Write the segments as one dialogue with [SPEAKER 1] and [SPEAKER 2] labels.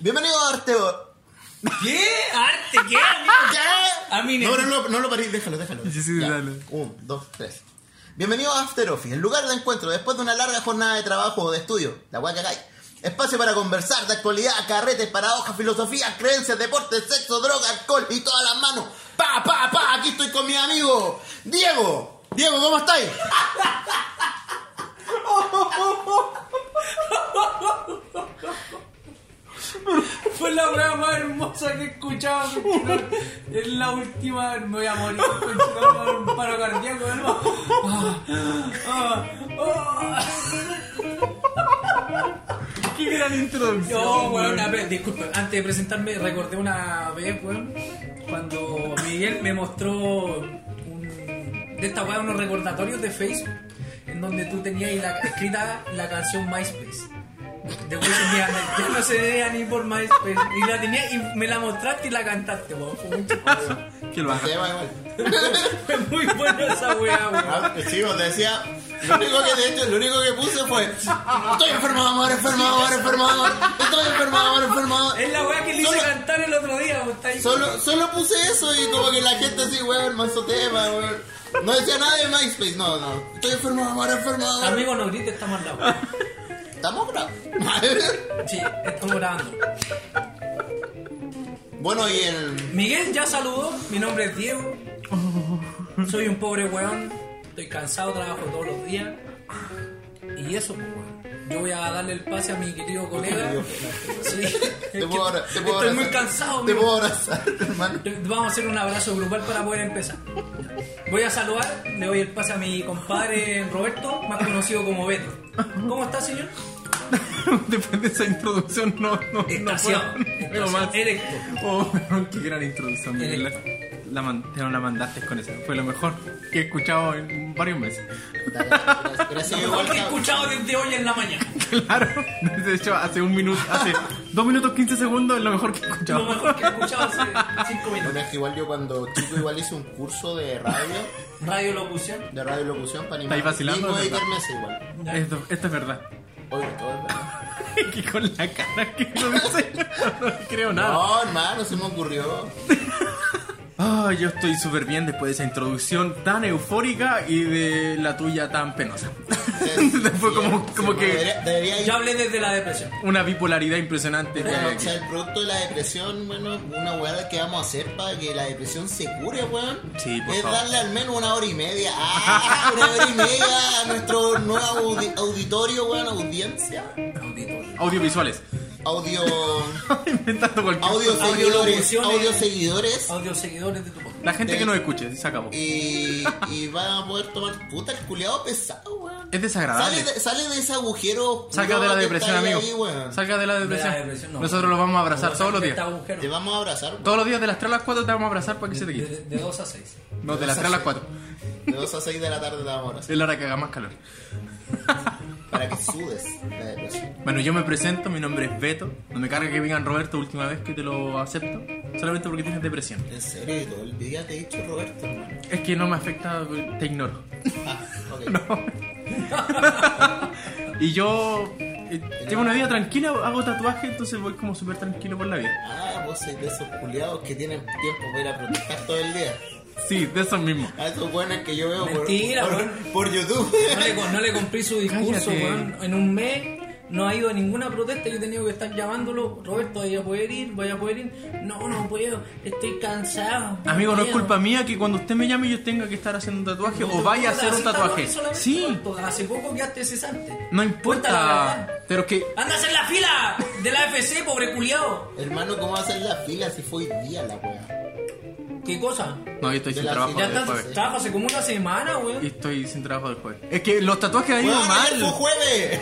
[SPEAKER 1] Bienvenido a Arte. O-
[SPEAKER 2] ¿Qué? ¿Arte? ¿Qué? amigo?
[SPEAKER 1] ¿Qué?
[SPEAKER 2] A mí
[SPEAKER 1] no,
[SPEAKER 2] no.
[SPEAKER 1] no, no, no lo parís, déjalo, déjalo.
[SPEAKER 3] Sí, sí,
[SPEAKER 1] Ya.
[SPEAKER 3] dale.
[SPEAKER 1] Un, dos, tres. Bienvenido a After Office, el lugar de encuentro después de una larga jornada de trabajo o de estudio. La guay que hay. Espacio para conversar de actualidad, carretes, paradojas, filosofía, creencias, deporte, sexo, droga, alcohol y todas las manos. Pa, pa, pa, aquí estoy con mi amigo Diego. Diego, ¿cómo estáis?
[SPEAKER 2] Fue la prueba más hermosa que he escuchado. conchetumare. Es la última. Me voy a morir. conchetumare, Un paro cardíaco. ¿no? Ah, ah, ah.
[SPEAKER 3] Qué gran introducción.
[SPEAKER 2] Yo, weón, a ver, disculpen, antes de presentarme, recordé una vez, weón, cuando Miguel me mostró un, de esta weá unos recordatorios de Facebook en donde tú tenías ahí la, escrita la canción MySpace. De Wisin y Yandel. ya no se veía ni por MySpace. Y la tenía y me la mostraste y la cantaste, weón. Fue muy chistoso.
[SPEAKER 3] Que lo
[SPEAKER 1] Se
[SPEAKER 3] baja.
[SPEAKER 1] llama igual.
[SPEAKER 2] Fue muy buena esa weá, weón.
[SPEAKER 1] Ah, Sí, vos te decía. Lo único que de hecho, lo único que puse fue Estoy enfermo de amor, enfermo de amor, enfermo de amor, estoy enfermo de amor, enfermo de amor".
[SPEAKER 2] Es la weá que le hice
[SPEAKER 1] Solo-
[SPEAKER 2] cantar el otro día, weón. Está ahí.
[SPEAKER 1] Solo, solo puse eso y como que la gente así, weón, mazo tema, weón. No decía nada de MySpace, no, no. Estoy enfermo de amor, enfermo de amor.
[SPEAKER 2] Amigo, no grites, está mal la weá.
[SPEAKER 1] Estamos grabando.
[SPEAKER 2] Sí, estamos grabando.
[SPEAKER 1] Bueno, y el.
[SPEAKER 2] Miguel ya saludó, mi nombre es Diego. Soy un pobre weón, estoy cansado, trabajo todos los días. Y eso, pues, weón. Yo voy a darle el pase a mi querido colega. Sí,
[SPEAKER 1] Te puedo, abra- te puedo
[SPEAKER 2] estoy
[SPEAKER 1] abrazar.
[SPEAKER 2] muy cansado.
[SPEAKER 1] Te
[SPEAKER 2] amigo.
[SPEAKER 1] puedo abrazar, hermano.
[SPEAKER 2] Vamos a hacer un abrazo grupal para poder empezar. Voy a saludar, le doy el pase a mi compadre Roberto, más conocido como Beto. ¿Cómo está, señor?
[SPEAKER 3] Después de esa introducción, no, no, no
[SPEAKER 2] Estaciado.
[SPEAKER 3] Pero
[SPEAKER 2] Estaciado.
[SPEAKER 3] más.
[SPEAKER 2] Erecto.
[SPEAKER 3] Oh, weón, qué gran introducción, Miguel.
[SPEAKER 1] Eh.
[SPEAKER 3] La, man- te no la mandaste con eso. Fue lo mejor que he escuchado en varios meses.
[SPEAKER 1] Gracias,
[SPEAKER 2] Lo mejor que he escuchado desde hoy en la mañana.
[SPEAKER 3] Claro. De hecho, hace un minuto, hace dos minutos 15 segundos es lo mejor que he
[SPEAKER 2] Lo
[SPEAKER 3] escuchado.
[SPEAKER 2] mejor que he escuchado hace cinco minutos.
[SPEAKER 1] Bueno, es que igual yo cuando chico igual hice un curso de radio,
[SPEAKER 2] Radiolocución.
[SPEAKER 1] de radiolocución para animar.
[SPEAKER 3] ¿Estáis vacilando,
[SPEAKER 1] Bingo y
[SPEAKER 3] verdad?
[SPEAKER 1] kermés igual.
[SPEAKER 3] Esto, esto es verdad.
[SPEAKER 1] Oye, todo es verdad.
[SPEAKER 3] que con la cara que lo dice, no le creo nada.
[SPEAKER 1] No, hermano, se me ocurrió.
[SPEAKER 3] Ah, yo estoy súper bien después de esa introducción tan eufórica y de la tuya tan penosa. Fue como, como que
[SPEAKER 1] Debería, debería ir
[SPEAKER 2] Yo hablé desde la depresión.
[SPEAKER 3] una bipolaridad impresionante.
[SPEAKER 1] Bueno, o
[SPEAKER 3] que-
[SPEAKER 1] sea, el producto de la depresión, bueno, una weá que vamos a hacer para que la depresión se cure, weón.
[SPEAKER 3] Sí, por
[SPEAKER 1] Es
[SPEAKER 3] favor.
[SPEAKER 1] darle al menos una hora y media. ¡Ah! Una hora y media a nuestro nuevo audi- auditorio, weón, audiencia.
[SPEAKER 2] Auditorio.
[SPEAKER 3] Audiovisuales.
[SPEAKER 1] Audio.
[SPEAKER 3] Inventando cualquier
[SPEAKER 1] Audio
[SPEAKER 2] Audio
[SPEAKER 1] seguidores.
[SPEAKER 2] locuciones.
[SPEAKER 1] Audio seguidores.
[SPEAKER 2] Audio seguidores de tu podcast.
[SPEAKER 3] La
[SPEAKER 1] Eh,
[SPEAKER 3] gente que nos escuche, se acabó.
[SPEAKER 1] Y, y van a poder tomar puta el culeado pesado, weón.
[SPEAKER 3] Es
[SPEAKER 1] Sale
[SPEAKER 3] desagradable.
[SPEAKER 1] de, sale de ese agujero. oscuro
[SPEAKER 3] Salga Ah, de la
[SPEAKER 1] que
[SPEAKER 3] depresión,
[SPEAKER 1] está ahí,
[SPEAKER 3] amigo.
[SPEAKER 1] weón.
[SPEAKER 3] Salga de la
[SPEAKER 2] De la depresión,
[SPEAKER 3] depresión.
[SPEAKER 2] no.
[SPEAKER 3] Nosotros lo vamos a abrazar
[SPEAKER 2] Como
[SPEAKER 3] todos los
[SPEAKER 2] salir de
[SPEAKER 3] días.
[SPEAKER 2] este
[SPEAKER 1] Te
[SPEAKER 2] agujero.
[SPEAKER 1] vamos a abrazar, weón.
[SPEAKER 3] Todos los días de las 3 a las 4 te vamos a abrazar para que se te quite.
[SPEAKER 2] De, de 2 a 6.
[SPEAKER 3] No, de las 3 a las 4.
[SPEAKER 1] De 2 a 6 de la tarde te vamos a abrazar.
[SPEAKER 3] Es la hora que haga más calor.
[SPEAKER 1] Para que sudes la depresión.
[SPEAKER 3] Bueno, yo me presento, mi nombre es Beto. No me carga que vengan Roberto, última vez que te lo acepto. Solamente porque tienes depresión.
[SPEAKER 1] En serio, todo el día te he dicho Roberto, hermano.
[SPEAKER 3] Es que no me afecta, te ignoro.
[SPEAKER 1] Ah, ok.
[SPEAKER 3] Y yo eh, tengo una vida tranquila, hago tatuaje, entonces voy como súper tranquilo por la vida.
[SPEAKER 1] Ah, vos sois de esos culiados que tienen tiempo para ir a protestar todo el día.
[SPEAKER 3] Sí, de eso mismo.
[SPEAKER 1] A esos buenos que yo veo por,
[SPEAKER 2] Mentira,
[SPEAKER 1] por,
[SPEAKER 2] weón.
[SPEAKER 1] por YouTube.
[SPEAKER 2] No le, con- no le cumplí su discurso,
[SPEAKER 3] Cállate.
[SPEAKER 2] weón. En un mes no ha ido a ninguna protesta. Yo he tenido que estar llamándolo. Roberto, ¿vaya a poder ir? ¿Vaya a poder ir? No, no puedo. Estoy cansado.
[SPEAKER 3] Amigo, no es
[SPEAKER 2] puedo.
[SPEAKER 3] culpa mía que cuando usted me llame yo tenga que estar haciendo un tatuaje
[SPEAKER 2] No,
[SPEAKER 3] o vaya a
[SPEAKER 2] no,
[SPEAKER 3] hacer un
[SPEAKER 2] así está,
[SPEAKER 3] tatuaje.
[SPEAKER 2] solamente,
[SPEAKER 3] Sí,
[SPEAKER 2] Roberto. Hace poco quedaste cesante.
[SPEAKER 3] no
[SPEAKER 2] Cuenta la verdad.
[SPEAKER 3] importa. Pero es que
[SPEAKER 2] ¡Andas en la fila de la FC, pobre culiao!
[SPEAKER 1] Hermano, ¿cómo va a ser la fila si fue hoy día la weá?
[SPEAKER 2] ¿Qué cosa?
[SPEAKER 3] no, yo estoy
[SPEAKER 1] De
[SPEAKER 3] sin
[SPEAKER 1] la
[SPEAKER 3] trabajo
[SPEAKER 1] silla
[SPEAKER 2] Ya
[SPEAKER 3] del
[SPEAKER 1] del
[SPEAKER 2] estás
[SPEAKER 3] jueves.
[SPEAKER 1] jueves.
[SPEAKER 2] trabajo hace como una semana, weón.
[SPEAKER 3] Y estoy sin trabajo del jueves. Es que los tatuajes han ido
[SPEAKER 1] Weón, ayer ¡Fue
[SPEAKER 3] mal.
[SPEAKER 1] jueves!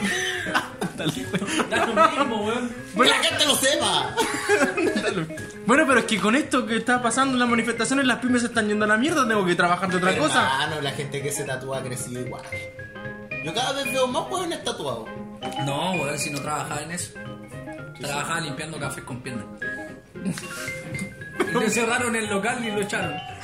[SPEAKER 2] Da lo mismo, weón.
[SPEAKER 1] ¡Que
[SPEAKER 3] Bueno,
[SPEAKER 1] la gente lo sepa!
[SPEAKER 3] bueno, pero es que con esto que está pasando en las manifestaciones, las pymes se están yendo a la mierda, tengo que trabajar de otra cosa.
[SPEAKER 1] Hermano, la gente que se tatúa ha crecido igual. Yo cada vez veo más hueones tatuados.
[SPEAKER 2] No, weón, si no trabajaba en eso. Trabajaba limpiando cafés con piernas. Y lo encerraron en el local y lo echaron.
[SPEAKER 1] La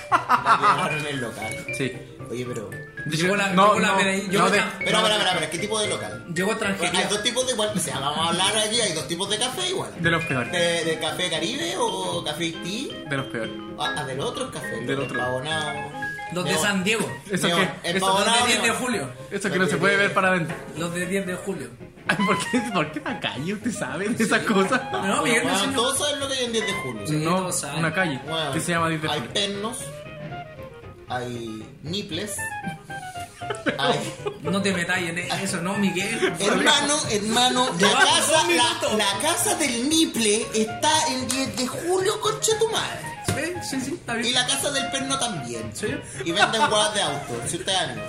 [SPEAKER 1] llevaron en el local.
[SPEAKER 3] Sí.
[SPEAKER 1] Oye, pero
[SPEAKER 2] Llegó la,
[SPEAKER 3] No,
[SPEAKER 2] llegó la
[SPEAKER 3] no,
[SPEAKER 2] PDI, llegó
[SPEAKER 3] no, de-
[SPEAKER 2] tra-
[SPEAKER 1] Pero, espera, espera, espera, ¿qué tipo de local?
[SPEAKER 2] llegó extranjería.
[SPEAKER 1] Hay dos tipos de igual, o sea, vamos a hablar aquí, hay dos tipos de café igual.
[SPEAKER 3] De los peores.
[SPEAKER 1] De, de café caribe o café ití.
[SPEAKER 3] De los peores.
[SPEAKER 1] Ah, ah, del otro café.
[SPEAKER 3] Del otro.
[SPEAKER 1] Empavonado.
[SPEAKER 2] Los de
[SPEAKER 1] Neón.
[SPEAKER 2] San Diego.
[SPEAKER 3] ¿Eso
[SPEAKER 1] Neón.
[SPEAKER 3] qué?
[SPEAKER 2] Los
[SPEAKER 1] Empavonado,
[SPEAKER 2] de 10 de
[SPEAKER 1] neón.
[SPEAKER 2] julio.
[SPEAKER 3] Eso que no se puede ver para adentro.
[SPEAKER 2] Los de 10 de julio.
[SPEAKER 3] Ay, ¿por qué, ¿Por qué la calle? ¿Usted sabe de esas cosas?
[SPEAKER 2] No, Mm. Miguel me
[SPEAKER 1] Ah, Bueno,
[SPEAKER 2] enseñó.
[SPEAKER 1] Todos saben lo que hay en 10 de julio.
[SPEAKER 2] Sí,
[SPEAKER 3] No,
[SPEAKER 2] todos saben.
[SPEAKER 3] una calle
[SPEAKER 1] Bueno,
[SPEAKER 3] que se llama 10 de
[SPEAKER 1] Hay
[SPEAKER 3] julio.
[SPEAKER 1] pernos, hay niples, hay
[SPEAKER 2] No te metas en eso, no, Miguel.
[SPEAKER 1] Hermano, hermano, la
[SPEAKER 2] Llevamos
[SPEAKER 1] casa,
[SPEAKER 2] dos
[SPEAKER 1] la,
[SPEAKER 2] minutos.
[SPEAKER 1] la casa del niple está en 10 de julio, concha tu madre.
[SPEAKER 2] Sí, sí, sí, está
[SPEAKER 1] Y
[SPEAKER 2] bien.
[SPEAKER 1] la casa del perno también.
[SPEAKER 2] Sí.
[SPEAKER 1] Y venden guadas de auto, si ustedes han ido.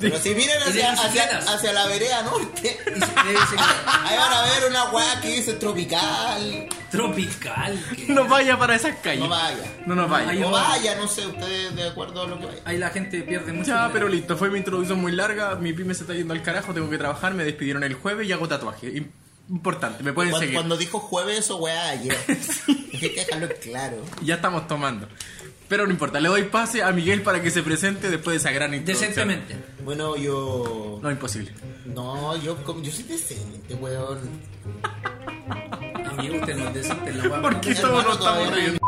[SPEAKER 1] Pero si miren
[SPEAKER 2] Y de
[SPEAKER 1] hacia, hacia,
[SPEAKER 2] bicicletas.
[SPEAKER 1] hacia la vereda norte,
[SPEAKER 2] Y se- le dice,
[SPEAKER 1] ahí van a ver una guada que dice tropical.
[SPEAKER 2] Tropical. que-
[SPEAKER 3] No vaya para esas calles.
[SPEAKER 1] No vaya.
[SPEAKER 3] No nos vaya.
[SPEAKER 2] Ay,
[SPEAKER 1] No
[SPEAKER 2] no.
[SPEAKER 1] vaya, no sé, ustedes de acuerdo a lo que vaya.
[SPEAKER 2] Ahí la gente pierde mucho.
[SPEAKER 3] Ya,
[SPEAKER 2] dinero.
[SPEAKER 3] pero listo, fue mi introducción muy larga. Mi pyme se está yendo al carajo, tengo que trabajar. Me despidieron el jueves y hago tatuaje. Im- Importante, me pueden
[SPEAKER 1] Cuando,
[SPEAKER 3] seguir.
[SPEAKER 1] cuando dijo jueves, eso weá ayer. Hay que dejarlo claro.
[SPEAKER 3] Ya estamos tomando. Pero no importa, le doy pase a Miguel para que se presente después de esa gran introducción.
[SPEAKER 2] Decentemente.
[SPEAKER 1] Bueno, yo.
[SPEAKER 3] No, imposible.
[SPEAKER 1] No, yo, com- yo soy decente, weón.
[SPEAKER 2] Amigo, usted no es decente, la weá.
[SPEAKER 3] ¿Por qué
[SPEAKER 1] Hermano,
[SPEAKER 3] todos nos
[SPEAKER 1] todavía
[SPEAKER 3] estamos
[SPEAKER 1] no-
[SPEAKER 3] riendo?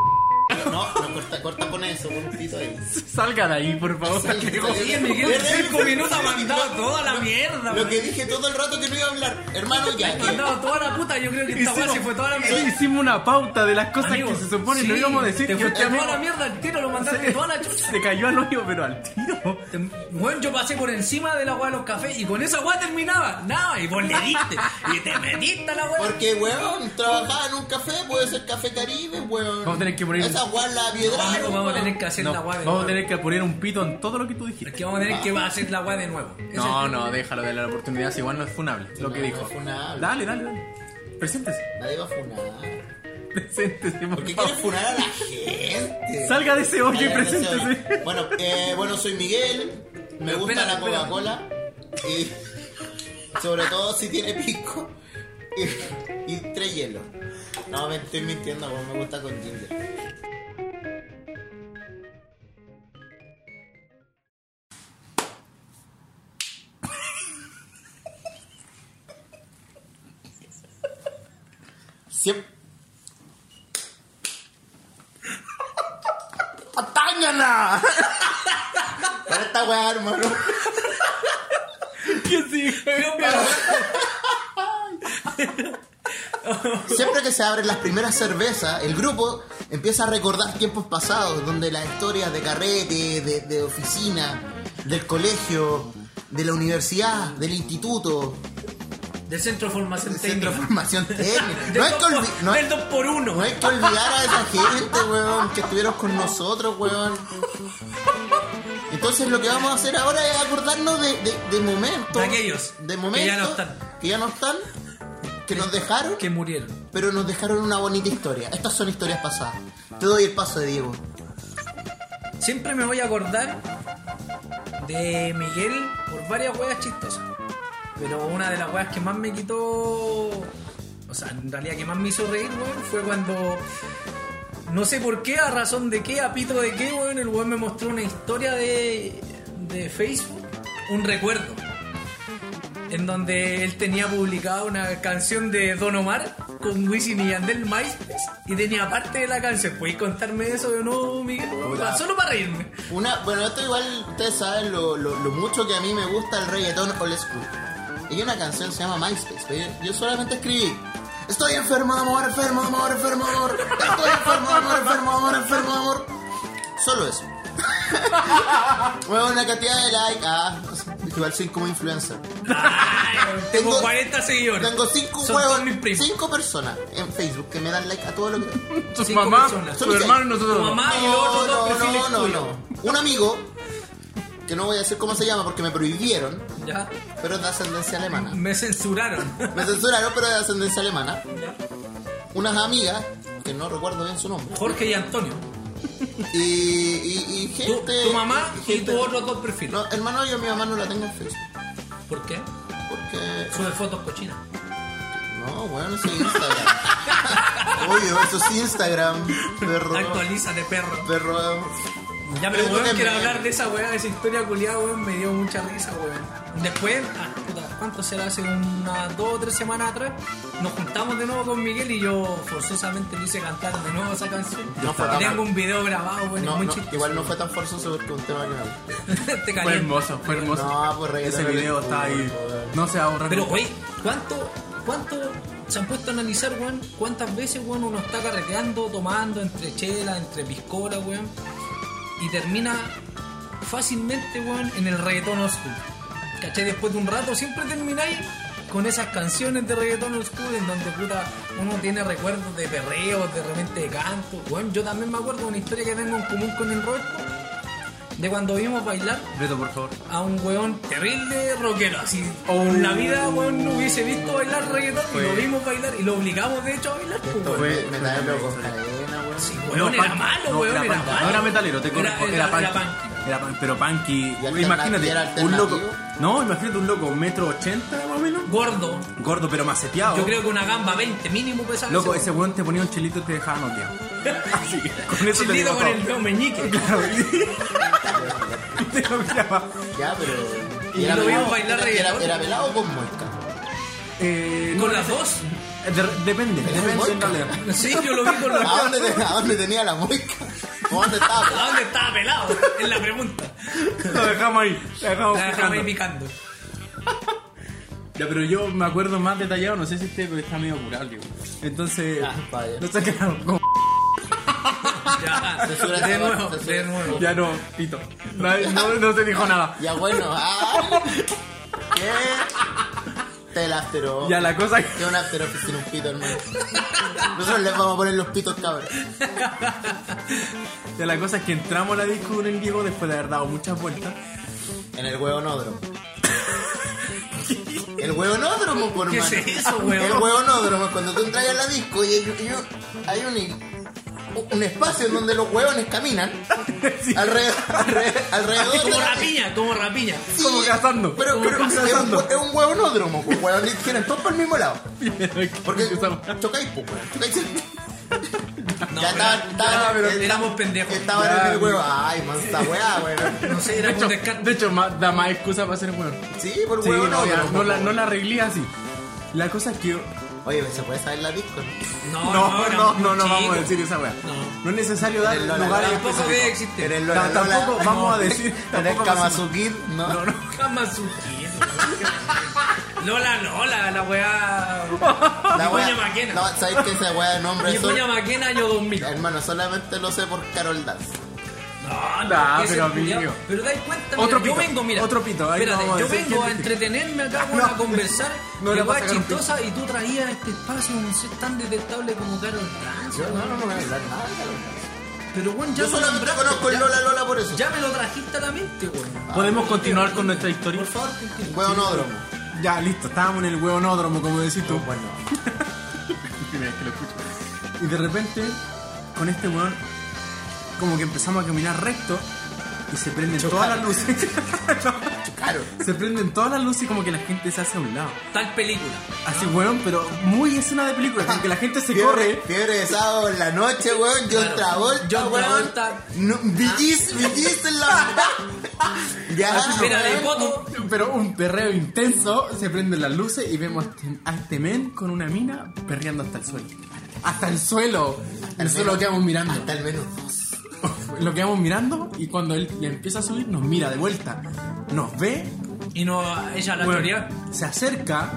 [SPEAKER 1] No, no, corta, corta con eso, con un pito ahí.
[SPEAKER 3] Salga de ahí, por favor.
[SPEAKER 1] Salga de ahí.
[SPEAKER 2] Oye, Miguel, en cinco minutos ha mandado toda la mierda,
[SPEAKER 1] Lo
[SPEAKER 2] weón.
[SPEAKER 1] que dije todo el rato que no iba a hablar. Hermano, ya.
[SPEAKER 2] Ha mandado toda la puta, yo creo que esta weá
[SPEAKER 3] Hicimos,
[SPEAKER 2] se fue toda la
[SPEAKER 3] sí,
[SPEAKER 2] mierda.
[SPEAKER 3] hicimos una pauta de las cosas
[SPEAKER 2] Amigo,
[SPEAKER 3] que se supone no
[SPEAKER 2] sí,
[SPEAKER 3] íbamos a decir.
[SPEAKER 2] Te
[SPEAKER 3] que
[SPEAKER 2] fuiste
[SPEAKER 3] este
[SPEAKER 2] toda la
[SPEAKER 3] amigo
[SPEAKER 2] mierda al tiro, lo mandaste
[SPEAKER 3] se-
[SPEAKER 2] toda la chucha.
[SPEAKER 3] Se cayó al hoyo, pero al tiro.
[SPEAKER 2] Te- Bueno, yo pasé por encima de la weá de los cafés y con esa weá terminaba. Nada, y vos le diste. Y te metiste a la weá.
[SPEAKER 1] Porque, weón, trabajaba en un café, puede ser café caribe, weón.
[SPEAKER 3] Vamos a tener que poner-
[SPEAKER 1] Esa weón la piedra.
[SPEAKER 2] Amigo, vamos a tener que hacer
[SPEAKER 3] No,
[SPEAKER 2] la weá de
[SPEAKER 3] vamos a
[SPEAKER 2] nuevo.
[SPEAKER 3] tener que poner un pito en todo lo que tú
[SPEAKER 2] Es
[SPEAKER 3] dijiste.
[SPEAKER 2] que vamos a tener que
[SPEAKER 1] Ah.
[SPEAKER 2] hacer la weá de nuevo. Ese
[SPEAKER 3] No,
[SPEAKER 2] es-
[SPEAKER 3] no, déjalo de la oportunidad, si igual no es funable lo que
[SPEAKER 1] No,
[SPEAKER 3] dijo.
[SPEAKER 1] no es funable.
[SPEAKER 3] Dale, dale, dale. Preséntese.
[SPEAKER 1] Nadie va a funar.
[SPEAKER 3] Preséntese, por
[SPEAKER 1] ¿Por qué
[SPEAKER 3] favor.
[SPEAKER 1] quieren funar a la gente?
[SPEAKER 3] Salga de ese hoyo y
[SPEAKER 1] Ay, no sé, oye.
[SPEAKER 3] preséntese.
[SPEAKER 1] Bueno, eh, bueno, soy Miguel. Me
[SPEAKER 2] Pero
[SPEAKER 1] gusta
[SPEAKER 2] espérate,
[SPEAKER 1] la Coca-Cola. Y sobre todo si tiene pisco. Y, y tres hielos. No, me estoy mintiendo, weón, me gusta con ginger. Siempre. ¡Patángana! Para esta weá, hermano.
[SPEAKER 3] ¿Quién sigue?
[SPEAKER 1] Siempre que se abren las primeras cervezas, el grupo empieza a recordar tiempos pasados, donde las historias de carrete, de, de oficina, del colegio, de la universidad, del instituto,
[SPEAKER 2] Del centro de formación
[SPEAKER 1] del centro
[SPEAKER 2] técnica.
[SPEAKER 1] de formación técnica.
[SPEAKER 2] Del
[SPEAKER 1] No hay que,
[SPEAKER 2] dos por-
[SPEAKER 1] olvi- no hay-
[SPEAKER 2] Del 2 por 1
[SPEAKER 1] no hay que olvidar a esa gente, weón, que estuvieron con nosotros, weón. Entonces lo que vamos a hacer ahora es acordarnos de, de- de momentos.
[SPEAKER 2] De aquellos
[SPEAKER 1] De momentos.
[SPEAKER 2] que ya no están.
[SPEAKER 1] Que ya no están. Que nos dejaron.
[SPEAKER 2] que murieron.
[SPEAKER 1] pero nos dejaron una bonita historia. Estas son historias pasadas. Te doy el paso de Diego.
[SPEAKER 2] Siempre me voy a acordar de Miguel por varias weas chistosas. Pero una de las weas que más me quitó. O sea, en realidad que más me hizo reír, weón, fue cuando. No sé por qué, a razón de qué, a pito de qué, weón, el weón me mostró una historia de, de Facebook, un recuerdo, en donde él tenía publicada una canción de Don Omar con Wisin y Yandel MySpace y tenía parte de la canción. ¿Puedes contarme eso de nuevo, Miguel?
[SPEAKER 1] Puta.
[SPEAKER 2] Solo para reírme.
[SPEAKER 1] Una, bueno, esto igual ustedes saben lo, lo- lo mucho que a mí me gusta el reggaetón old school. Y hay una canción que se llama MySpace, pero yo, yo solamente escribí. Estoy enfermo de amor, enfermo de amor, enfermo de amor. Estoy enfermo de amor, enfermo de amor, enfermo de amor. Solo eso. Bueno, una cantidad de likes. Ah, igual soy como influencer.
[SPEAKER 2] Ay, tengo
[SPEAKER 1] Tengo-
[SPEAKER 2] 40 seguidores.
[SPEAKER 1] Tengo cinco
[SPEAKER 2] Son
[SPEAKER 1] huevos,
[SPEAKER 2] todos mis primos.
[SPEAKER 1] cinco personas en Facebook que me dan like a todo lo que.
[SPEAKER 3] Tus
[SPEAKER 2] Cinco
[SPEAKER 3] mamá,
[SPEAKER 2] personas.
[SPEAKER 3] tu hermano y nosotros.
[SPEAKER 2] Tu
[SPEAKER 3] no.
[SPEAKER 2] mamá y los otros dos perfiles tuyos.
[SPEAKER 1] Un amigo, que no voy a decir cómo se llama porque me prohibieron,
[SPEAKER 2] Ya.
[SPEAKER 1] pero es de ascendencia alemana.
[SPEAKER 2] Me censuraron.
[SPEAKER 1] Me censuraron, pero es de ascendencia alemana.
[SPEAKER 2] Ya.
[SPEAKER 1] Unas amigas, que no recuerdo bien su nombre.
[SPEAKER 2] Jorge y Antonio.
[SPEAKER 1] Y, y, y
[SPEAKER 2] Tu,
[SPEAKER 1] gente.
[SPEAKER 2] tu mamá y
[SPEAKER 1] gente-
[SPEAKER 2] tus otros dos perfiles.
[SPEAKER 1] No, hermano, yo a mi mamá no la tengo en Facebook.
[SPEAKER 2] ¿Por qué?
[SPEAKER 1] Porque.
[SPEAKER 2] Sube fotos cochinas.
[SPEAKER 1] No, bueno, eso es Instagram. Oye, eso es Instagram. Perro.
[SPEAKER 2] Actualízate, perro.
[SPEAKER 1] Perro.
[SPEAKER 2] Ya,
[SPEAKER 1] Yo
[SPEAKER 2] pero
[SPEAKER 1] creo
[SPEAKER 2] weón,
[SPEAKER 1] que
[SPEAKER 2] quiero
[SPEAKER 1] me-
[SPEAKER 2] hablar de esa weá, de esa historia culiada, weón, me dio mucha risa, weón. Después, ah, puta, ¿cuánto será? Hace unas dos o tres semanas atrás, nos juntamos de nuevo con Miguel y yo forzosamente le hice cantar de nuevo esa canción.
[SPEAKER 1] No fue tan
[SPEAKER 2] Tengo
[SPEAKER 1] mal.
[SPEAKER 2] un video grabado, weón,
[SPEAKER 1] No,
[SPEAKER 2] es muy
[SPEAKER 1] no,
[SPEAKER 2] chistoso.
[SPEAKER 1] igual no fue tan forzoso porque un tema que me gusta.
[SPEAKER 2] Te
[SPEAKER 3] Fue
[SPEAKER 2] calienta.
[SPEAKER 3] hermoso, fue hermoso.
[SPEAKER 1] No, pues reggaetón
[SPEAKER 3] Ese video está ahí. No se va a borrar.
[SPEAKER 2] Pero,
[SPEAKER 3] nunca.
[SPEAKER 2] güey, ¿cuánto, ¿cuánto se han puesto a analizar, weón? ¿Cuántas veces, weón, uno está carreteando, tomando entre chela, entre piscola, weón? Y termina fácilmente, weón, en el reggaetón old school. ¿Cachai? Después de un rato siempre termináis con esas canciones de reggaetón old school en donde, puta, uno tiene recuerdos de perreos, de repente de canto, weón. Yo también me acuerdo de una historia que tengo en común con el Roberto, de cuando vimos bailar
[SPEAKER 3] Beto, por favor.
[SPEAKER 2] a un weón terrible rockero. Así,
[SPEAKER 3] Oh.
[SPEAKER 2] en la vida, weón, no hubiese visto bailar reggaetón y lo
[SPEAKER 3] Fue-
[SPEAKER 2] vimos bailar y lo obligamos, de hecho, a bailar. pues,
[SPEAKER 1] Esto
[SPEAKER 2] weón.
[SPEAKER 3] Fue-
[SPEAKER 1] me, me da loco. Cadena, weón.
[SPEAKER 2] Sí, weón, era
[SPEAKER 3] punk.
[SPEAKER 2] malo,
[SPEAKER 3] No,
[SPEAKER 2] weón, era,
[SPEAKER 3] punk.
[SPEAKER 2] malo.
[SPEAKER 3] No era metalero, te corrijo. Era,
[SPEAKER 2] Era,
[SPEAKER 3] punky.
[SPEAKER 2] era punk.
[SPEAKER 3] Era punk, pero punky.
[SPEAKER 1] alternati-
[SPEAKER 3] Imagínate,
[SPEAKER 1] era
[SPEAKER 3] un loco.
[SPEAKER 1] alternativo?
[SPEAKER 3] No, imagínate un loco, un metro ochenta más o menos.
[SPEAKER 2] Gordo.
[SPEAKER 3] Gordo, pero maceteado.
[SPEAKER 2] Yo creo que una gamba 20 mínimo pesaba.
[SPEAKER 3] Loco, ese weón te ponía un chelito y te dejaba noqueado. Así, con eso te
[SPEAKER 2] Childido
[SPEAKER 3] digo
[SPEAKER 2] con
[SPEAKER 3] todo.
[SPEAKER 2] el dedo meñique.
[SPEAKER 3] Claro. Y te noqueaba.
[SPEAKER 1] Ya, pero.
[SPEAKER 2] Y lo vimos bailar
[SPEAKER 1] era-
[SPEAKER 2] reggaetón.
[SPEAKER 1] Era, era pelado o con muesca.
[SPEAKER 3] Eh,
[SPEAKER 2] ¿Con
[SPEAKER 3] no,
[SPEAKER 2] las
[SPEAKER 3] ese-
[SPEAKER 2] dos?
[SPEAKER 3] eh, de- depende, depende en
[SPEAKER 1] muesca.
[SPEAKER 3] realidad.
[SPEAKER 2] Sí, yo lo vi con los
[SPEAKER 1] ¿A dónde, te- a dónde tenía la muesca? ¿O dónde
[SPEAKER 2] ¿A
[SPEAKER 1] estaba?
[SPEAKER 2] dónde estaba pelado? Es la pregunta.
[SPEAKER 3] Lo dejamos ahí, lo dejamos
[SPEAKER 2] La dejamos ahí
[SPEAKER 3] picando.
[SPEAKER 2] picando.
[SPEAKER 3] Ya, pero yo me acuerdo más detallado, no sé si este pero está medio curado, digo. Entonces,
[SPEAKER 1] Ah, vaya.
[SPEAKER 3] no sé qué como-
[SPEAKER 2] Ya,
[SPEAKER 1] Censura esa
[SPEAKER 2] de
[SPEAKER 1] weá,
[SPEAKER 2] nuevo,
[SPEAKER 1] censura.
[SPEAKER 2] de nuevo.
[SPEAKER 3] Ya no, pito. No, no, no se dijo nada.
[SPEAKER 1] Ya, bueno. Ah, ¿Qué? Te la afteró.
[SPEAKER 3] Ya la cosa
[SPEAKER 1] Que un after office tiene un pito, hermano. Nosotros les vamos a poner los pitos, cabrón.
[SPEAKER 3] ya la cosa es que entramos a la disco con el Diego después de haber dado muchas vueltas.
[SPEAKER 1] En el hueonódromo. El hueonódromo, por
[SPEAKER 2] ¿Qué es eso, hueón?
[SPEAKER 1] El hueonódromo es cuando tú entras a la disco y hay, y un- hay un, un espacio en donde los hueones caminan. Alrededor, alrededor, alrededor de
[SPEAKER 2] Como
[SPEAKER 1] la-
[SPEAKER 2] rapiña, como rapiña.
[SPEAKER 1] Sí,
[SPEAKER 3] como cazando,
[SPEAKER 1] Pero,
[SPEAKER 3] como
[SPEAKER 1] pero es, un, hue-
[SPEAKER 3] cazando.
[SPEAKER 1] es un hueonódromo, pues, hueón, y tienen todos por el mismo lado. Porque
[SPEAKER 3] Esa-
[SPEAKER 1] chocáis, pues, hueón, chocáis.
[SPEAKER 2] No,
[SPEAKER 1] ya estaban,
[SPEAKER 2] pero-
[SPEAKER 1] estaban-
[SPEAKER 2] pero
[SPEAKER 1] estaban-
[SPEAKER 2] éramos pendejos.
[SPEAKER 1] Estaban
[SPEAKER 3] Ya,
[SPEAKER 1] en el huevo. Ay, mansa hueá, hueón.
[SPEAKER 2] No sé,
[SPEAKER 3] de
[SPEAKER 2] era
[SPEAKER 3] hecho,
[SPEAKER 2] un descarte.
[SPEAKER 3] de hecho, ma- da más excusa para hacer el hueón.
[SPEAKER 1] Sí, por pues,
[SPEAKER 3] Sí,
[SPEAKER 1] huevo
[SPEAKER 3] no,
[SPEAKER 1] no,
[SPEAKER 3] ya,
[SPEAKER 1] pero-
[SPEAKER 3] no la, no la arreglé así. La cosa es que yo-
[SPEAKER 1] Oye, ¿se puede saber la disco? Ah, no?
[SPEAKER 2] No,
[SPEAKER 3] No,
[SPEAKER 2] era
[SPEAKER 3] no,
[SPEAKER 2] muy
[SPEAKER 3] no, no
[SPEAKER 2] chico.
[SPEAKER 3] vamos a decir esa weá.
[SPEAKER 2] No.
[SPEAKER 3] No es necesario dar
[SPEAKER 1] En el Lola,
[SPEAKER 3] lugares
[SPEAKER 2] Tampoco debe
[SPEAKER 3] específicos.
[SPEAKER 2] existir.
[SPEAKER 1] En el
[SPEAKER 3] No,
[SPEAKER 1] Lola,
[SPEAKER 3] tampoco
[SPEAKER 1] Lola.
[SPEAKER 3] vamos a
[SPEAKER 1] No.
[SPEAKER 3] decir-
[SPEAKER 1] En el
[SPEAKER 3] tampoco vamos a-
[SPEAKER 1] Kamazukid, no.
[SPEAKER 3] No, no.
[SPEAKER 2] Kamasuki. Lola, Lola, la weá.
[SPEAKER 1] La
[SPEAKER 2] La
[SPEAKER 1] wea-
[SPEAKER 2] Maquena.
[SPEAKER 1] No, ¿sabes que esa weá de nombre
[SPEAKER 2] Mi
[SPEAKER 1] es
[SPEAKER 2] puña Maquena, año 2000.
[SPEAKER 1] Hermano, solamente lo sé por Carol Dance.
[SPEAKER 2] No,
[SPEAKER 3] Ah,
[SPEAKER 2] ese
[SPEAKER 3] pero
[SPEAKER 2] culiao.
[SPEAKER 3] amigo.
[SPEAKER 2] Pero dais cuenta, mira,
[SPEAKER 3] Otro
[SPEAKER 2] yo
[SPEAKER 3] pito,
[SPEAKER 2] vengo, mira.
[SPEAKER 3] otro pito, ahí
[SPEAKER 2] Espérate,
[SPEAKER 3] vamos a
[SPEAKER 2] yo
[SPEAKER 3] decir
[SPEAKER 2] vengo
[SPEAKER 3] quién
[SPEAKER 2] a
[SPEAKER 3] dice.
[SPEAKER 2] entretenerme acá, weón, a
[SPEAKER 3] No.
[SPEAKER 2] conversar.
[SPEAKER 3] No
[SPEAKER 2] No
[SPEAKER 3] le
[SPEAKER 2] la
[SPEAKER 3] vas
[SPEAKER 2] weá
[SPEAKER 3] a sacar un pito.
[SPEAKER 2] chistosa y tú traías a este espacio un ser tan detectable como Carol Dance.
[SPEAKER 1] Yo no, no, no voy a hablar nada de Carol Dance.
[SPEAKER 2] Pero bueno, ya
[SPEAKER 1] Yo
[SPEAKER 2] me
[SPEAKER 1] solamente
[SPEAKER 2] nombraste,
[SPEAKER 1] conozco el
[SPEAKER 2] ya-
[SPEAKER 1] Lola Lola por eso.
[SPEAKER 2] Ya me lo trajiste a la mente, weón.
[SPEAKER 3] Podemos continuar con nuestra historia.
[SPEAKER 2] Por favor, continúa.
[SPEAKER 1] Hueonódromo.
[SPEAKER 3] Ya, listo, estábamos en el hueonódromo, como decís tú.
[SPEAKER 1] Oh, Bueno,
[SPEAKER 3] Primera vez que lo escucho. Y de repente, con este weón, como que empezamos a caminar recto y se prenden
[SPEAKER 1] Chocar.
[SPEAKER 3] todas las luces.
[SPEAKER 1] claro.
[SPEAKER 3] se prenden todas las luces y como que la gente se hace a un lado.
[SPEAKER 2] Tal película.
[SPEAKER 3] Así, weón, pero muy escena de película, como que la gente se
[SPEAKER 1] Fiebre,
[SPEAKER 3] corre.
[SPEAKER 1] fiebre de sábado en la noche, weón. Yo
[SPEAKER 2] Claro.
[SPEAKER 1] Travolta,
[SPEAKER 2] John
[SPEAKER 1] weón.
[SPEAKER 2] Travolta.
[SPEAKER 1] No, Villis, Villis en la. ya,
[SPEAKER 2] Mira, de
[SPEAKER 1] weón.
[SPEAKER 2] foto.
[SPEAKER 3] Pero un perreo intenso, se prenden las luces y vemos a este- a este men con una mina perreando hasta el suelo. Hasta el suelo. Nosotros lo quedamos mirando.
[SPEAKER 1] Hasta el menos dos.
[SPEAKER 3] Lo quedamos mirando y cuando él le empieza a subir nos mira de vuelta. Nos ve,
[SPEAKER 2] Y no, ella la
[SPEAKER 3] weón,
[SPEAKER 2] teoría.
[SPEAKER 3] se acerca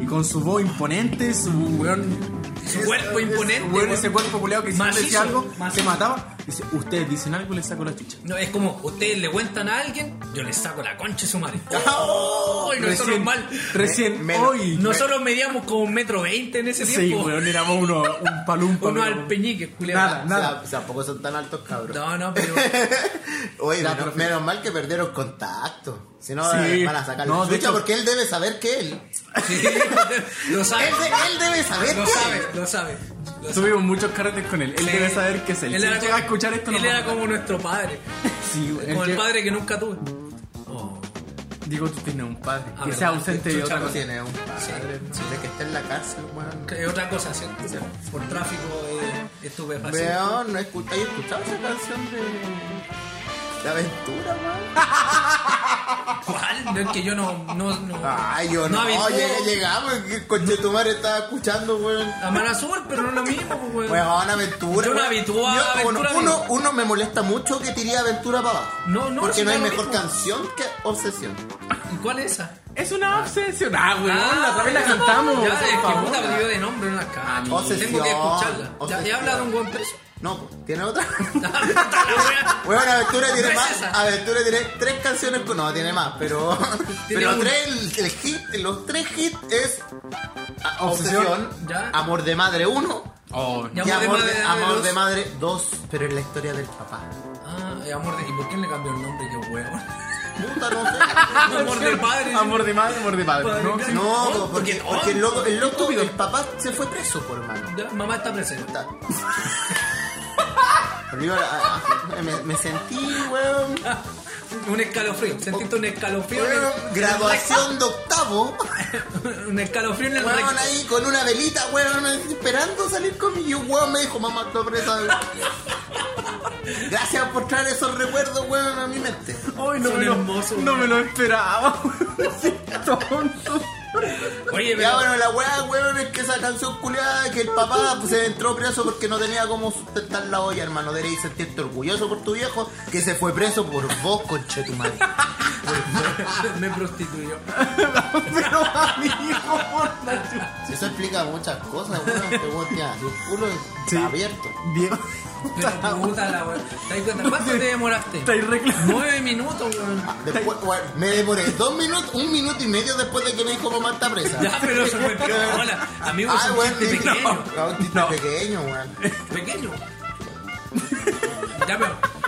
[SPEAKER 3] y con su voz imponente, su weón...
[SPEAKER 2] Su cuerpo imponente,
[SPEAKER 3] weón,
[SPEAKER 2] weón.
[SPEAKER 3] ese cuerpo culeado que si no
[SPEAKER 2] Macizo,
[SPEAKER 3] decía algo, se
[SPEAKER 2] macizo.
[SPEAKER 3] mataba. Dice, ustedes dicen algo y le saco la chicha.
[SPEAKER 2] No, es como, ustedes le cuentan a alguien, yo les saco la concha de su madre. ¡Oh! Y nosotros
[SPEAKER 3] Recién,
[SPEAKER 2] mal.
[SPEAKER 3] recién
[SPEAKER 1] Me- me-
[SPEAKER 3] hoy.
[SPEAKER 2] Nosotros medíamos como un metro veinte en ese
[SPEAKER 3] Sí,
[SPEAKER 2] tiempo.
[SPEAKER 3] weón, éramos uno, un palumpa.
[SPEAKER 2] Uno
[SPEAKER 3] pero-
[SPEAKER 2] al peñique, culiao.
[SPEAKER 3] Nada, nada.
[SPEAKER 1] O sea, tampoco son tan altos, cabrón.
[SPEAKER 2] No, no, pero.
[SPEAKER 1] Oye,
[SPEAKER 3] Ya,
[SPEAKER 1] menos,
[SPEAKER 3] profe.
[SPEAKER 1] menos mal que perdieron contacto. Si no,
[SPEAKER 3] Sí.
[SPEAKER 1] van a sacar
[SPEAKER 3] No,
[SPEAKER 1] la
[SPEAKER 3] de
[SPEAKER 1] chucha
[SPEAKER 3] hecho-
[SPEAKER 1] porque él debe saber que él.
[SPEAKER 2] Sí, lo sabe.
[SPEAKER 1] Él, de- él debe saber
[SPEAKER 2] Lo
[SPEAKER 1] que
[SPEAKER 2] sabe,
[SPEAKER 1] él.
[SPEAKER 2] lo sabe. lo sabe.
[SPEAKER 3] Tuvimos muchos carretes con él. Él
[SPEAKER 2] Sí.
[SPEAKER 3] debe saber que es él.
[SPEAKER 2] Él
[SPEAKER 3] Si
[SPEAKER 2] era
[SPEAKER 3] llega a escuchar esto,
[SPEAKER 2] Él
[SPEAKER 3] no
[SPEAKER 2] era como nuestro padre.
[SPEAKER 3] Sí, él
[SPEAKER 2] Como el
[SPEAKER 3] llega-
[SPEAKER 2] padre que nunca tuve. Oh,
[SPEAKER 3] Digo, tú tienes un padre.
[SPEAKER 2] Ah,
[SPEAKER 3] que
[SPEAKER 2] verdad.
[SPEAKER 3] sea ausente de
[SPEAKER 2] Chucha,
[SPEAKER 3] otra
[SPEAKER 1] No
[SPEAKER 3] cosa.
[SPEAKER 1] tiene un padre. De que está en la cárcel, weón.
[SPEAKER 2] que es otra cosa, ¿cierto? Por tráfico de estupefacientes.
[SPEAKER 1] Vean, no escu- ¿hay escuchado esa canción de La aventura, weón.
[SPEAKER 2] ¿Cuál? No, es que yo no. no, no
[SPEAKER 3] Ah,
[SPEAKER 1] Ay, yo no.
[SPEAKER 2] averiguo.
[SPEAKER 1] llegué- llegamos, que conche tu madre estaba escuchando, weón.
[SPEAKER 2] A Mar Azul, pero no es lo mismo, pues, weón.
[SPEAKER 1] Weón, aventura.
[SPEAKER 2] Yo no
[SPEAKER 1] weón.
[SPEAKER 2] habitúo a
[SPEAKER 1] Yo- bueno,
[SPEAKER 2] aventura,
[SPEAKER 1] uno,
[SPEAKER 2] amigo.
[SPEAKER 1] uno me molesta mucho que tiré aventura para abajo.
[SPEAKER 2] No, no,
[SPEAKER 1] Porque
[SPEAKER 2] si
[SPEAKER 1] no
[SPEAKER 2] da
[SPEAKER 1] hay
[SPEAKER 2] lo
[SPEAKER 1] mejor
[SPEAKER 2] mismo.
[SPEAKER 1] canción que obsesión.
[SPEAKER 2] ¿Y ¿Cuál es esa?
[SPEAKER 3] Es una obsesión. Ah, weón, la otra vez la
[SPEAKER 2] ya,
[SPEAKER 3] cantamos.
[SPEAKER 2] Ya, es que
[SPEAKER 3] por
[SPEAKER 2] puta,
[SPEAKER 3] favor.
[SPEAKER 2] me dio de nombre, no la cacho.
[SPEAKER 1] Obsesión,
[SPEAKER 2] Tengo que escucharla. Ya,
[SPEAKER 1] obsesión.
[SPEAKER 2] ya habla de un buen preso. Ah,
[SPEAKER 1] No, pues, ¿tiene otra?
[SPEAKER 2] La wea.
[SPEAKER 1] Weón, Aventura tiene
[SPEAKER 2] No es
[SPEAKER 1] más.
[SPEAKER 2] esa.
[SPEAKER 1] Aventura tiene tres canciones. con- No, tiene más, pero.
[SPEAKER 2] Tiene
[SPEAKER 1] pero
[SPEAKER 2] un-
[SPEAKER 1] tres, el, el hit, los tres hits es. a-
[SPEAKER 3] Obsesión,
[SPEAKER 1] Obsesión,
[SPEAKER 2] ya.
[SPEAKER 1] Amor de Madre 1
[SPEAKER 3] Oh,
[SPEAKER 1] y
[SPEAKER 2] Ya.
[SPEAKER 1] Amor, de, amor, de,
[SPEAKER 2] dos.
[SPEAKER 1] Madre 2, pero es la historia del papá.
[SPEAKER 2] Ah, y amor de. ¿Y por qué le cambió el nombre? Qué huevo.
[SPEAKER 1] Puta, no sé.
[SPEAKER 2] Amor de padre.
[SPEAKER 3] Amor de madre, amor de padre. ¿no?
[SPEAKER 2] Padre.
[SPEAKER 1] No,
[SPEAKER 2] Oh,
[SPEAKER 1] porque,
[SPEAKER 2] porque-
[SPEAKER 1] porque el loco, el loco,
[SPEAKER 2] Estúpido.
[SPEAKER 1] el papá se fue preso, por hermano.
[SPEAKER 2] Ya, Mamá está presente.
[SPEAKER 1] Puta. Arriba la- me, me sentí, weón.
[SPEAKER 2] Un escalofrío. Sentiste un escalofrío. en el-
[SPEAKER 1] Weón, Graduación de octavo.
[SPEAKER 2] Un escalofrío en el recto.
[SPEAKER 1] Weón ahí con una velita, weón, esperando salir conmigo. Y un weón me dijo, mamá, estoy presa. Gracias por traer esos recuerdos, weón, a mi mente.
[SPEAKER 3] Ay, no,
[SPEAKER 2] Son
[SPEAKER 3] me lo,
[SPEAKER 2] hermosos,
[SPEAKER 3] no
[SPEAKER 2] weón.
[SPEAKER 3] me lo esperaba. weón. Qué tonto.
[SPEAKER 1] Ya,
[SPEAKER 2] Oye, pero.
[SPEAKER 1] bueno, la weá, weón, es que esa canción culiada que el papá pues, se entró preso porque no tenía cómo sustentar la olla, hermano. Deberías sentirte orgulloso por tu viejo que se fue preso por vos, conche tu madre.
[SPEAKER 2] Me prostituyó.
[SPEAKER 3] Pero amigo, por la chucha.
[SPEAKER 1] Eso explica muchas cosas, weón. Este weón tiene su culo está
[SPEAKER 3] Sí.
[SPEAKER 1] abierto.
[SPEAKER 3] Diego,
[SPEAKER 2] Pero puta la weón. ¿Te das cuenta? ¿Cuánto te demoraste?
[SPEAKER 3] estáis reclamando.
[SPEAKER 2] Nueve minutos, weón.
[SPEAKER 1] Después, weón, me demoré dos minutos, un minuto y medio después de que me dijo mamá está presa.
[SPEAKER 2] Ya, pero eso fue Hola, amigo, es
[SPEAKER 1] Ay,
[SPEAKER 2] un
[SPEAKER 1] weón,
[SPEAKER 2] chiste
[SPEAKER 1] ni-
[SPEAKER 2] pequeño.
[SPEAKER 1] Ah, no, un chiste
[SPEAKER 3] No.
[SPEAKER 1] pequeño, weón.
[SPEAKER 2] Pequeño. Ya, pero.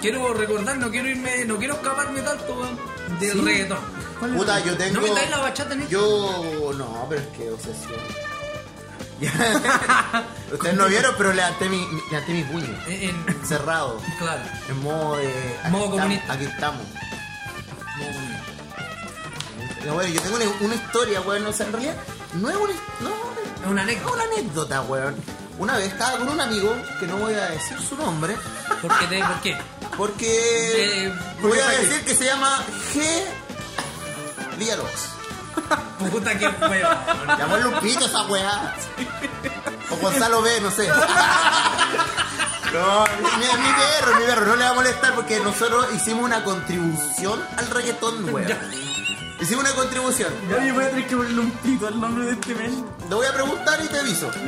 [SPEAKER 2] Quiero recordar, no quiero irme, no quiero escaparme tanto, weón, del reggaetón.
[SPEAKER 1] Puta, yo tengo.
[SPEAKER 2] ¿No me traes la bachata, Nico?
[SPEAKER 1] Yo. No, pero es que obsesión. Ustedes no vieron, pero levanté mi, levanté mi puño.
[SPEAKER 2] Eh, En,
[SPEAKER 1] Cerrado.
[SPEAKER 2] claro.
[SPEAKER 1] En modo de. Aquí,
[SPEAKER 2] Modo
[SPEAKER 1] estamos,
[SPEAKER 2] comunista.
[SPEAKER 1] aquí estamos.
[SPEAKER 2] Muy bonito.
[SPEAKER 1] No, bueno, yo tengo una, una historia, weón. O sea, en realidad, no es una. No,
[SPEAKER 2] Es una
[SPEAKER 1] es
[SPEAKER 2] anécdota.
[SPEAKER 1] una anécdota, weón. Una vez estaba con un amigo, que no voy a decir su nombre,
[SPEAKER 2] ¿Por qué? Te, ¿Por qué?
[SPEAKER 1] porque.
[SPEAKER 2] Eh,
[SPEAKER 1] voy a
[SPEAKER 2] porque está aquí.
[SPEAKER 1] decir que se llama G. Villalobos.
[SPEAKER 2] Puta que weón.
[SPEAKER 1] Llamó Lupito esa weá. O Gonzalo B, no sé. No, mi, mi perro, mi perro, no le va a molestar porque nosotros hicimos una contribución al reggaetón, weón. Hicimos una contribución.
[SPEAKER 3] Oye, voy a tener que ponerle un pito al nombre de este men.
[SPEAKER 1] Lo voy a preguntar y te aviso.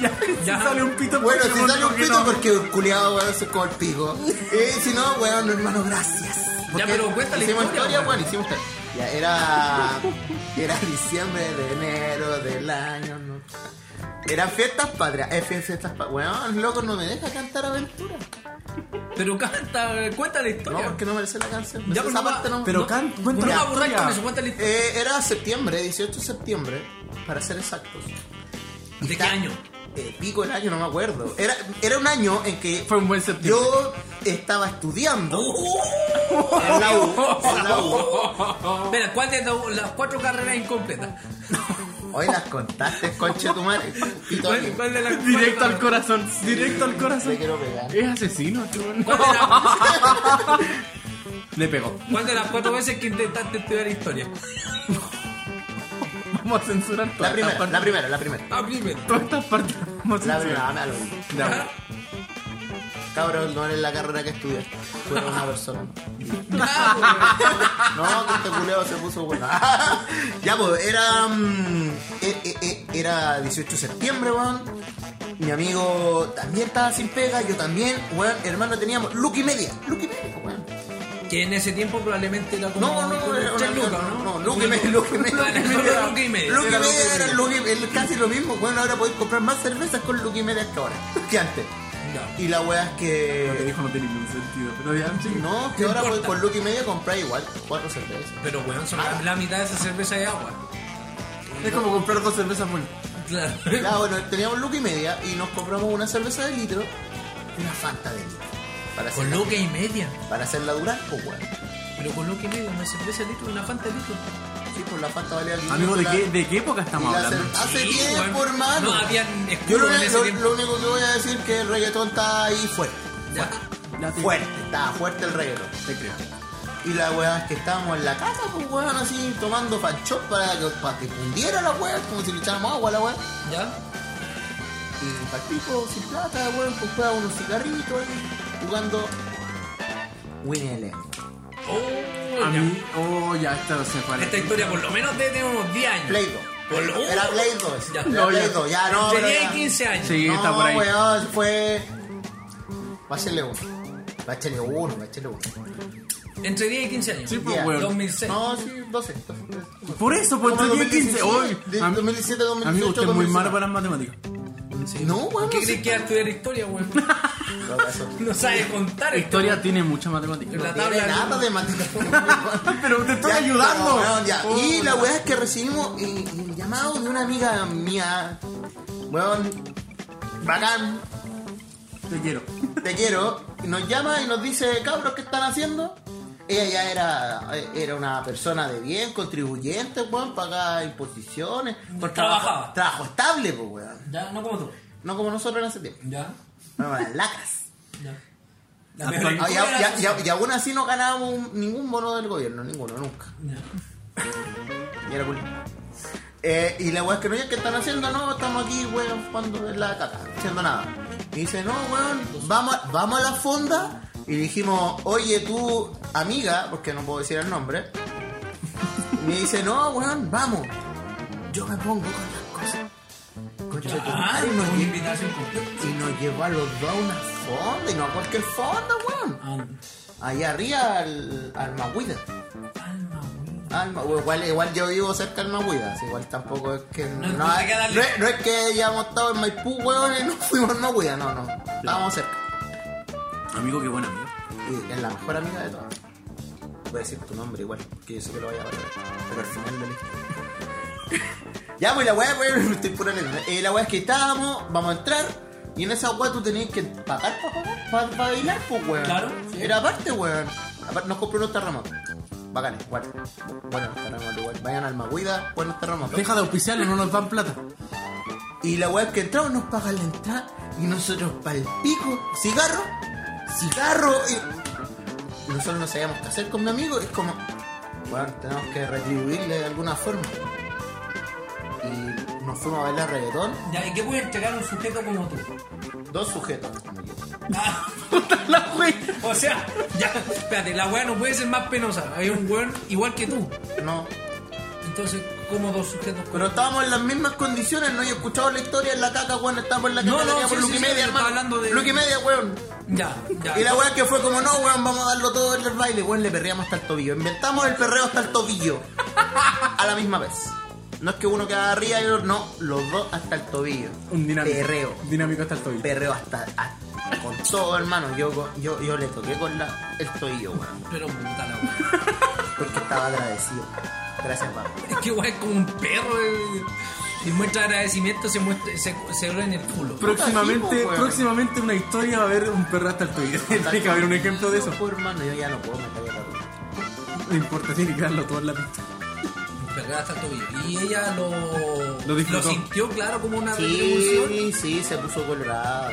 [SPEAKER 3] ya, si
[SPEAKER 2] Ya.
[SPEAKER 3] sale un pito.
[SPEAKER 1] Bueno, si
[SPEAKER 3] Pokémon,
[SPEAKER 1] sale un
[SPEAKER 3] ¿por qué
[SPEAKER 1] pito
[SPEAKER 3] no?
[SPEAKER 1] porque el culiado, weón, se come el pico. Eh, si no, weón, hermano, gracias. Porque
[SPEAKER 2] pero cuenta la
[SPEAKER 1] Hicimos
[SPEAKER 2] historia,
[SPEAKER 1] historia,
[SPEAKER 2] weón.
[SPEAKER 1] weón, hicimos historia. Ya, era. Era diciembre de enero del año, no. Eran fiestas patrias, eh, fie- fiestas patrias. Weón, loco, no me deja cantar aventura.
[SPEAKER 2] Pero canta, cuenta la
[SPEAKER 1] No,
[SPEAKER 2] historia.
[SPEAKER 1] porque no merece la canción.
[SPEAKER 2] Ya,
[SPEAKER 1] Esa
[SPEAKER 2] pero no
[SPEAKER 1] parte
[SPEAKER 2] va-
[SPEAKER 1] no-
[SPEAKER 3] Pero
[SPEAKER 1] no-
[SPEAKER 3] can-
[SPEAKER 2] no
[SPEAKER 3] cuenta
[SPEAKER 2] me
[SPEAKER 3] la
[SPEAKER 2] aburráis
[SPEAKER 3] historia.
[SPEAKER 2] con eso, cuenta la historia.
[SPEAKER 1] Eh, era septiembre, 18 de septiembre, para ser exactos.
[SPEAKER 2] ¿De qué año?
[SPEAKER 1] Eh, pico el año, no me acuerdo. Era, era un año en que
[SPEAKER 3] Fue un buen septiembre.
[SPEAKER 1] yo estaba estudiando
[SPEAKER 3] Oh.
[SPEAKER 1] en la U. en la U.
[SPEAKER 2] Espera, ¿cuál de la- las cuatro carreras incompletas?
[SPEAKER 1] Hoy las contaste, conche tu madre. Y
[SPEAKER 2] ¿Cuál,
[SPEAKER 1] todavía
[SPEAKER 2] cuál de las cuatro
[SPEAKER 3] Directo al
[SPEAKER 2] carreras?
[SPEAKER 3] corazón, directo al
[SPEAKER 1] Te
[SPEAKER 3] corazón.
[SPEAKER 1] quiero pegar.
[SPEAKER 3] Es asesino, este weón.
[SPEAKER 2] ¿Cuál de las-
[SPEAKER 3] Le pegó.
[SPEAKER 2] ¿Cuál de las cuatro veces que intentaste estudiar historia?
[SPEAKER 3] Vamos a censurar todas
[SPEAKER 1] La primera,
[SPEAKER 3] estas partes.
[SPEAKER 1] la primera, la primera.
[SPEAKER 2] La primera.
[SPEAKER 3] Todas estas partes. las Vamos a
[SPEAKER 1] La
[SPEAKER 3] censurar.
[SPEAKER 1] primera, dame algo.
[SPEAKER 3] Ya, weón.
[SPEAKER 1] Cabrón, no eres la carrera que estudias. Tú eres una persona.
[SPEAKER 2] Ah,
[SPEAKER 1] No, que este culeo se puso bueno. ya, pues, era. mm, eh, eh, eh, era 18 de septiembre, weón. Mi amigo también estaba sin pega, yo también, weón. Hermano, teníamos Lucky Media. Lucky Media, pues, weón.
[SPEAKER 2] güey. que en ese tiempo probablemente la
[SPEAKER 1] No, no, no, era una-
[SPEAKER 2] Lucas,
[SPEAKER 1] no,
[SPEAKER 2] ¿no?
[SPEAKER 1] Lucky Media, Lucky Media.
[SPEAKER 2] Era Luca y medio.
[SPEAKER 1] Lucky
[SPEAKER 2] Era Luca y
[SPEAKER 1] Media era
[SPEAKER 2] medio.
[SPEAKER 1] Lucky- el- casi lo mismo, weón. Ahora podéis comprar más cervezas con Lucky Media que ahora, que antes.
[SPEAKER 2] Ya.
[SPEAKER 1] Y la weá es
[SPEAKER 3] Lo que
[SPEAKER 1] que.
[SPEAKER 3] dijo no tiene ningún sentido. Pero ya, sí.
[SPEAKER 1] No, que ahora
[SPEAKER 2] importa.
[SPEAKER 1] podéis- con Lucky Media comprar igual cuatro cervezas.
[SPEAKER 2] Pero weón, son
[SPEAKER 1] Ah.
[SPEAKER 2] la, la mitad de esa cerveza de agua.
[SPEAKER 3] Es como comprar dos cervezas por.
[SPEAKER 2] Claro.
[SPEAKER 1] Ya, bueno, teníamos Luca y media y nos compramos una cerveza de litro y una Fanta de litro. Para
[SPEAKER 2] Con
[SPEAKER 1] hacerla,
[SPEAKER 2] Luca y media.
[SPEAKER 1] para hacerla durar, pues bueno.
[SPEAKER 2] Pero con Luca y media, una cerveza de litro, una fanta de litro.
[SPEAKER 1] Sí, pues la Fanta valía el litro.
[SPEAKER 3] Amigo, ¿de
[SPEAKER 1] la-
[SPEAKER 3] qué, ¿de qué época
[SPEAKER 1] y
[SPEAKER 3] estamos
[SPEAKER 1] la
[SPEAKER 3] hablando?
[SPEAKER 1] cer- Hace
[SPEAKER 2] Sí,
[SPEAKER 1] tiempo,
[SPEAKER 2] weón.
[SPEAKER 1] hermano.
[SPEAKER 2] No habían
[SPEAKER 1] Yo lo,
[SPEAKER 2] escudos en ese
[SPEAKER 1] lo-
[SPEAKER 2] tiempo.
[SPEAKER 1] lo único que voy a decir es que el reggaetón está ahí fuerte.
[SPEAKER 2] Ya.
[SPEAKER 3] Ya te-
[SPEAKER 1] Fuerte, estaba fuerte el reggaetón.
[SPEAKER 3] Te creo.
[SPEAKER 1] Y la weá es que estábamos en la casa, pues weón, así tomando panchón para que, para que fundiera la weá, como si le echáramos agua a la weá.
[SPEAKER 2] ¿Ya?
[SPEAKER 1] Y para el pico, Eh, sin plata, weón, pues juega unos cigarritos ahí, jugando Winnie the Lerner.
[SPEAKER 2] Oh,
[SPEAKER 3] A
[SPEAKER 2] ya.
[SPEAKER 3] mí, oh, ya esta se
[SPEAKER 2] Esta
[SPEAKER 3] parece.
[SPEAKER 2] historia por lo menos debe tener unos 10 años.
[SPEAKER 1] Play
[SPEAKER 2] Por lo-
[SPEAKER 1] 2. Era Play 2.
[SPEAKER 2] Ya.
[SPEAKER 1] Era
[SPEAKER 3] No, ya.
[SPEAKER 1] Play 2, ya no, pero
[SPEAKER 2] Tenía
[SPEAKER 1] ya.
[SPEAKER 2] 15 años.
[SPEAKER 3] Sí, está
[SPEAKER 1] no,
[SPEAKER 3] por ahí.
[SPEAKER 1] weón, fue... Báchale uno. Báchale uno, báchale uno.
[SPEAKER 2] Entre 10 y 15 años.
[SPEAKER 3] Sí, pues,
[SPEAKER 1] Ya.
[SPEAKER 3] weón.
[SPEAKER 2] 2006.
[SPEAKER 1] No, sí, 12. 12, 12.
[SPEAKER 3] Por eso, pues, por
[SPEAKER 1] Como
[SPEAKER 3] 2015.
[SPEAKER 1] 2017,
[SPEAKER 3] Hoy.
[SPEAKER 1] de
[SPEAKER 3] Am-
[SPEAKER 1] 2017, 2018,
[SPEAKER 3] Amigo, usted es muy
[SPEAKER 1] 2019.
[SPEAKER 3] malo para las matemáticas.
[SPEAKER 1] Ah, No, weón.
[SPEAKER 2] ¿Qué
[SPEAKER 1] no
[SPEAKER 2] crees
[SPEAKER 1] sé.
[SPEAKER 2] que va a estudiar historia, weón?
[SPEAKER 1] Lo pasó.
[SPEAKER 2] No sabe contar
[SPEAKER 3] La historia tiene mucha matemática.
[SPEAKER 2] La
[SPEAKER 1] No
[SPEAKER 2] tabla.
[SPEAKER 1] tiene nada de matemáticas.
[SPEAKER 3] Pero te estoy
[SPEAKER 1] Ya,
[SPEAKER 3] ayudando.
[SPEAKER 1] weón, ya.
[SPEAKER 3] Oh,
[SPEAKER 1] y la weá es que recibimos eh, el llamado de una amiga mía. Weón, bacán,
[SPEAKER 3] Te quiero.
[SPEAKER 1] te quiero. Y nos llama y nos dice, cabros, ¿qué están haciendo? Ella ya era, eh, era una persona de bien, contribuyente, weón, pagaba imposiciones.
[SPEAKER 3] Mm,
[SPEAKER 1] por Trabajo,
[SPEAKER 2] Trabajaba.
[SPEAKER 1] trabajo estable, pues, weón.
[SPEAKER 2] Ya, no como tú.
[SPEAKER 1] No como nosotros en ese tiempo.
[SPEAKER 2] Ya,
[SPEAKER 1] No, las lacas.
[SPEAKER 2] ya.
[SPEAKER 3] Ah,
[SPEAKER 2] La mejor
[SPEAKER 1] Ah, y,
[SPEAKER 2] historia
[SPEAKER 1] y-
[SPEAKER 2] de la
[SPEAKER 1] y- y- y aún así no ganábamos un- ningún bono del gobierno, ninguno, nunca.
[SPEAKER 2] Ya.
[SPEAKER 1] Y era culpa. Eh, y la weá es que no, ya que están haciendo, no, estamos aquí, weón, jugando en la caca, haciendo nada. Y dice, no, weón, vamos, a- vamos a la fonda. Y dijimos, oye, tú, amiga, porque no puedo decir el nombre. Y me dice, no, weón, vamos. Yo me pongo con las cosas. Concha tu
[SPEAKER 2] Ah,
[SPEAKER 1] madre,
[SPEAKER 2] no,
[SPEAKER 1] nos
[SPEAKER 2] una
[SPEAKER 1] lle-
[SPEAKER 2] invitación completa.
[SPEAKER 1] y nos llevó a los dos a una fonda, y no a cualquier fonda, weón.
[SPEAKER 2] Alma,
[SPEAKER 1] Allá arriba al, al Mahuida.
[SPEAKER 2] alma, weón.
[SPEAKER 1] Al Ma- igual, igual yo vivo cerca del Mahuida, así igual tampoco es que. No,
[SPEAKER 2] No, no hay que darle-
[SPEAKER 1] no es- no es que hayamos estado en Maipú, weón, y no fuimos al Mahuida, no, no. Estábamos cerca.
[SPEAKER 3] Amigo, qué buen amigo.
[SPEAKER 1] Y es la mejor amiga de todas. Voy a decir tu nombre igual, que yo sé que lo vaya a perder. Pero al final de la historia. Ya, pues la weá, weón, estoy pura leyenda. Eh, la weá es que estábamos, vamos a entrar, y en esa weá tú tenías que pagar para jugar, para, bailar, pues weón.
[SPEAKER 2] Claro, sí.
[SPEAKER 1] Era aparte, weón. Aparte, nos compró unos terremotos. Bacanes, bueno. Bueno, terremotos, igual. Vayan al Maguida, pues, buenos terremotos.
[SPEAKER 3] Deja de auspiciarlo, no nos dan plata.
[SPEAKER 1] Y la weá es que entramos, nos pagan la entrada y nosotros pa'l pico, cigarro, cigarro. y- Y nosotros no sabíamos qué hacer con mi amigo. Es como, weón, tenemos que retribuirle de alguna forma. Y nos fuimos a bailar reggaetón,
[SPEAKER 2] Ya, ¿y qué puede entregar un sujeto como tú?
[SPEAKER 1] dos sujetos. como yo.
[SPEAKER 2] Ah,
[SPEAKER 3] La wey.
[SPEAKER 2] o sea, ya, espérate, la weá no puede ser más penosa. Hay un weón igual que tú.
[SPEAKER 1] No,
[SPEAKER 2] Entonces, ¿cómo dos sujetos?
[SPEAKER 1] pero estábamos en las mismas condiciones, no he escuchado la historia en la caca, weón, estábamos en la
[SPEAKER 2] No,
[SPEAKER 1] caca,
[SPEAKER 2] no,
[SPEAKER 1] tenía por
[SPEAKER 2] sí,
[SPEAKER 1] Lucky
[SPEAKER 2] sí, sí,
[SPEAKER 1] Media,
[SPEAKER 2] está
[SPEAKER 1] hermano.
[SPEAKER 2] hablando de-
[SPEAKER 1] Lucky Media, weón.
[SPEAKER 2] Ya, ya.
[SPEAKER 1] Y la weá que fue como, no, weón, vamos a darlo todo en el baile, weón, le perreamos hasta el tobillo. Inventamos el perreo hasta el tobillo. A la misma vez. No es que uno queda arriba y otro, no, los dos hasta el tobillo.
[SPEAKER 3] Un dinámico.
[SPEAKER 1] Perreo.
[SPEAKER 3] Dinámico hasta el tobillo.
[SPEAKER 1] Perreo hasta, hasta- con todo, hermano. Yo, con- yo, yo le toqué con la, el tobillo, weón.
[SPEAKER 2] Pero puta la weá.
[SPEAKER 1] Porque estaba agradecido. Gracias, papá.
[SPEAKER 2] Es que weá es como un perro. eh. Y muestra agradecimiento, se muestra, se, se ve en el
[SPEAKER 1] Puta,
[SPEAKER 2] culo.
[SPEAKER 1] sí,
[SPEAKER 3] Próximamente,
[SPEAKER 1] po, weón.
[SPEAKER 3] próximamente una historia va a haber un perro hasta el tobillo. Tiene que haber un ejemplo de eso.
[SPEAKER 1] No, pues, hermano, yo ya no puedo meter la rueda.
[SPEAKER 3] No importa, tiene que darlo todo en la pista.
[SPEAKER 2] Pues Perder hasta el tobillo. Y ella lo,
[SPEAKER 3] Lo disfrutó.
[SPEAKER 2] sintió, claro, como una retribución.
[SPEAKER 1] Sí, sí, se puso colorado.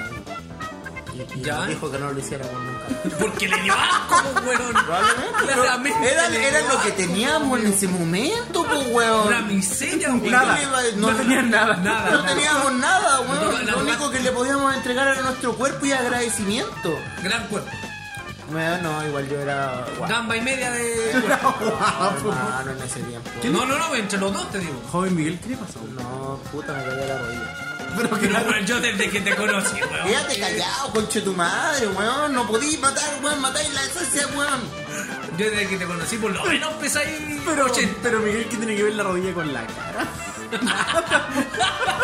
[SPEAKER 1] Y, y
[SPEAKER 2] ¿Ya?
[SPEAKER 1] dijo que no lo hiciéramos nunca.
[SPEAKER 2] Porque le dio asco, pues, weón.
[SPEAKER 1] Probablemente.
[SPEAKER 2] Claramente
[SPEAKER 1] Era,
[SPEAKER 2] le
[SPEAKER 1] era
[SPEAKER 2] dio
[SPEAKER 1] lo que
[SPEAKER 2] asco,
[SPEAKER 1] teníamos en ese momento, pues, weón.
[SPEAKER 2] Una miseria, weón.
[SPEAKER 1] Nada.
[SPEAKER 3] No,
[SPEAKER 1] No,
[SPEAKER 3] tenía nada.
[SPEAKER 2] Nada.
[SPEAKER 1] No teníamos nada,
[SPEAKER 2] No,
[SPEAKER 1] weón.
[SPEAKER 2] la
[SPEAKER 1] Lo único
[SPEAKER 2] verdad-
[SPEAKER 1] que le podíamos entregar era nuestro cuerpo y agradecimiento.
[SPEAKER 2] Gran cuerpo.
[SPEAKER 1] Bueno, no, igual yo era guapo.
[SPEAKER 2] Gamba y media de.
[SPEAKER 1] Ah,
[SPEAKER 3] Guapo.
[SPEAKER 1] hermano, en ese tiempo.
[SPEAKER 2] No, no, no, entre los dos te digo.
[SPEAKER 3] Joven Miguel, ¿qué le pasó?
[SPEAKER 1] No, puta, me caí a la rodilla.
[SPEAKER 3] Pero que
[SPEAKER 2] Pero weón, yo desde que te conocí, weón.
[SPEAKER 1] Quédate callado, conche tu madre, weón. No podí matar, weón. Matáis la esencia, weón.
[SPEAKER 2] Yo desde que te conocí, por lo menos pesáis.
[SPEAKER 3] Pero,
[SPEAKER 2] 80.
[SPEAKER 3] pero Miguel, ¿qué tiene que ver la rodilla con la cara?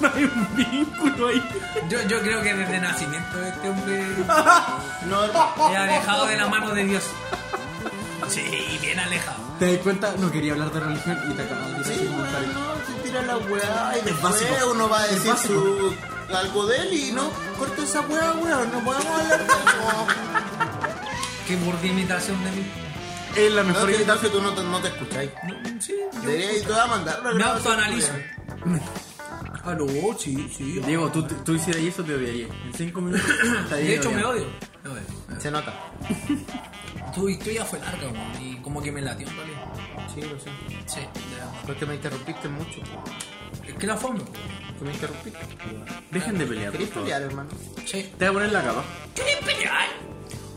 [SPEAKER 3] no hay un vínculo ahí.
[SPEAKER 2] Yo, yo creo que desde nacimiento este hombre
[SPEAKER 1] No,
[SPEAKER 2] se ha dejado de la mano de Dios. Sí, bien alejado.
[SPEAKER 3] ¿Te das cuenta? No quería hablar de religión y te acabas de decir
[SPEAKER 1] Sí,
[SPEAKER 3] un comentario.
[SPEAKER 1] weón, no, se tira la weá y después
[SPEAKER 3] básico.
[SPEAKER 1] uno va a
[SPEAKER 3] Es
[SPEAKER 1] decir
[SPEAKER 3] básico.
[SPEAKER 1] su algo de él y no, corta esa weá, weón, no podemos hablar de eso.
[SPEAKER 2] Qué burda imitación de mí.
[SPEAKER 3] Es la
[SPEAKER 1] No
[SPEAKER 3] mejor
[SPEAKER 1] te
[SPEAKER 3] guitarra.
[SPEAKER 1] que tú no te, no te escucháis.
[SPEAKER 2] No, sí, yo-
[SPEAKER 1] Deberías ir tú a mandar la
[SPEAKER 2] Me
[SPEAKER 1] grabación.
[SPEAKER 2] autoanalizo. Ah, no, sí, sí.
[SPEAKER 3] Diego, tú, tú hicieras eso, te odiaría. En cinco minutos.
[SPEAKER 2] De hecho, me odio. Me odio.
[SPEAKER 1] Se nota.
[SPEAKER 2] Tu historia fue larga, weón. Y como que me latió, ¿vale?
[SPEAKER 1] Sí, lo sé.
[SPEAKER 2] Sí, de verdad.
[SPEAKER 1] Porque me interrumpiste mucho.
[SPEAKER 2] Es que la forma.
[SPEAKER 1] Que me interrumpiste.
[SPEAKER 3] Dejen de pelear. por
[SPEAKER 1] ¿Queréis
[SPEAKER 3] favor.
[SPEAKER 1] pelear, hermano?
[SPEAKER 2] Sí.
[SPEAKER 3] Te voy a poner la capa.
[SPEAKER 2] ¿Quieres pelear?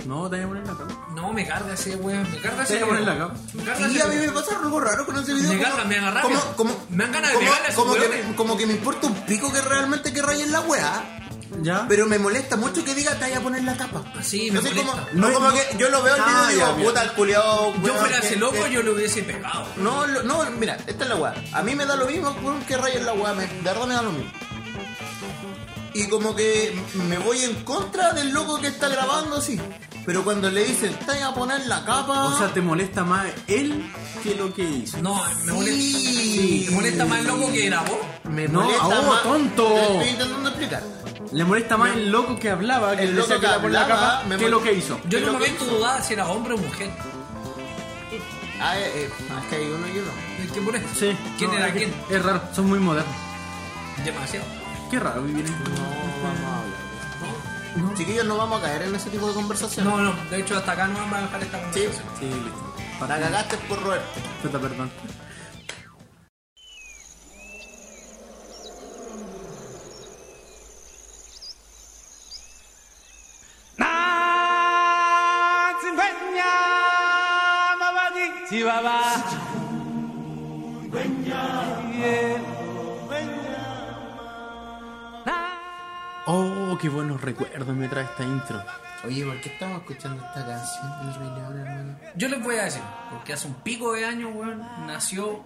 [SPEAKER 3] No, te voy a poner la capa.
[SPEAKER 2] No, me carga ese weón. Me carga ese
[SPEAKER 3] Te voy a
[SPEAKER 2] weón.
[SPEAKER 3] poner la capa.
[SPEAKER 2] Me carga
[SPEAKER 1] Sí,
[SPEAKER 2] ese
[SPEAKER 1] a mí me
[SPEAKER 2] weón.
[SPEAKER 1] pasa algo raro con ese video.
[SPEAKER 2] Me
[SPEAKER 1] como-
[SPEAKER 2] gana, me da rabia.
[SPEAKER 1] Como, como,
[SPEAKER 2] Me dan ganas de
[SPEAKER 1] como,
[SPEAKER 2] pegarle a esos
[SPEAKER 1] como que,
[SPEAKER 2] hueones.
[SPEAKER 1] como que me importa un pico que realmente que rayen la weá.
[SPEAKER 3] ¿Ya?
[SPEAKER 1] Pero me molesta mucho que diga te vaya a poner la capa.
[SPEAKER 2] Sí,
[SPEAKER 1] no
[SPEAKER 2] me
[SPEAKER 1] sé cómo.
[SPEAKER 2] molesta.
[SPEAKER 1] No,
[SPEAKER 3] No,
[SPEAKER 1] como
[SPEAKER 3] no.
[SPEAKER 1] que yo lo veo el video
[SPEAKER 3] Ah,
[SPEAKER 1] y
[SPEAKER 3] ya,
[SPEAKER 1] digo,
[SPEAKER 3] bien.
[SPEAKER 1] puta el culiao.
[SPEAKER 2] Yo
[SPEAKER 1] weón,
[SPEAKER 2] fuera
[SPEAKER 1] que-
[SPEAKER 2] ese loco,
[SPEAKER 1] que-
[SPEAKER 2] yo lo hubiese pegado.
[SPEAKER 1] No, lo- no, mira, esta es la weá. A mí me da lo mismo weón, que rayen la weá. me- De verdad me da lo mismo. Y como que me voy en contra del loco que está grabando así. Pero cuando le dicen, te vaya a poner la capa.
[SPEAKER 3] O sea, te molesta más él que lo que hizo.
[SPEAKER 2] No, me molesta.
[SPEAKER 1] Sí.
[SPEAKER 2] Me molesta más el loco que grabó.
[SPEAKER 1] Me
[SPEAKER 3] No,
[SPEAKER 1] molesta
[SPEAKER 3] ahogo,
[SPEAKER 1] más-
[SPEAKER 3] tonto.
[SPEAKER 1] Te estoy intentando explicar.
[SPEAKER 3] Le molesta más el loco que hablaba, que
[SPEAKER 1] El
[SPEAKER 3] le decía
[SPEAKER 1] loco
[SPEAKER 3] que
[SPEAKER 1] que
[SPEAKER 3] le ponía la
[SPEAKER 1] hablaba,
[SPEAKER 3] capa,
[SPEAKER 1] me
[SPEAKER 3] que
[SPEAKER 1] mol-
[SPEAKER 3] lo que hizo.
[SPEAKER 2] Yo en
[SPEAKER 1] Pero
[SPEAKER 2] un
[SPEAKER 1] ¿qué
[SPEAKER 2] momento
[SPEAKER 1] hizo?
[SPEAKER 2] dudaba si era hombre o mujer.
[SPEAKER 1] Ah, eh, eh, es que hay uno y uno.
[SPEAKER 2] Es que por eso.
[SPEAKER 3] Sí.
[SPEAKER 2] ¿Quién
[SPEAKER 3] no,
[SPEAKER 2] era
[SPEAKER 3] es que-
[SPEAKER 2] quién?
[SPEAKER 3] Es raro, son muy modernos.
[SPEAKER 2] Demasiado.
[SPEAKER 3] Qué raro vivir en... este
[SPEAKER 1] Chiquillos, no vamos a caer en ese tipo de conversación.
[SPEAKER 2] No, no. De hecho, hasta acá no vamos a dejar esta
[SPEAKER 1] Sí,
[SPEAKER 2] conversación.
[SPEAKER 3] Sí, listo.
[SPEAKER 1] la cagaste por Roberto.
[SPEAKER 3] Puta, perdón. Oh, qué buenos recuerdos me trae esta intro.
[SPEAKER 1] Oye, ¿por qué estamos escuchando esta canción del Rey León, hermano?
[SPEAKER 2] Yo les voy a decir, porque hace un pico de años, weón, nació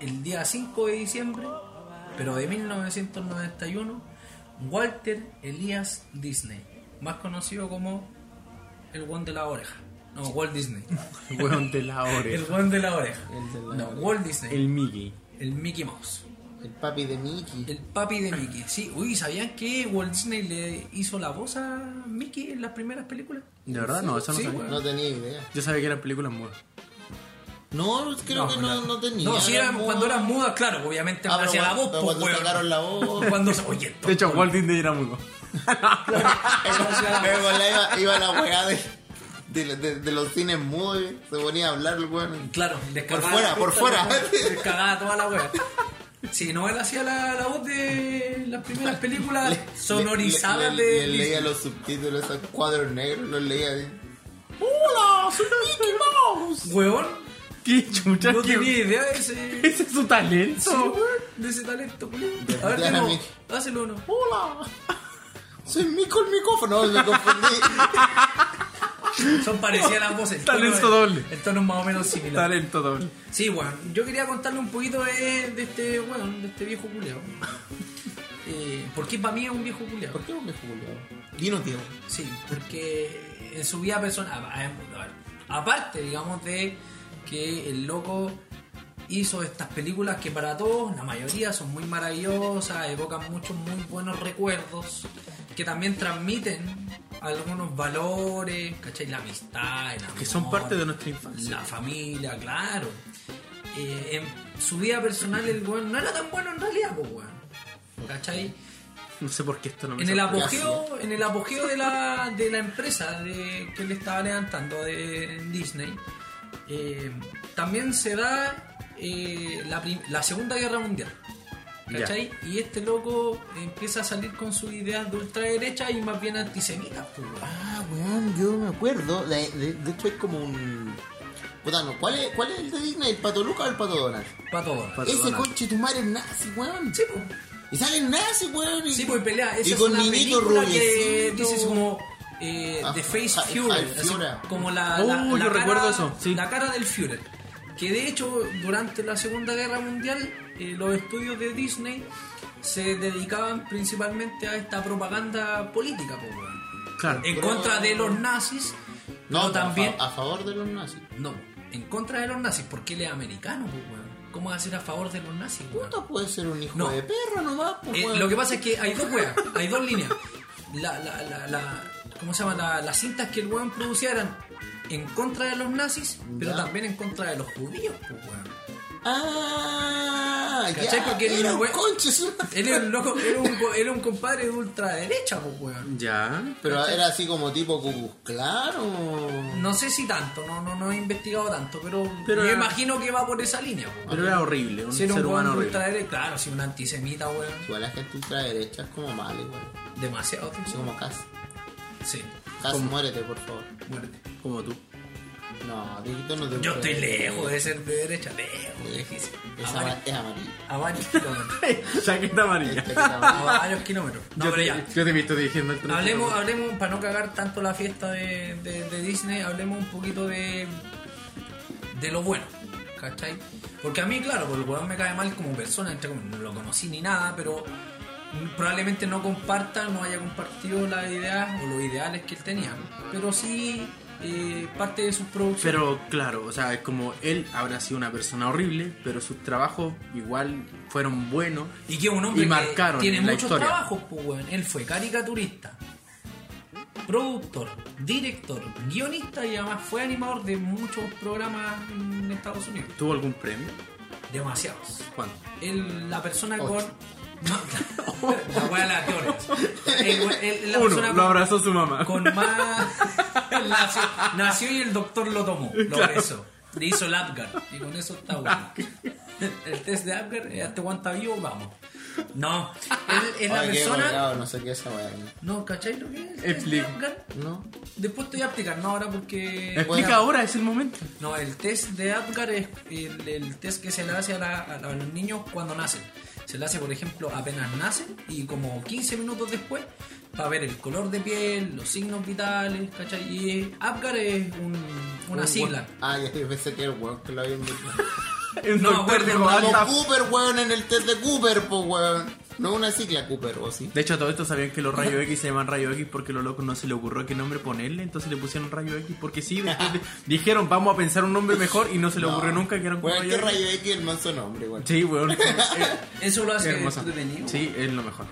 [SPEAKER 2] el día 5 de diciembre, pero de 1991, Walter Elias Disney, más conocido como el Juan de la Oreja. No, Walt Disney.
[SPEAKER 3] Weón de la
[SPEAKER 2] El
[SPEAKER 3] oreja.
[SPEAKER 2] Juan de la Oreja. no, Walt Disney.
[SPEAKER 3] El Mickey.
[SPEAKER 2] el Mickey Mouse.
[SPEAKER 1] El papi de Mickey.
[SPEAKER 2] El papi de Mickey. Sí, uy, ¿sabían que Walt Disney le hizo la voz a Mickey en las primeras películas?
[SPEAKER 3] De verdad, no, eso no
[SPEAKER 2] Sí,
[SPEAKER 3] sabía.
[SPEAKER 2] weón.
[SPEAKER 1] No tenía idea.
[SPEAKER 3] Yo sabía que eran películas mudas.
[SPEAKER 1] No, creo que no, no tenía.
[SPEAKER 2] No, si era
[SPEAKER 1] Era
[SPEAKER 2] cuando eras muda, claro, obviamente
[SPEAKER 1] Ah, pero
[SPEAKER 2] hacía la
[SPEAKER 1] cuando-
[SPEAKER 2] voz,
[SPEAKER 1] pero
[SPEAKER 2] pues,
[SPEAKER 1] cuando
[SPEAKER 2] weón.
[SPEAKER 1] sacaron la voz.
[SPEAKER 2] Cuando se- oye,
[SPEAKER 3] De hecho, Walt Disney era mudo.
[SPEAKER 1] Pero con la iba, iba la weá de, de, de- de los cines mudos. eh. Se ponía a hablar el weón.
[SPEAKER 2] claro, les
[SPEAKER 1] Por
[SPEAKER 2] cagaba
[SPEAKER 1] fuera,
[SPEAKER 2] la
[SPEAKER 1] por
[SPEAKER 2] puta,
[SPEAKER 1] fuera.
[SPEAKER 2] weón. Les cagaba toda la wea. Sí, no, él hacía la, la voz de las primeras películas
[SPEAKER 1] Le-
[SPEAKER 2] sonorizadas
[SPEAKER 1] le- le-
[SPEAKER 2] de.
[SPEAKER 1] le leía los subtítulos, esos cuadros negros, los leía así.
[SPEAKER 3] ¡Hola! ¡Soy Mickey Mouse!
[SPEAKER 2] Weón,
[SPEAKER 3] ¡Qué chucha!
[SPEAKER 2] no
[SPEAKER 3] qué-
[SPEAKER 2] tenía idea de ese.
[SPEAKER 3] ¿Ese es su
[SPEAKER 2] sí,
[SPEAKER 3] talento?
[SPEAKER 2] weón, de ese talento, culiao.
[SPEAKER 1] De-
[SPEAKER 2] A ver,
[SPEAKER 1] de
[SPEAKER 2] de nuevo,
[SPEAKER 1] Mickey.
[SPEAKER 2] hácelo uno.
[SPEAKER 3] ¡Hola!
[SPEAKER 1] Soy Mico el micófono, me confundí.
[SPEAKER 2] Son parecidas las voces. el
[SPEAKER 3] Talento
[SPEAKER 2] tono-
[SPEAKER 3] doble.
[SPEAKER 2] El tono es más o menos similar.
[SPEAKER 3] Talento doble.
[SPEAKER 2] Sí, bueno, yo quería contarle un poquito de, de este, bueno, de este viejo culeado. porque para mí es un viejo culeado.
[SPEAKER 1] ¿Por qué no me jubilado? Dino, tío.
[SPEAKER 2] Sí, porque en su vida personal, a- a- a- aparte, digamos, de que el loco hizo estas películas que para todos, la mayoría, son muy maravillosas, evocan muchos muy buenos recuerdos, que también transmiten algunos valores, ¿cachai? La amistad, el
[SPEAKER 3] Que son
[SPEAKER 2] amor.
[SPEAKER 3] parte de nuestra infancia.
[SPEAKER 2] La familia, claro. Eh, en su vida personal el weón no era tan bueno en realidad, pues weón. ¿Cachai?
[SPEAKER 3] No sé por qué esto no me
[SPEAKER 2] En el
[SPEAKER 3] sorprende.
[SPEAKER 2] apogeo, en el apogeo de la, de la empresa de- que le estaba levantando de Disney, eh, también se da eh, la, prim- la Segunda Guerra Mundial.
[SPEAKER 3] Ya.
[SPEAKER 2] ¿Cachai? Y este loco empieza a salir con sus ideas de ultraderecha y más bien antisemitas. pues, weón.
[SPEAKER 1] Ah, weón, yo me acuerdo. De, de- de hecho, es como un. Puta, no, ¿cuál, es, ¿Cuál es el de Disney? ¿El pato Luca o el pato Donald?
[SPEAKER 2] Pato Donald.
[SPEAKER 3] Pato
[SPEAKER 1] Ese
[SPEAKER 3] Donald.
[SPEAKER 1] coche tu madre es nazi, weón.
[SPEAKER 2] Sí, pues.
[SPEAKER 1] Y salen nazi, weón. Y,
[SPEAKER 2] Sí, pues pelea. Esa
[SPEAKER 1] y
[SPEAKER 2] es
[SPEAKER 1] con
[SPEAKER 2] una
[SPEAKER 1] niñito
[SPEAKER 2] película que
[SPEAKER 1] rubiecito.
[SPEAKER 2] dices como eh,
[SPEAKER 1] Ah,
[SPEAKER 2] The Face
[SPEAKER 1] ah,
[SPEAKER 2] Führer.
[SPEAKER 1] ah, el
[SPEAKER 2] así
[SPEAKER 1] Führer.
[SPEAKER 2] como la,
[SPEAKER 3] Oh,
[SPEAKER 2] la- la
[SPEAKER 3] yo
[SPEAKER 2] cara,
[SPEAKER 3] recuerdo eso, sí.
[SPEAKER 2] La cara del Führer. Que de hecho, durante la Segunda Guerra Mundial, eh, los estudios de Disney se dedicaban principalmente a esta propaganda política, po, weón.
[SPEAKER 3] Claro.
[SPEAKER 2] En contra de los nazis,
[SPEAKER 1] No,
[SPEAKER 2] pero también.
[SPEAKER 1] también. A, favor de los nazis.
[SPEAKER 2] No, en contra de los nazis, porque él es americano, po, weón. ¿Cómo va a ser a favor de los nazis, weón?
[SPEAKER 1] Puta, puede ser un hijo
[SPEAKER 2] No.
[SPEAKER 1] de perro nomás, pues,
[SPEAKER 2] Eh,
[SPEAKER 1] weón.
[SPEAKER 2] lo que pasa es que hay dos weas, hay dos líneas. La, la, la, la- ¿Cómo se llama? La- las cintas que el weón producía eran en contra de los nazis, pero
[SPEAKER 1] Ya.
[SPEAKER 2] también en contra de los judíos, pues, weón.
[SPEAKER 1] Ah, Ah, ya.
[SPEAKER 2] ¿Cachai? Porque el
[SPEAKER 1] era un
[SPEAKER 2] güey-
[SPEAKER 1] conche, su madre.
[SPEAKER 2] Él era un loco, era un, co- era un compadre de ultraderecha, pues, weón.
[SPEAKER 3] Ya.
[SPEAKER 1] Pero era así como tipo Cucus, claro.
[SPEAKER 2] No sé si tanto, no, no, no he investigado tanto, pero,
[SPEAKER 3] Pero
[SPEAKER 2] me
[SPEAKER 3] era-
[SPEAKER 2] imagino que va por esa línea, pues, weón.
[SPEAKER 3] Pero era horrible, un
[SPEAKER 2] Si era
[SPEAKER 3] ser
[SPEAKER 2] un
[SPEAKER 3] humano
[SPEAKER 2] weón de
[SPEAKER 3] horrible.
[SPEAKER 2] ultraderecha, claro, si un antisemita, weón.
[SPEAKER 1] Igual la gente ultraderecha es como mal, igual.
[SPEAKER 2] Demasiado,
[SPEAKER 1] Así
[SPEAKER 2] tío.
[SPEAKER 1] como Cas.
[SPEAKER 2] Sí,
[SPEAKER 1] Cas, muérete, por favor.
[SPEAKER 2] muerte.
[SPEAKER 3] Como tú.
[SPEAKER 1] No, Dieguito no te
[SPEAKER 2] Yo estoy lejos de ser de derecha, lejos, difícil.
[SPEAKER 1] Es,
[SPEAKER 2] A
[SPEAKER 1] ama-
[SPEAKER 2] varios-
[SPEAKER 1] es amarillo.
[SPEAKER 2] A varios kilómetros.
[SPEAKER 3] Chaqueta amarilla.
[SPEAKER 1] Este que está
[SPEAKER 2] A
[SPEAKER 1] amarillo.
[SPEAKER 2] varios kilómetros. No,
[SPEAKER 3] yo,
[SPEAKER 2] pero
[SPEAKER 3] te,
[SPEAKER 2] ya.
[SPEAKER 3] yo te he visto dirigiendo el tren.
[SPEAKER 2] Hablemos, hablemos, para no cagar tanto la fiesta de, de- de Disney, hablemos un poquito de, de lo bueno, ¿cachai? Porque a mí, claro, pues el weón me cae mal como persona, entre comillas, no lo conocí ni nada, pero probablemente no comparta, no haya compartido las ideas o los ideales que él tenía, pero sí eh, parte de sus producciones.
[SPEAKER 3] Pero claro, o sea, es como él habrá sido una persona horrible, pero sus trabajos igual fueron buenos.
[SPEAKER 2] y que es un hombre
[SPEAKER 3] y
[SPEAKER 2] que
[SPEAKER 3] marcaron
[SPEAKER 2] tiene
[SPEAKER 3] la
[SPEAKER 2] muchos
[SPEAKER 3] historia.
[SPEAKER 2] trabajos, pues weón. Él fue caricaturista, productor, director, guionista y además fue animador de muchos programas en Estados Unidos.
[SPEAKER 3] ¿Tuvo algún premio?
[SPEAKER 2] Demasiados.
[SPEAKER 3] ¿Cuándo?
[SPEAKER 2] El- la persona
[SPEAKER 1] Ocho.
[SPEAKER 2] con. No, la wea de las teorías. El- el- la
[SPEAKER 3] Uno,
[SPEAKER 2] persona
[SPEAKER 3] lo
[SPEAKER 2] con-
[SPEAKER 3] abrazó su mamá.
[SPEAKER 2] con más. nació, nació y el doctor lo tomó, lo besó. Le hizo el Apgar. Y con eso está bueno. El test de Apgar, eh, ¿te aguanta vivo? Vamos. No. él es la
[SPEAKER 1] Ay, qué
[SPEAKER 2] persona.
[SPEAKER 1] colgado, no sé qué es esa weá.
[SPEAKER 2] No, ¿cachai lo que es? El test de
[SPEAKER 3] Explica.
[SPEAKER 2] Apgar.
[SPEAKER 1] No.
[SPEAKER 2] Después te voy a explicar, no ahora porque.
[SPEAKER 3] Explica ahora, es el momento.
[SPEAKER 2] No, el test de Apgar es el, el test que se le hace a, la- a la- a los niños cuando nacen. Se le hace, por ejemplo, apenas nacen y como 15 minutos después para ver el color de piel, los signos vitales, ¿cachai? Y eh, Apgar es un- una
[SPEAKER 1] Un
[SPEAKER 2] sigla.
[SPEAKER 1] weón- Ah, ya, yo pensé que era el weón que lo había inventado.
[SPEAKER 3] El
[SPEAKER 2] No,
[SPEAKER 3] doctor
[SPEAKER 2] acuerdo,
[SPEAKER 3] dijo,
[SPEAKER 2] no,
[SPEAKER 3] "Alta
[SPEAKER 1] Como
[SPEAKER 3] f-".
[SPEAKER 1] Cooper, weón, en el test de Cooper, po, weón. No una cicla Cooper, ¿o sí?
[SPEAKER 3] De hecho, todo esto sabían que los rayos X se llaman rayos X porque los locos no se le ocurrió qué nombre ponerle, entonces le pusieron rayo X porque sí, después de- dijeron vamos a pensar un nombre mejor y no se le ocurrió nunca que era un
[SPEAKER 1] Weón,
[SPEAKER 3] rayo
[SPEAKER 1] qué
[SPEAKER 3] X.
[SPEAKER 1] rayo X el manso nombre, weón.
[SPEAKER 3] Sí, weón. Eh,
[SPEAKER 2] Eso lo hace
[SPEAKER 3] hermoso.
[SPEAKER 2] entretenido.
[SPEAKER 3] Sí, es lo mejor.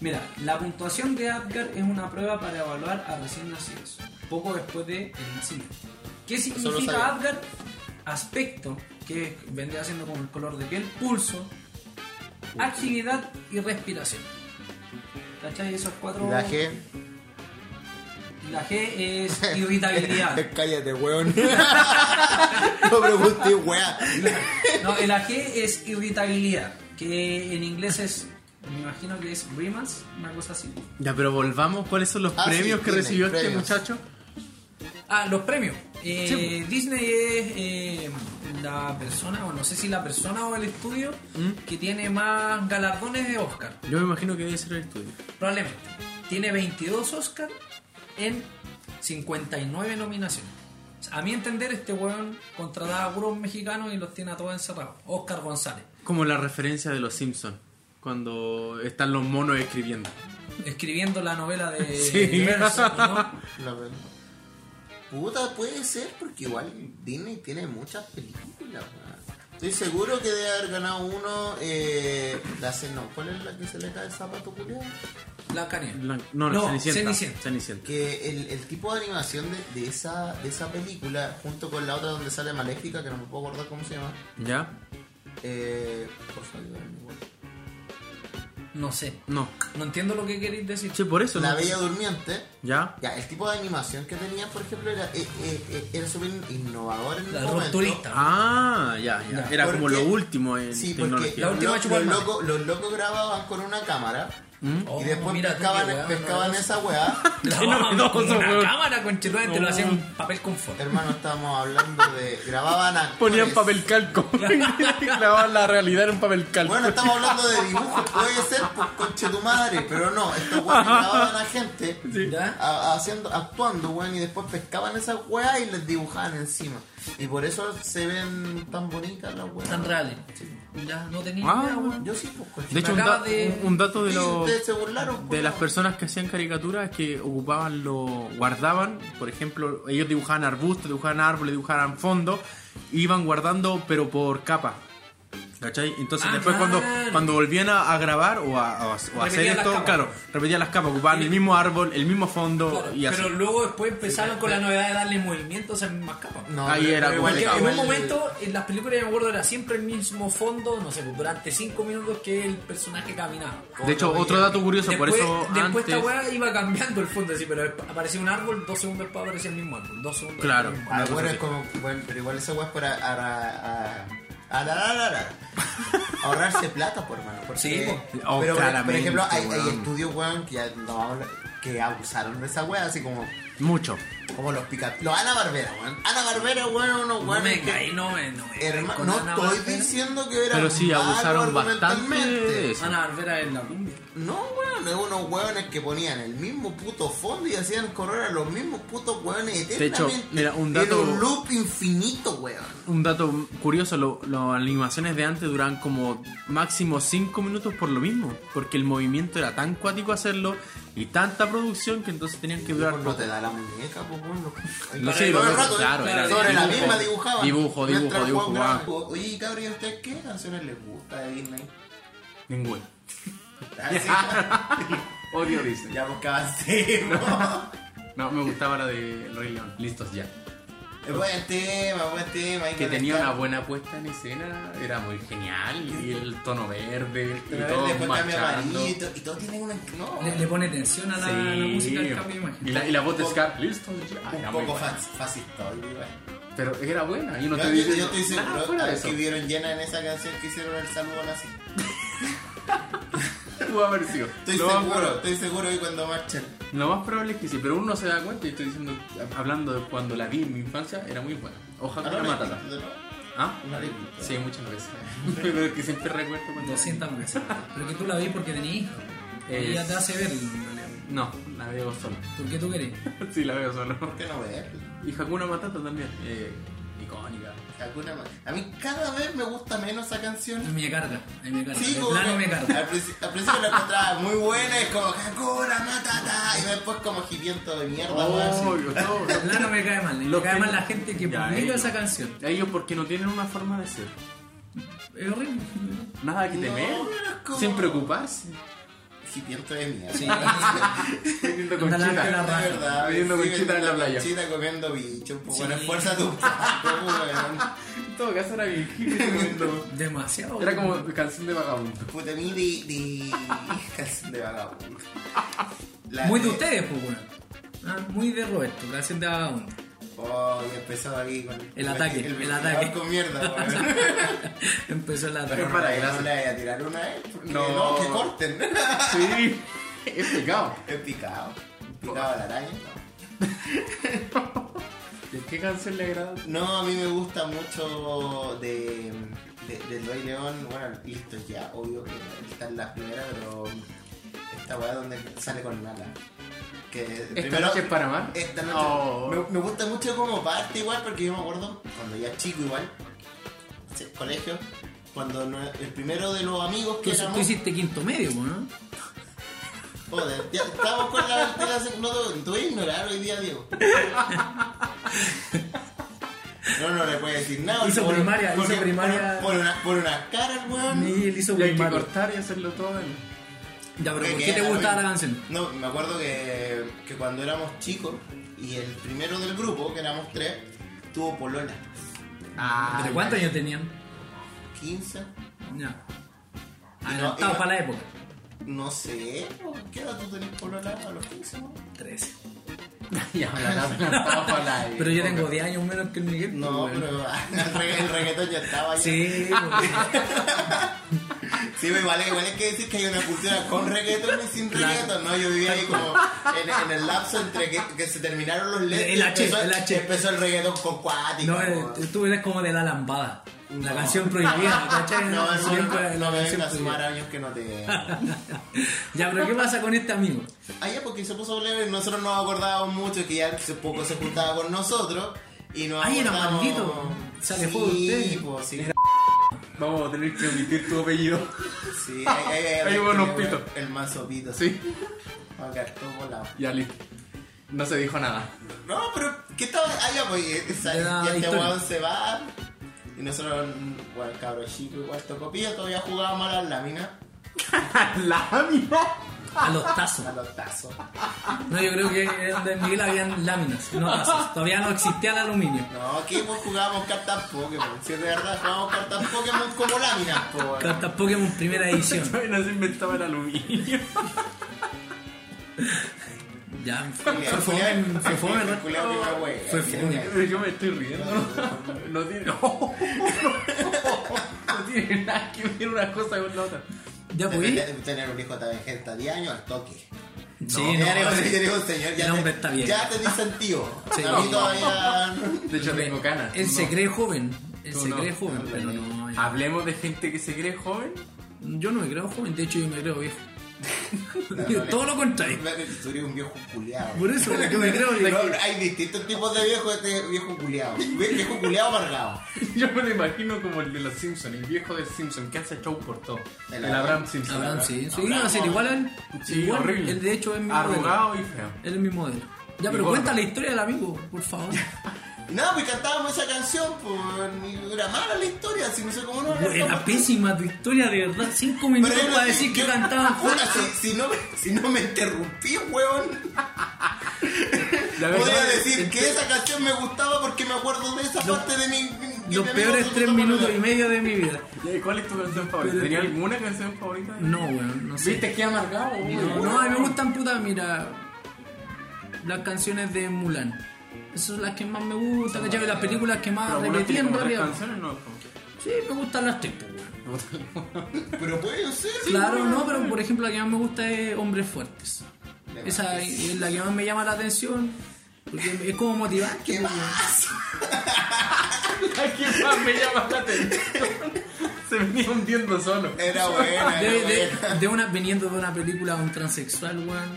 [SPEAKER 2] Mira, la puntuación de Apgar es una prueba para evaluar a recién nacidos, poco después de el nacimiento. ¿Qué
[SPEAKER 1] lo
[SPEAKER 2] significa
[SPEAKER 1] sabía.
[SPEAKER 2] Apgar? Aspecto, que vendría siendo como el color de piel, pulso, actividad y respiración. ¿Cachai? Esos cuatro.
[SPEAKER 1] La G.
[SPEAKER 2] La G es irritabilidad.
[SPEAKER 1] Cállate, weón. no pregunté, weá.
[SPEAKER 2] No, el AG es irritabilidad, que en inglés es, me imagino que es rimas, una cosa así.
[SPEAKER 3] Ya, pero volvamos, ¿cuáles son los
[SPEAKER 1] Ah,
[SPEAKER 3] premios
[SPEAKER 1] sí,
[SPEAKER 3] que
[SPEAKER 1] tiene,
[SPEAKER 3] recibió este
[SPEAKER 1] premios.
[SPEAKER 3] muchacho?
[SPEAKER 2] Ah, los premios. Eh,
[SPEAKER 3] Sí.
[SPEAKER 2] Disney es eh, la persona, o no sé si la persona o el estudio,
[SPEAKER 3] Mm.
[SPEAKER 2] que tiene más galardones de Oscar.
[SPEAKER 3] Yo me imagino que debe ser el estudio.
[SPEAKER 2] Probablemente. Tiene 22 Oscar en 59 nominaciones. A mi entender, este weón contrataba a puros mexicanos y los tiene a todos encerrados. Oscar González.
[SPEAKER 3] Como la referencia de los Simpsons, cuando están los monos escribiendo.
[SPEAKER 2] Escribiendo la novela de
[SPEAKER 3] Sí.
[SPEAKER 2] Diverso, ¿no?
[SPEAKER 1] La verdad. Puta, puede ser, porque igual Disney tiene muchas películas, weón. Estoy seguro que debe haber ganado uno. Eh, la ce- no, ¿Cuál es la que se le cae el zapato culiado?
[SPEAKER 2] La Canela.
[SPEAKER 3] Blan- No, no,
[SPEAKER 2] No,
[SPEAKER 3] Cenicienta.
[SPEAKER 2] Cenicienta.
[SPEAKER 3] Cenicienta.
[SPEAKER 1] Que el, el tipo de animación de, de esa, de esa película, junto con la otra donde sale Maléfica, que no me puedo acordar cómo se llama.
[SPEAKER 3] ¿Ya?
[SPEAKER 1] Eh, por favor, ayúdame, weón.
[SPEAKER 2] No sé.
[SPEAKER 3] No.
[SPEAKER 2] No entiendo lo que queréis decir.
[SPEAKER 3] Sí, por eso.
[SPEAKER 1] La
[SPEAKER 3] ¿no?
[SPEAKER 1] Bella Durmiente.
[SPEAKER 3] ¿Ya?
[SPEAKER 1] Ya, el tipo de animación que tenía, por ejemplo, era, eh, eh, eh, era súper innovador en el
[SPEAKER 2] La
[SPEAKER 1] momento.
[SPEAKER 2] rupturista.
[SPEAKER 3] Ah, ya, ya.
[SPEAKER 2] Ya,
[SPEAKER 3] Era
[SPEAKER 1] porque-
[SPEAKER 3] como lo último en
[SPEAKER 1] Sí, porque
[SPEAKER 3] tecnología.
[SPEAKER 2] La última
[SPEAKER 1] lo-
[SPEAKER 2] chupa
[SPEAKER 1] los,
[SPEAKER 2] el mate.
[SPEAKER 1] locos, los locos grababan con una cámara
[SPEAKER 2] Oh,
[SPEAKER 1] y después
[SPEAKER 2] mira tú,
[SPEAKER 1] pescaban,
[SPEAKER 2] qué weá,
[SPEAKER 1] pescaban
[SPEAKER 2] novedoso.
[SPEAKER 1] esa weá.
[SPEAKER 2] Grababan
[SPEAKER 3] novedoso,
[SPEAKER 2] con una
[SPEAKER 3] weón.
[SPEAKER 2] cámara, conchetumare, te lo hacían en papel confort.
[SPEAKER 1] Hermano, estábamos hablando de. Grababan actores.
[SPEAKER 3] Ponían papel calco. Clavaban la realidad en un papel calco.
[SPEAKER 1] Bueno, estamos hablando de dibujos, puede ser, pues, conche tu madre, pero no, estos weones grababan a gente
[SPEAKER 2] ¿Ya?
[SPEAKER 1] a- haciendo, actuando, weón, y después pescaban esas weas y les dibujaban encima. Y por eso se ven tan bonitas las weas.
[SPEAKER 2] Tan reales. Ya no tenía
[SPEAKER 3] Ah,
[SPEAKER 2] idea, weón.
[SPEAKER 1] Yo sí, pues, conche
[SPEAKER 3] de hecho,
[SPEAKER 2] me
[SPEAKER 3] un,
[SPEAKER 2] acaba
[SPEAKER 3] da-
[SPEAKER 2] de-
[SPEAKER 3] un- un dato de
[SPEAKER 1] Sí,
[SPEAKER 3] los...
[SPEAKER 1] ustedes se burlaron,
[SPEAKER 3] De
[SPEAKER 1] pues,
[SPEAKER 3] las
[SPEAKER 1] no.
[SPEAKER 3] personas que hacían caricaturas que ocupaban lo. guardaban, por ejemplo, ellos dibujaban arbustos, dibujaban árboles, dibujaban fondos, iban guardando, pero por capa. ¿Cachai? Entonces
[SPEAKER 2] Ah,
[SPEAKER 3] después cuando,
[SPEAKER 2] claro.
[SPEAKER 3] cuando volvían a, a grabar o a, o a- o a hacer
[SPEAKER 2] Repetían las
[SPEAKER 3] esto,
[SPEAKER 2] capas.
[SPEAKER 3] claro, repetían las capas, ocupaban el mismo árbol, el mismo fondo
[SPEAKER 2] Claro,
[SPEAKER 3] y así.
[SPEAKER 2] pero luego después empezaron con la novedad de darle movimientos a las mismas capas.
[SPEAKER 1] No,
[SPEAKER 3] Ahí
[SPEAKER 1] pero-
[SPEAKER 3] era
[SPEAKER 1] pero
[SPEAKER 3] igual,
[SPEAKER 2] Porque en un
[SPEAKER 1] igual-
[SPEAKER 2] momento en las películas de acuerdo era siempre el mismo fondo, no sé, durante 5 minutos que el personaje caminaba.
[SPEAKER 3] De hecho, otro dato curioso, por
[SPEAKER 2] Después-
[SPEAKER 3] eso
[SPEAKER 2] Después esta
[SPEAKER 3] antes-
[SPEAKER 2] weá iba cambiando el fondo, así, pero aparecía un árbol, dos segundos después aparecía el mismo árbol, dos segundos
[SPEAKER 3] Claro.
[SPEAKER 2] después el mismo
[SPEAKER 1] Ah,
[SPEAKER 3] Una cosa
[SPEAKER 1] bueno,
[SPEAKER 3] así.
[SPEAKER 1] es como, bueno, pero igual esa weá es para ah, a- a- a- a- la- la- la- la- ah, ahorrarse plata, por hermano. porque-
[SPEAKER 2] Sí, po.
[SPEAKER 1] pero
[SPEAKER 3] Oh,
[SPEAKER 1] por- por,
[SPEAKER 3] claramente,
[SPEAKER 1] ejemplo, hay, hay
[SPEAKER 3] weón.
[SPEAKER 1] estudios, weón, que, ya no vamos a hablar- que abusaron de esa weá, así como,
[SPEAKER 3] Mucho.
[SPEAKER 1] como los pica. Los Ana Barbera, weón. Ana Barbera, weón, unos
[SPEAKER 2] árbol. No
[SPEAKER 1] weones
[SPEAKER 2] me
[SPEAKER 1] que-
[SPEAKER 2] caí, no me. No, me
[SPEAKER 1] Herma-
[SPEAKER 2] con
[SPEAKER 1] no
[SPEAKER 2] Ana
[SPEAKER 1] estoy
[SPEAKER 2] Barbera.
[SPEAKER 1] diciendo que era
[SPEAKER 3] Pero sí,
[SPEAKER 1] malo
[SPEAKER 3] abusaron bastante
[SPEAKER 1] argumentalmente.
[SPEAKER 3] de eso.
[SPEAKER 2] Ana Barbera en la cumbia.
[SPEAKER 1] No, weón, es unos weones que ponían el mismo puto fondo y hacían correr a los mismos putos weones eternamente.
[SPEAKER 3] hecho, mira, un
[SPEAKER 1] Era
[SPEAKER 3] dato-
[SPEAKER 1] un loop infinito, weón.
[SPEAKER 3] Un dato curioso, lo- las animaciones de antes duraban como máximo 5 minutos por lo mismo, porque el movimiento era tan cuático hacerlo y tanta producción que entonces tenían que durar
[SPEAKER 1] Pues No te da la muñeca, pues bueno.
[SPEAKER 3] No
[SPEAKER 1] Para
[SPEAKER 3] sé,
[SPEAKER 1] el todo el
[SPEAKER 3] no,
[SPEAKER 1] rato,
[SPEAKER 3] claro,
[SPEAKER 1] ¿eh?
[SPEAKER 2] era
[SPEAKER 1] sobre la
[SPEAKER 2] dibujo,
[SPEAKER 1] misma dibujaban.
[SPEAKER 3] dibujo,
[SPEAKER 1] Mientras Juan
[SPEAKER 3] dibujo, dibujo,
[SPEAKER 1] grababa.
[SPEAKER 3] ah.
[SPEAKER 1] Oye, cabrón, ¿y a ustedes qué canciones les gusta de Disney?
[SPEAKER 3] Ninguna.
[SPEAKER 1] Ah, sí,
[SPEAKER 3] Odio Disney.
[SPEAKER 1] ya porque avancemos.
[SPEAKER 3] No, me gustaba la de El Rey León. Listos ya.
[SPEAKER 1] Es buen tema, buen tema. hay
[SPEAKER 4] que tenía
[SPEAKER 1] conectar.
[SPEAKER 4] una buena puesta en escena, era muy genial. Y el tono verde, y
[SPEAKER 1] Pero
[SPEAKER 4] todo
[SPEAKER 1] después cambia
[SPEAKER 4] marchando.
[SPEAKER 1] amarillo y todo- y todo tiene una. No,
[SPEAKER 2] Le, le pone tensión a la, la música del cambio de imagen.
[SPEAKER 4] y la, y la voz de
[SPEAKER 1] Un poco-
[SPEAKER 4] Scar, listo, ya.
[SPEAKER 1] un
[SPEAKER 4] era muy
[SPEAKER 1] poco
[SPEAKER 4] buena.
[SPEAKER 1] fas- fascistoide, weón.
[SPEAKER 4] Pero era buena, yo no
[SPEAKER 1] Yo,
[SPEAKER 4] te
[SPEAKER 1] yo-
[SPEAKER 4] dije.
[SPEAKER 1] yo estoy
[SPEAKER 4] nada
[SPEAKER 1] seguro
[SPEAKER 4] fuera de eso.
[SPEAKER 1] que vieron llena en esa canción que hicieron el saludo a la cita.
[SPEAKER 4] Pudo haber sido.
[SPEAKER 1] Estoy
[SPEAKER 4] Lo más
[SPEAKER 1] seguro,
[SPEAKER 4] probable-
[SPEAKER 1] estoy seguro que cuando marchan.
[SPEAKER 4] Lo más probable es que sí, pero uno se da cuenta y estoy diciendo, hablando de cuando la vi en mi infancia, era muy buena. Ojalá
[SPEAKER 1] Ah,
[SPEAKER 4] la
[SPEAKER 1] no,
[SPEAKER 4] matara.
[SPEAKER 1] no, no.
[SPEAKER 4] ¿Ah?
[SPEAKER 1] No la he visto.
[SPEAKER 4] Sí, muchas veces. pero es que siempre recuerdo cuando.
[SPEAKER 2] 200 veces. Pero que tú la vi porque tenías hijos.
[SPEAKER 4] Es-
[SPEAKER 2] Ella te hace ver, en realidad.
[SPEAKER 4] No, la veo solo.
[SPEAKER 2] ¿Por qué tú querés?
[SPEAKER 4] sí, la veo solo.
[SPEAKER 1] ¿Por qué no verlo?
[SPEAKER 4] Y Hakuna Matata también. Eh, icónica.
[SPEAKER 1] Alguna más. A mí cada vez me gusta menos esa canción.
[SPEAKER 2] Me carga, a mí me carga.
[SPEAKER 1] Sí,
[SPEAKER 2] de
[SPEAKER 1] como que
[SPEAKER 2] plano me
[SPEAKER 1] al,
[SPEAKER 2] carga.
[SPEAKER 1] principio, al principio la encontraba muy buena, es como Hakuna Matata, y después como jibiento de mierda, weón.
[SPEAKER 2] Oh.
[SPEAKER 4] Obvio,
[SPEAKER 2] De
[SPEAKER 4] obvio.
[SPEAKER 2] plano me cae mal. Me
[SPEAKER 4] Lo
[SPEAKER 2] cae
[SPEAKER 4] que-
[SPEAKER 2] mal la gente que
[SPEAKER 4] Ya,
[SPEAKER 2] publica
[SPEAKER 4] ellos.
[SPEAKER 2] esa canción.
[SPEAKER 4] Ellos porque no tienen una forma de ser.
[SPEAKER 2] Es horrible.
[SPEAKER 4] Nada que
[SPEAKER 1] No,
[SPEAKER 4] temer.
[SPEAKER 1] pero es como-
[SPEAKER 4] Sin preocuparse.
[SPEAKER 1] Jibiento de mierda.
[SPEAKER 2] Sí.
[SPEAKER 4] Viviendo
[SPEAKER 2] Anda la
[SPEAKER 4] conchita.
[SPEAKER 2] la
[SPEAKER 1] De verdad,
[SPEAKER 4] Bebiendo
[SPEAKER 1] sí,
[SPEAKER 4] conchita en la playa.
[SPEAKER 1] Conchita comiendo bicho, pues
[SPEAKER 2] Sí.
[SPEAKER 1] bueno, esfuerza tu poco, weón.
[SPEAKER 4] En todo caso era bien hippie ese momento.
[SPEAKER 2] Demasiado.
[SPEAKER 4] Era como canción de vagabundo.
[SPEAKER 1] Puta, a mí de, de canción de vagabundo. La
[SPEAKER 2] Muy de ustedes, pues, weón. Ah, Muy de Roberto, canción de vagabundo.
[SPEAKER 1] Oh, y empezó ahí con
[SPEAKER 2] El ataque, el
[SPEAKER 1] ventilador
[SPEAKER 2] ataque.
[SPEAKER 1] con mierda, weón.
[SPEAKER 2] Empezó la
[SPEAKER 1] Pero
[SPEAKER 2] tarde.
[SPEAKER 1] para
[SPEAKER 4] para
[SPEAKER 1] que no
[SPEAKER 4] gracia.
[SPEAKER 1] le vaya a tirar una vez. porque
[SPEAKER 4] No.
[SPEAKER 1] No, que corten.
[SPEAKER 4] Sí, es pecado.
[SPEAKER 1] es picado. Picado a la araña.
[SPEAKER 4] ¿Y qué canción le agrada?
[SPEAKER 1] No, a mí me gusta mucho de, de, del Rey León. Bueno, listo, ya, obvio que está en la primera, pero esta weá donde sale con Nala. Que
[SPEAKER 4] ¿Esta noche es para amar?
[SPEAKER 1] Esta noche.
[SPEAKER 4] Oh.
[SPEAKER 1] Me, me gusta mucho como parte igual, porque yo me acuerdo cuando ya chico igual, sí, colegio, cuando no- el primero de los amigos
[SPEAKER 2] Tú,
[SPEAKER 1] que
[SPEAKER 2] tú
[SPEAKER 1] éramos.
[SPEAKER 2] hiciste quinto medio, pues, ¿no?
[SPEAKER 1] Joder, ya estamos con la de la sec- No te, te voy a ignorar hoy día, Diego. No, no le puedes decir nada.
[SPEAKER 2] Hizo
[SPEAKER 1] porque-
[SPEAKER 2] primaria, hizo primaria.
[SPEAKER 1] Por, una, por unas caras, weón.
[SPEAKER 2] Miguel hizo
[SPEAKER 4] Y hay
[SPEAKER 2] muy
[SPEAKER 4] que
[SPEAKER 2] mal.
[SPEAKER 4] cortar y hacerlo todo en...
[SPEAKER 2] Ya, pero
[SPEAKER 1] Que
[SPEAKER 2] ¿por qué te
[SPEAKER 1] queda,
[SPEAKER 2] gustaba
[SPEAKER 1] weón.
[SPEAKER 2] la canción?
[SPEAKER 1] No, me acuerdo que, que cuando éramos chicos y el primero del grupo, que éramos tres, tuvo Polona.
[SPEAKER 4] Ah,
[SPEAKER 2] ¿Entre cuántos años tenían?
[SPEAKER 1] 15,
[SPEAKER 2] Ya.
[SPEAKER 1] no,
[SPEAKER 2] Adelantado
[SPEAKER 1] iba-
[SPEAKER 2] para la época.
[SPEAKER 1] no sé, ¿qué edad tú tenés Polona a los 15? no?
[SPEAKER 2] 13.
[SPEAKER 4] Ya me la adelantaba para la
[SPEAKER 2] Pero yo tengo 10 años menos que el Miguel. pues,
[SPEAKER 1] No,
[SPEAKER 2] weón.
[SPEAKER 1] pero el, regga- el reggaetón ya estaba ya.
[SPEAKER 2] Sí, pues,
[SPEAKER 1] Sí, pero igual, igual hay que decir que hay una cultura con reggaetón y sin
[SPEAKER 2] Claro.
[SPEAKER 1] reggaetón, ¿no? Yo vivía ahí como en, en el lapso entre que, que se terminaron los leds
[SPEAKER 2] El
[SPEAKER 1] y
[SPEAKER 2] H,
[SPEAKER 1] empezó,
[SPEAKER 2] el H.
[SPEAKER 1] empezó el reggaetón con cuático.
[SPEAKER 2] No, eh, tú eres como de la lambada. La canción prohibida, ¿cachai?
[SPEAKER 1] No,
[SPEAKER 2] La
[SPEAKER 1] eso
[SPEAKER 2] canción
[SPEAKER 1] no,
[SPEAKER 2] pro- la
[SPEAKER 1] no me
[SPEAKER 2] canción
[SPEAKER 1] vengas a sumar
[SPEAKER 2] prohibida.
[SPEAKER 1] años que no te...
[SPEAKER 2] Ya, pero ¿qué pasa con este amigo?
[SPEAKER 1] Ah, ya, porque se puso leve, nosotros nos acordábamos mucho que ya hace poco se juntaba con nosotros y nos
[SPEAKER 2] Ay, era
[SPEAKER 1] acordábamos-
[SPEAKER 2] maldito. Se alejó de
[SPEAKER 1] Sí,
[SPEAKER 2] ustedes.
[SPEAKER 1] pues, sí.
[SPEAKER 4] Vamos a tener que omitir tu apellido.
[SPEAKER 1] Sí, ahí, ahí, ahí,
[SPEAKER 4] Ahí hubo unos pitos.
[SPEAKER 1] El mazo pito.
[SPEAKER 4] Sí,
[SPEAKER 1] Ok, todo volado.
[SPEAKER 4] ya listo. No se dijo nada.
[SPEAKER 1] No, pero ¿qué estaba? Ah, ya, pues, eh, esa-
[SPEAKER 2] De la
[SPEAKER 1] y este
[SPEAKER 2] historia.
[SPEAKER 1] weón se va. Y nosotros, mm, bueno, cabros chico, igual tocó pillo, todavía jugábamos a las láminas,
[SPEAKER 3] ¡Lámina!
[SPEAKER 2] A los tazos.
[SPEAKER 1] a los tazos.
[SPEAKER 2] No, yo creo que en Don Miguel habían láminas, no tazos. Todavía no existía el aluminio.
[SPEAKER 1] No, que pues jugábamos cartas Pokémon. Si es de verdad jugábamos cartas Pokémon como láminas, pues. weón.
[SPEAKER 2] Cartas Pokémon primera edición.
[SPEAKER 4] Todavía no se inventaba el aluminio.
[SPEAKER 2] Ya, fue
[SPEAKER 1] Culeado,
[SPEAKER 2] fome,
[SPEAKER 1] culeado,
[SPEAKER 2] fue fome, ¿verdad?
[SPEAKER 1] culeado que una wea,
[SPEAKER 2] Fue
[SPEAKER 1] mira,
[SPEAKER 2] fome.
[SPEAKER 1] mira.
[SPEAKER 4] Pero yo me estoy riendo. No, No tiene. No, no tiene nada que ver una cosa con la otra.
[SPEAKER 2] ¿Ya pues, podí?
[SPEAKER 4] Eh,
[SPEAKER 1] Debería tener un hijo también a 10 años al toque.
[SPEAKER 2] Sí,
[SPEAKER 1] Ya eres un- ya
[SPEAKER 2] no.
[SPEAKER 1] eres un señor, ya
[SPEAKER 2] El hombre
[SPEAKER 1] te-
[SPEAKER 2] está bien.
[SPEAKER 1] Ya tenés sentido.
[SPEAKER 2] Sí.
[SPEAKER 1] A mí todavía.
[SPEAKER 4] De hecho, tengo canas.
[SPEAKER 2] Él se
[SPEAKER 4] No.
[SPEAKER 2] cree joven. Él
[SPEAKER 4] Tú
[SPEAKER 2] se
[SPEAKER 4] no.
[SPEAKER 2] cree joven,
[SPEAKER 4] No,
[SPEAKER 2] pero
[SPEAKER 4] no. Ah.
[SPEAKER 2] no. eh.
[SPEAKER 4] Hablemos de gente que se cree joven.
[SPEAKER 2] Yo no me creo joven, de hecho yo me creo viejo.
[SPEAKER 1] No, no,
[SPEAKER 2] Todo lo contrario.
[SPEAKER 1] Tú eres un viejo culiado.
[SPEAKER 2] Por eso yo me creo
[SPEAKER 1] Pero
[SPEAKER 2] viejo.
[SPEAKER 1] hay distintos tipos de viejo, este viejo culiado. Viejo culiado amargado.
[SPEAKER 4] Yo me lo imagino como el de los Simpsons, el viejo de Simpson que hace show por todo.
[SPEAKER 1] El
[SPEAKER 4] El,
[SPEAKER 1] Abraham.
[SPEAKER 4] Abraham Simpson.
[SPEAKER 2] Abraham, Ah, sí. Sí,
[SPEAKER 1] Abraham.
[SPEAKER 2] va a ser igual a él.
[SPEAKER 4] Ah, Sí,
[SPEAKER 2] Igual,
[SPEAKER 4] horrible.
[SPEAKER 2] Él de hecho es mi modelo.
[SPEAKER 4] Arrugado y feo.
[SPEAKER 2] Él es mi modelo. Ya, pero
[SPEAKER 4] gordo.
[SPEAKER 2] cuenta la historia del amigo, por favor.
[SPEAKER 1] Y nada, pues cantábamos esa canción, pues y era mala la historia, si no sé cómo no.
[SPEAKER 2] Era pésima tu historia, de verdad. Cinco
[SPEAKER 1] Pero
[SPEAKER 2] minutos
[SPEAKER 1] yo no-
[SPEAKER 2] para decir que
[SPEAKER 1] yo-
[SPEAKER 2] cantaban
[SPEAKER 1] Puta,
[SPEAKER 2] juntos.
[SPEAKER 1] si, si no me, si no me interrumpí, weón,
[SPEAKER 4] La
[SPEAKER 1] podría
[SPEAKER 4] verdad, eh,
[SPEAKER 1] decir que esa canción me gustaba porque me acuerdo de esa parte de mi. mi-
[SPEAKER 2] Los
[SPEAKER 1] mi-
[SPEAKER 2] peores
[SPEAKER 1] mi-
[SPEAKER 2] tres
[SPEAKER 1] mi-
[SPEAKER 2] minutos y medio de mi vida.
[SPEAKER 4] ¿y eh, ¿Cuál es tu canción favorita?
[SPEAKER 2] Pero-
[SPEAKER 4] ¿Tenía alguna canción favorita?
[SPEAKER 2] No, weón, no sé.
[SPEAKER 4] ¿Viste que amargado?
[SPEAKER 2] No, no, a mí me gustan puta, mira. Las canciones de Mulan. Esas son las que más me gustan, ¿cachai? Las películas que más
[SPEAKER 4] Pero algunas
[SPEAKER 2] repetí en
[SPEAKER 4] tienen como tres
[SPEAKER 2] realidad.
[SPEAKER 4] canciones, no.
[SPEAKER 2] Sí, me gustan las tres, pues, weón.
[SPEAKER 1] Pero puede ser.
[SPEAKER 2] Claro, no, pero por ejemplo la que más me gusta es Hombres Fuertes. Esa es la que más me llama la atención. Porque es como motivante. pues, weón.
[SPEAKER 4] ¿A quién más me llama la atención? Se venía hundiendo solo.
[SPEAKER 2] Eh.
[SPEAKER 1] Era buena,
[SPEAKER 2] De,
[SPEAKER 1] era
[SPEAKER 2] de-
[SPEAKER 1] buena.
[SPEAKER 2] de una, viniendo de una película de un transexual, weón.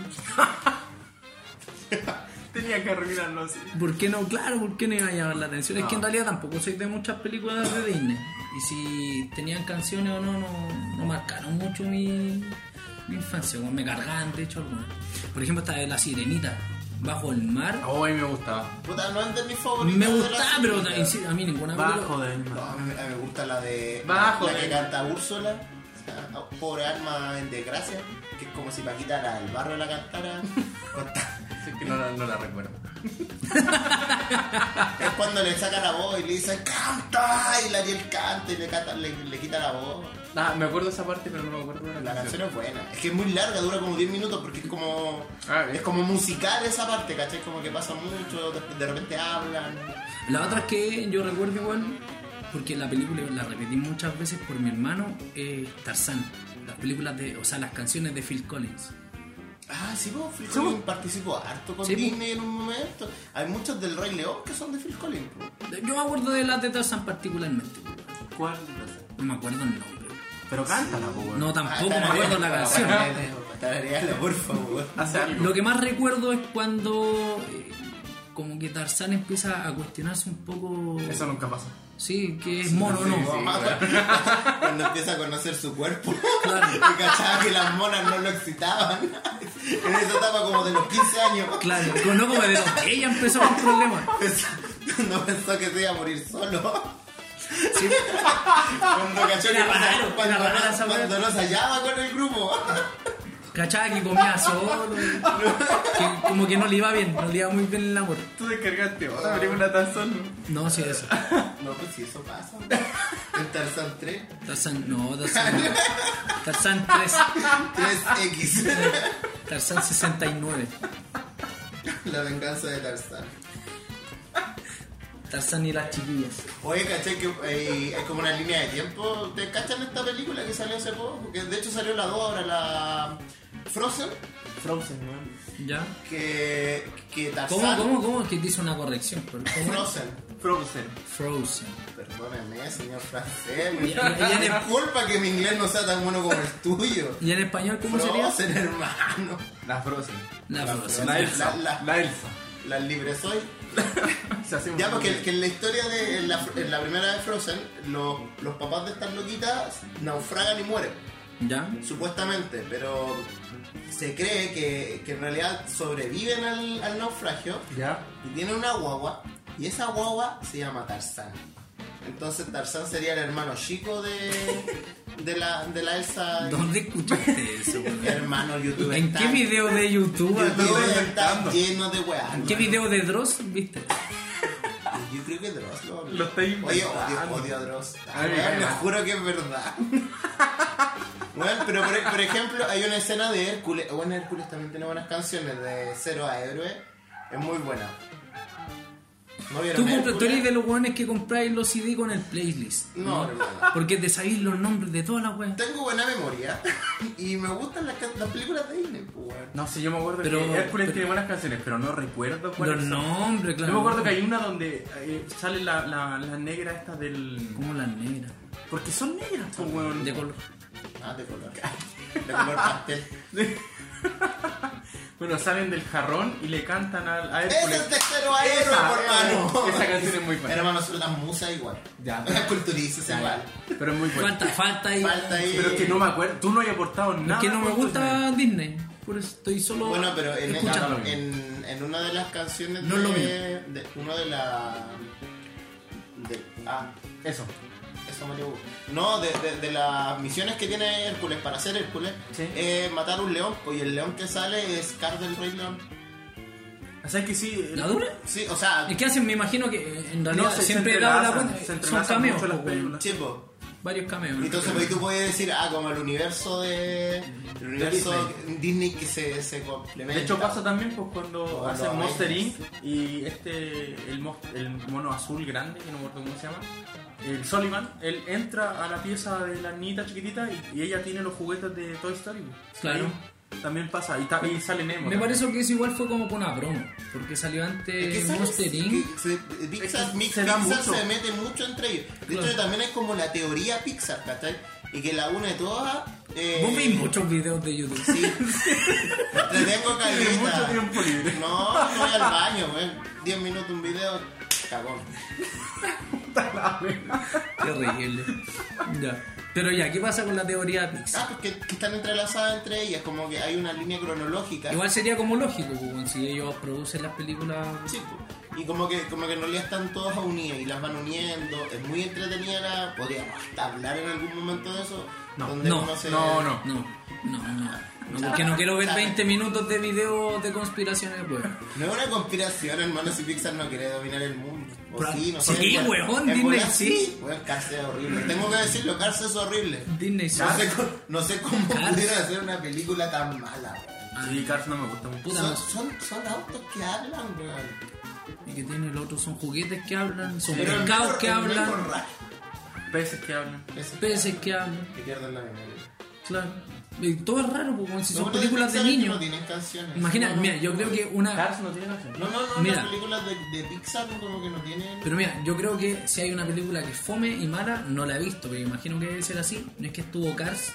[SPEAKER 4] Tenía que arruinarlo así.
[SPEAKER 2] ¿Por qué no? Claro, ¿por qué no iba a llamar la atención? Es que en realidad tampoco soy de muchas películas de Disney. Y si tenían canciones o no, no, no marcaron mucho mi, mi infancia. weón. me cargaban, de hecho, algunas. Por ejemplo, esta de La Sirenita, Bajo el Mar.
[SPEAKER 4] Ay, me gustaba.
[SPEAKER 1] Puta, no es de mis favoritos.
[SPEAKER 2] Me
[SPEAKER 1] de la
[SPEAKER 2] gustaba, pero
[SPEAKER 1] serie.
[SPEAKER 2] insisto, a mí ninguna película-
[SPEAKER 4] Bajo del
[SPEAKER 1] No,
[SPEAKER 4] mar.
[SPEAKER 1] a mí, a mí me gusta la de.
[SPEAKER 4] Bajo
[SPEAKER 1] la, la que
[SPEAKER 4] del-
[SPEAKER 1] canta Úrsula. o sea, no, Pobre alma en desgracia. Que es como si Paquita la del barrio la cantara. Corta.
[SPEAKER 4] Así que no, la- no la recuerdo.
[SPEAKER 1] es cuando le saca la voz y le dice ¡Canta! Y la Ariel canta y le, canta- le- le quita la voz.
[SPEAKER 4] Ah, me acuerdo esa parte, pero no me acuerdo de
[SPEAKER 1] La canción es buena. Es que es muy larga, dura como 10 minutos porque es como.
[SPEAKER 4] Ah, bien.
[SPEAKER 1] es como musical esa parte, ¿cachai? Como que pasa mucho, de, de repente hablan.
[SPEAKER 2] La otra es que yo recuerdo igual, porque la película la repetí muchas veces por mi hermano, es Tarzán. Las películas de, o sea, las canciones de Phil Collins.
[SPEAKER 1] Ah, sí, vos, Phil
[SPEAKER 2] Sí,
[SPEAKER 1] Collins participó harto con
[SPEAKER 2] Sí, po.
[SPEAKER 1] Disney en un momento. Hay muchos del Rey León que son de Phil Collins. po.
[SPEAKER 2] Yo me acuerdo de las de Tarzán particularmente.
[SPEAKER 4] ¿Cuál?
[SPEAKER 2] No me acuerdo el nombre.
[SPEAKER 4] Pero cántala, po, weón.
[SPEAKER 2] No, tampoco
[SPEAKER 4] Ah,
[SPEAKER 2] me acuerdo la canción.
[SPEAKER 1] Tarareala, por favor.
[SPEAKER 4] Hace algo.
[SPEAKER 2] Lo que más recuerdo es cuando eh, como que Tarzán empieza a cuestionarse un poco...
[SPEAKER 4] Eso nunca pasa.
[SPEAKER 2] Sí, que es mono o
[SPEAKER 4] sí,
[SPEAKER 2] no.
[SPEAKER 4] sí.
[SPEAKER 1] Cuando empieza a conocer su cuerpo,
[SPEAKER 2] Claro.
[SPEAKER 1] y cachaba que las monas no lo excitaban. En esa etapa como de los 15 años.
[SPEAKER 2] Claro, con- no como de... Ella empezó con problemas.
[SPEAKER 1] Pensó- No pensó que se iba a morir solo. Cuando cachó que
[SPEAKER 2] Era raro,
[SPEAKER 1] cuando,
[SPEAKER 2] era rara
[SPEAKER 1] cuando,
[SPEAKER 2] esa wea.
[SPEAKER 1] no se hallaba con el grupo.
[SPEAKER 2] Cachaba que comía solo. que como que no le iba bien, no le iba muy bien el amor.
[SPEAKER 4] Tú descargaste otra película tan solo.
[SPEAKER 2] No, sí, eso.
[SPEAKER 1] No, pues si eso pasa. En Tarzan 3,
[SPEAKER 2] Tarzán, no, Tarzán. Tarzán 3,
[SPEAKER 1] 3X.
[SPEAKER 2] Tarzán 69,
[SPEAKER 1] La venganza de Tarzan.
[SPEAKER 2] Tarzán y las chiquillas.
[SPEAKER 1] Oye, caché que hay, hay como una línea de tiempo. ¿Ustedes cachan esta película que salió hace poco? Que de hecho salió la 2 ahora, la Frozen.
[SPEAKER 4] Frozen, weón.
[SPEAKER 2] ¿Ya?
[SPEAKER 1] Que, que Tarzan.
[SPEAKER 2] ¿Cómo, cómo, cómo? Es que te hice una corrección. pero ¿Cómo?
[SPEAKER 1] Frozen.
[SPEAKER 4] Frozen.
[SPEAKER 2] Frozen.
[SPEAKER 1] Perdóname, señor francés. me-
[SPEAKER 2] Y- y- y-
[SPEAKER 1] Disculpa que mi inglés no sea tan bueno como el tuyo.
[SPEAKER 2] ¿Y en español cómo sería?
[SPEAKER 1] Frozen, hermano.
[SPEAKER 4] La Frozen.
[SPEAKER 2] La Frozen.
[SPEAKER 4] La Elsa.
[SPEAKER 1] La- la-
[SPEAKER 4] La, Elsa.
[SPEAKER 1] Las libres hoy.
[SPEAKER 4] Se hace un-
[SPEAKER 1] Ya, porque que en la historia de en la, en la primera de Frozen, los, los papás de estas loquitas naufragan y mueren,
[SPEAKER 2] ¿Ya?
[SPEAKER 1] supuestamente, pero se cree que, que en realidad sobreviven al, al naufragio
[SPEAKER 4] Ya.
[SPEAKER 1] y tienen una guagua, y esa guagua se llama Tarzán. Entonces Tarzán sería el hermano chico de, de, la, de la Elsa.
[SPEAKER 2] ¿Dónde escuchaste eso? weón?
[SPEAKER 1] Hermano YouTube.
[SPEAKER 2] ¿En
[SPEAKER 1] está-
[SPEAKER 2] qué video de YouTube?
[SPEAKER 1] YouTube
[SPEAKER 2] amigo?
[SPEAKER 1] está lleno de weá.
[SPEAKER 2] ¿En qué video de Dross viste?
[SPEAKER 1] Yo creo que Dross lo habló.
[SPEAKER 3] Lo está
[SPEAKER 1] Oye, odio,
[SPEAKER 3] inventando.
[SPEAKER 1] odio a Dross. Ah,
[SPEAKER 3] Ay,
[SPEAKER 1] weón,
[SPEAKER 3] ay,
[SPEAKER 1] les
[SPEAKER 3] ay.
[SPEAKER 1] juro que es verdad. Bueno, pero por, por ejemplo, hay una escena de Hércules. Bueno, Hércules también tiene buenas canciones de Cero a Héroe. Es muy buena. ¿No vieron
[SPEAKER 2] Tú, compras,
[SPEAKER 1] Hércules?
[SPEAKER 2] tú eres de los weones que compráis los CD con el playlist.
[SPEAKER 1] No, hermano.
[SPEAKER 2] Porque te sabéis los nombres de todas las weas.
[SPEAKER 1] Tengo buena memoria y me gustan las, can- las películas de Disney, pues, weón.
[SPEAKER 3] No sé, yo me acuerdo
[SPEAKER 2] Pero-
[SPEAKER 3] que Hércules
[SPEAKER 2] pero-
[SPEAKER 3] tiene buenas canciones, pero no recuerdo cuáles
[SPEAKER 2] Los
[SPEAKER 3] son.
[SPEAKER 2] nombres, claro.
[SPEAKER 3] Yo me acuerdo que hay una donde eh, sale la, la, la negra esta del...
[SPEAKER 2] Como las negras.
[SPEAKER 3] Porque son negras, pues, weón.
[SPEAKER 2] De color.
[SPEAKER 1] Ah, de color. De color pastel.
[SPEAKER 3] Bueno, salen del jarrón y le cantan al- a
[SPEAKER 1] ¡Ese
[SPEAKER 3] Hércules.
[SPEAKER 1] es de Cero a Héroe, hermano!
[SPEAKER 3] Esa canción es muy buena.
[SPEAKER 1] Hermano, son las musas igual.
[SPEAKER 3] Ya.
[SPEAKER 1] Las culturizas igual.
[SPEAKER 3] Pero es muy buena.
[SPEAKER 2] Falta, falta ahí.
[SPEAKER 1] Falta ahí.
[SPEAKER 3] Pero es que no me acuerdo, tú no hayas aportado nada.
[SPEAKER 2] Porque no me
[SPEAKER 3] con tus
[SPEAKER 2] gusta Disney. Por eso estoy solo.
[SPEAKER 1] Bueno, pero en,
[SPEAKER 2] escuchando.
[SPEAKER 1] en, en- en una de las canciones
[SPEAKER 2] No
[SPEAKER 1] de,
[SPEAKER 2] es lo
[SPEAKER 1] de uno de la de, ah,
[SPEAKER 3] Eso.
[SPEAKER 1] eso me lo- No, de, de- de las misiones que tiene Hércules para ser Hércules
[SPEAKER 3] Sí.
[SPEAKER 1] es matar un león, pues, y el león que sale es Car del Rey León.
[SPEAKER 3] O sea, es que sí.
[SPEAKER 2] ¿La dura?
[SPEAKER 1] Sí, o sea,
[SPEAKER 2] Es que hacen, me imagino que eh, en realidad
[SPEAKER 3] No, se- se
[SPEAKER 2] siempre he dado la
[SPEAKER 3] entrelazan,
[SPEAKER 2] cuenta.
[SPEAKER 3] se
[SPEAKER 2] Son
[SPEAKER 3] entrelazan
[SPEAKER 2] cameos.
[SPEAKER 3] mucho las
[SPEAKER 2] po, weón.
[SPEAKER 3] películas.
[SPEAKER 1] chivo.
[SPEAKER 2] Varios cameos.
[SPEAKER 1] Entonces pues, tú puedes decir, ah, como el universo de el universo Disney, que se, se complementa.
[SPEAKER 3] De hecho pasa también pues cuando
[SPEAKER 1] Ah, no,
[SPEAKER 3] hacen
[SPEAKER 1] ahí.
[SPEAKER 3] Monster Inc. y este el, mos- el mono azul grande, que no me acuerdo cómo se llama, el Sullivan, él entra a la pieza de la niñita chiquitita y, y ella tiene los juguetes de Toy Story. pues.
[SPEAKER 2] Claro.
[SPEAKER 3] Ahí También pasa, y, ta- y sale
[SPEAKER 2] Me
[SPEAKER 3] Nemo. también.
[SPEAKER 2] parece que eso igual fue como por una broma. Porque salió antes
[SPEAKER 1] ¿Qué sabes?
[SPEAKER 2] Monster Inc.
[SPEAKER 1] Que se- Pixar,
[SPEAKER 3] Es que
[SPEAKER 1] Mix-
[SPEAKER 3] se da
[SPEAKER 1] Pixar
[SPEAKER 3] mucho.
[SPEAKER 1] se mete mucho entre ellos. De hecho,
[SPEAKER 2] Claro.
[SPEAKER 1] también es como la teoría Pixar, ¿cachai? Y que la une todas. Eh,
[SPEAKER 2] Vos veis muchos videos de YouTube.
[SPEAKER 1] Sí. Te tengo caleta.
[SPEAKER 3] Tiene mucho tiempo libre.
[SPEAKER 1] No, no voy al baño, güey. 10 minutos un video. Cagón.
[SPEAKER 2] Terrible. ya. Pero ya, ¿qué pasa con la teoría
[SPEAKER 1] Ah,
[SPEAKER 2] Pixar?
[SPEAKER 1] pues que, que están entrelazadas entre ellas, como que hay una línea cronológica.
[SPEAKER 2] Igual sería como lógico, pues, weón, si ellos producen las películas.
[SPEAKER 1] Sí, pues. y como que, como que en realidad están todas unidas y las van uniendo. Es muy entretenida. la- Podríamos hasta hablar en algún momento de eso.
[SPEAKER 3] No,
[SPEAKER 1] donde
[SPEAKER 2] no,
[SPEAKER 1] uno se-
[SPEAKER 3] no, no.
[SPEAKER 2] No, no, no. No, porque no quiero ver 20 minutos de videos de conspiraciones, weón.
[SPEAKER 1] No es una conspiración, hermano, si Pixar no quiere dominar el mundo. O
[SPEAKER 2] Pero-
[SPEAKER 1] sí, no
[SPEAKER 2] sí,
[SPEAKER 1] sé. en-
[SPEAKER 2] weón,
[SPEAKER 1] en
[SPEAKER 2] dime
[SPEAKER 1] bolas
[SPEAKER 2] sí.
[SPEAKER 1] Weón, Cárcel es horrible. Tengo que decirlo, Cárcel es horrible.
[SPEAKER 2] Disney
[SPEAKER 1] No
[SPEAKER 2] Shark.
[SPEAKER 1] sé, co- no sé cómo
[SPEAKER 2] Cárcel.
[SPEAKER 1] pudieron hacer una película tan mala, weón.
[SPEAKER 3] Sí, Cars no me gusta mucho.
[SPEAKER 2] Puta,
[SPEAKER 1] Son,
[SPEAKER 2] no.
[SPEAKER 1] son, son autos que hablan, weón.
[SPEAKER 2] Y que tiene el otro son juguetes que hablan, son
[SPEAKER 1] el
[SPEAKER 2] mercados
[SPEAKER 1] mejor-
[SPEAKER 2] que
[SPEAKER 1] el mejor
[SPEAKER 2] hablan,
[SPEAKER 1] rayo.
[SPEAKER 3] Peces que hablan.
[SPEAKER 1] Ese-
[SPEAKER 2] peces que hablan.
[SPEAKER 1] Que pierden la memoria.
[SPEAKER 2] Claro. Y todo es raro, pues, weón, si
[SPEAKER 1] Lo
[SPEAKER 2] son
[SPEAKER 1] bueno
[SPEAKER 2] películas de
[SPEAKER 1] Pixar es que
[SPEAKER 2] niños.
[SPEAKER 1] No tienen canciones.
[SPEAKER 2] Imagina,
[SPEAKER 1] No, no,
[SPEAKER 2] mira, yo
[SPEAKER 1] no.
[SPEAKER 2] creo que una.
[SPEAKER 3] Cars no tiene canción.
[SPEAKER 1] No, no, no,
[SPEAKER 2] Mira.
[SPEAKER 1] las películas de, de Pixar como que no tienen.
[SPEAKER 2] Pero mira, yo creo que si hay una película que es fome y mala, no la he visto, pero imagino que debe ser así. No es que estuvo Cars,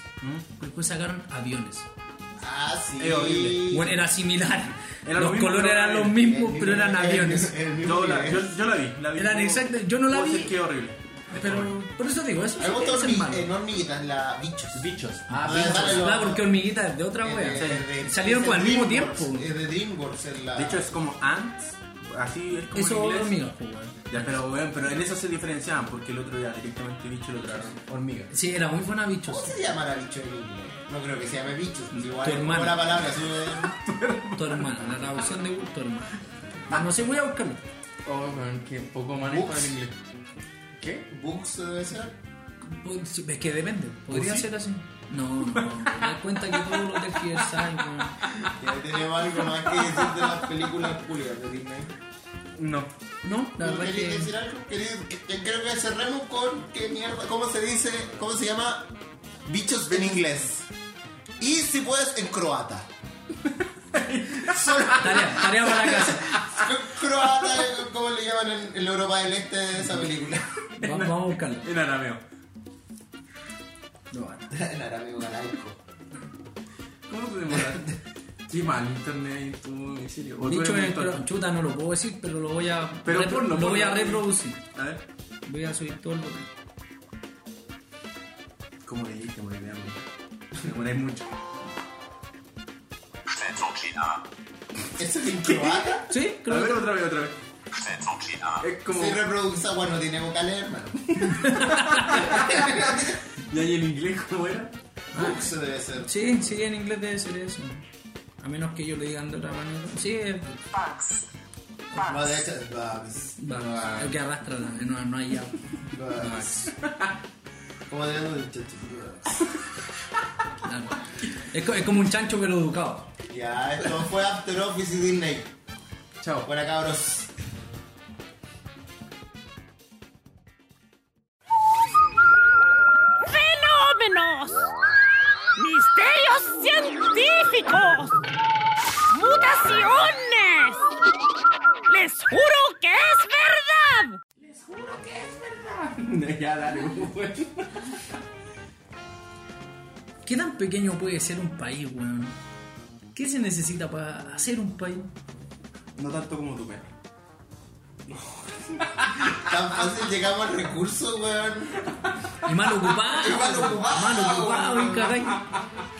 [SPEAKER 2] después sacaron aviones.
[SPEAKER 1] Ah, sí.
[SPEAKER 3] Es horrible.
[SPEAKER 2] Bueno, era similar.
[SPEAKER 3] Era lo
[SPEAKER 2] los
[SPEAKER 3] mismo,
[SPEAKER 2] colores
[SPEAKER 3] pero
[SPEAKER 2] eran
[SPEAKER 1] eh,
[SPEAKER 3] era
[SPEAKER 2] los
[SPEAKER 3] el-
[SPEAKER 2] mismos,
[SPEAKER 1] El
[SPEAKER 2] pero eran
[SPEAKER 1] mismo-
[SPEAKER 2] aviones.
[SPEAKER 1] el- el mismo
[SPEAKER 3] Yo la,
[SPEAKER 1] nivel.
[SPEAKER 3] yo, yo la vi, la vi.
[SPEAKER 2] Eran
[SPEAKER 3] Puedo-
[SPEAKER 2] exactas- yo no la
[SPEAKER 3] puedo
[SPEAKER 2] vi.
[SPEAKER 3] decir que es horrible.
[SPEAKER 2] Pero por eso digo, eso
[SPEAKER 1] eh, Me gusta eh,
[SPEAKER 2] es malo.
[SPEAKER 1] hormi- en hormiguitas, la bichos.
[SPEAKER 3] Bichos.
[SPEAKER 2] Ah,
[SPEAKER 1] Ah,
[SPEAKER 2] bichos,
[SPEAKER 1] dale, lo-
[SPEAKER 2] ah, porque hormiguita es de otra
[SPEAKER 1] Es
[SPEAKER 2] wea.
[SPEAKER 1] de- de-
[SPEAKER 2] Salieron
[SPEAKER 1] es
[SPEAKER 2] con
[SPEAKER 1] de
[SPEAKER 2] al mismo
[SPEAKER 1] DreamWorks,
[SPEAKER 2] tiempo.
[SPEAKER 1] Es de DreamWorks en la.
[SPEAKER 3] De hecho, es como Ants. Así es como
[SPEAKER 2] Eso
[SPEAKER 3] en inglés.
[SPEAKER 2] hormigas, pues, weón.
[SPEAKER 3] Ya, pero bueno, pero en eso se diferenciaban porque el otro era directamente bicho y el otro era hormiga.
[SPEAKER 2] Sí, era muy buena bichos.
[SPEAKER 1] ¿Cómo se llamará bicho en inglés? No creo que se llame bichos. Igual
[SPEAKER 2] Tu
[SPEAKER 1] es
[SPEAKER 2] hermano.
[SPEAKER 1] una palabra. eh, es un-
[SPEAKER 2] Tu hermana, la traducción de tu hermana. Ah, no sé, voy a buscarlo.
[SPEAKER 3] Oh, man, que poco
[SPEAKER 1] manejo
[SPEAKER 3] manejo
[SPEAKER 1] del
[SPEAKER 3] en inglés. ¿Qué?
[SPEAKER 1] Bugs debe ser.
[SPEAKER 2] Pues, Es que depende, podría
[SPEAKER 3] ¿Pues ¿Sí?
[SPEAKER 2] ser así. No, no, me das cuenta que todo lo del Fiersai,
[SPEAKER 1] Ya tenemos algo más que decir de las películas culias de Disney.
[SPEAKER 3] No.
[SPEAKER 2] No, la
[SPEAKER 1] ¿No
[SPEAKER 2] verdad
[SPEAKER 1] ¿Queréis
[SPEAKER 2] es
[SPEAKER 1] decir algo? ¿Queréis- que- que Creo que cerremos con. ¿Qué mierda? ¿Cómo se dice? ¿Cómo se llama? Bichos en inglés. Y si puedes, en croata. Solo-
[SPEAKER 2] que. Tarea, tarea para la casa.
[SPEAKER 1] croata, ¿cómo le llaman en, en la Europa del Este de esa película?
[SPEAKER 2] Va- Vamos a buscarlo.
[SPEAKER 3] En arameo.
[SPEAKER 2] No, vale.
[SPEAKER 1] en arameo galaico.
[SPEAKER 3] ¿Cómo te demoraste? sí, mal, internet y tú, en serio. O tú
[SPEAKER 2] Dicho
[SPEAKER 3] eres
[SPEAKER 2] en
[SPEAKER 3] muy
[SPEAKER 2] cro-
[SPEAKER 3] tonto.
[SPEAKER 2] chuta, no lo puedo decir, pero lo voy a.
[SPEAKER 3] Pero
[SPEAKER 2] repro-
[SPEAKER 3] ponlo,
[SPEAKER 2] lo
[SPEAKER 3] ponlo.
[SPEAKER 2] voy a reproducir.
[SPEAKER 3] A ver.
[SPEAKER 2] Voy a subir todo el
[SPEAKER 3] ¿Cómo le dije? Me demoré Me demoré mucho.
[SPEAKER 1] ¿Eso es en croata?
[SPEAKER 2] Sí,
[SPEAKER 3] A
[SPEAKER 2] creo
[SPEAKER 3] ver,
[SPEAKER 2] que.
[SPEAKER 3] otra vez, otra vez.
[SPEAKER 4] Es como.
[SPEAKER 1] Si reproduce, bueno, tiene vocales, hermano.
[SPEAKER 4] ¿Y ahí en inglés cómo era?
[SPEAKER 1] Books debe ser.
[SPEAKER 2] Sí, sí, en inglés debe ser eso. A menos que yo lo digan de otra manera. Sí, es
[SPEAKER 5] Bugs.
[SPEAKER 1] No, de
[SPEAKER 5] Bugs.
[SPEAKER 1] hecho es Bugs.
[SPEAKER 2] Bugs. El que arrastra la. No, no hay ya.
[SPEAKER 1] Bugs. Como de los muchachos, Bugs.
[SPEAKER 2] Claro. Es, co- es como un chancho pero educado.
[SPEAKER 1] Ya, esto fue After Office y Disney.
[SPEAKER 4] Chao.
[SPEAKER 1] Buena cabros.
[SPEAKER 6] fenómenos, misterios científicos, mutaciones. Les juro que es verdad.
[SPEAKER 4] ya, dale, weón.
[SPEAKER 2] ¿Qué tan pequeño puede ser un país, weón? ¿Qué se necesita para hacer un país?
[SPEAKER 4] No tanto como tu perro.
[SPEAKER 1] Tan fácil llegamos al recurso, weón.
[SPEAKER 2] Y mal ocupado.
[SPEAKER 1] Y mal ocupado.
[SPEAKER 2] Mal ocupado, y caray.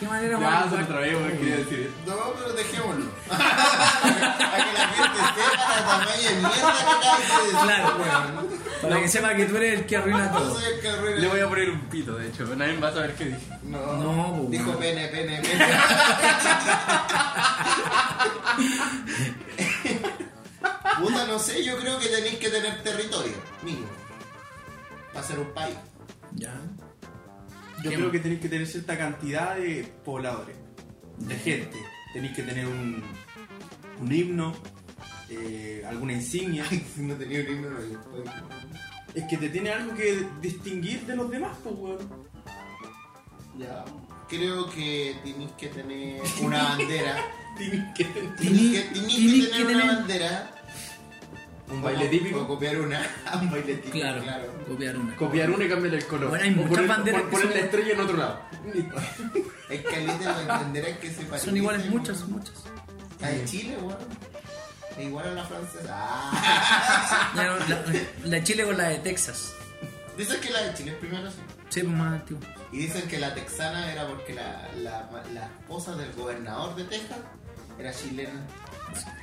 [SPEAKER 2] ¿Qué manera mal
[SPEAKER 4] Ya, se lo
[SPEAKER 2] ocupada.
[SPEAKER 4] trabé, weón, quería decir eso.
[SPEAKER 1] No, pero dejémoslo. Para que la gente sepa la tamaño de mierda que acaba de decir.
[SPEAKER 2] Claro, weón. Para que sepa que tú eres el que arruina
[SPEAKER 1] No
[SPEAKER 2] todo.
[SPEAKER 1] soy el que arruina.
[SPEAKER 4] Le voy a poner un pito, de hecho. Nadie va a saber qué dije.
[SPEAKER 1] No,
[SPEAKER 2] No, pues,
[SPEAKER 1] Dijo
[SPEAKER 2] weón.
[SPEAKER 1] pene, pene, pene. Puta, no sé, yo creo que tenéis que tener territorio, mínimo. Para ser un país.
[SPEAKER 2] Ya.
[SPEAKER 4] Yo
[SPEAKER 2] ¿Qué
[SPEAKER 4] creo
[SPEAKER 2] más?
[SPEAKER 4] que tenéis que tener cierta cantidad de pobladores, de gente. Tenéis que tener un, un himno, eh, alguna insignia.
[SPEAKER 1] Si no tenía un himno, no había un país.
[SPEAKER 4] Es que te tiene algo que distinguir de los demás, pues, weón.
[SPEAKER 1] Ya. Creo que tenéis que tener una bandera.
[SPEAKER 4] Tienes que tener
[SPEAKER 1] Tenéis que, tenéis que
[SPEAKER 2] Tenéis que
[SPEAKER 1] tener una
[SPEAKER 2] tener-
[SPEAKER 1] bandera.
[SPEAKER 4] un baile
[SPEAKER 1] O
[SPEAKER 4] típico.
[SPEAKER 1] copiar una. Un baile típico,
[SPEAKER 2] Claro,
[SPEAKER 1] claro.
[SPEAKER 2] copiar una.
[SPEAKER 4] Copiar uno y cambiar el color.
[SPEAKER 2] Bueno, hay muchas
[SPEAKER 4] poner,
[SPEAKER 2] banderas
[SPEAKER 4] pon-
[SPEAKER 2] que
[SPEAKER 4] poner
[SPEAKER 2] son-
[SPEAKER 4] la estrella en otro lado.
[SPEAKER 1] Es que alguien de las banderas que se parecen.
[SPEAKER 2] Son iguales muchas, muchas.
[SPEAKER 1] La de Chile, weón. Es igual a la francesa. Ah.
[SPEAKER 2] Ya, La, la Chile con la de Texas.
[SPEAKER 1] Dicen que la de Chile es primero, sí.
[SPEAKER 2] Sí, pues más antiguo.
[SPEAKER 1] Y dicen que la texana era porque la, la, la esposa del gobernador de Texas era chilena.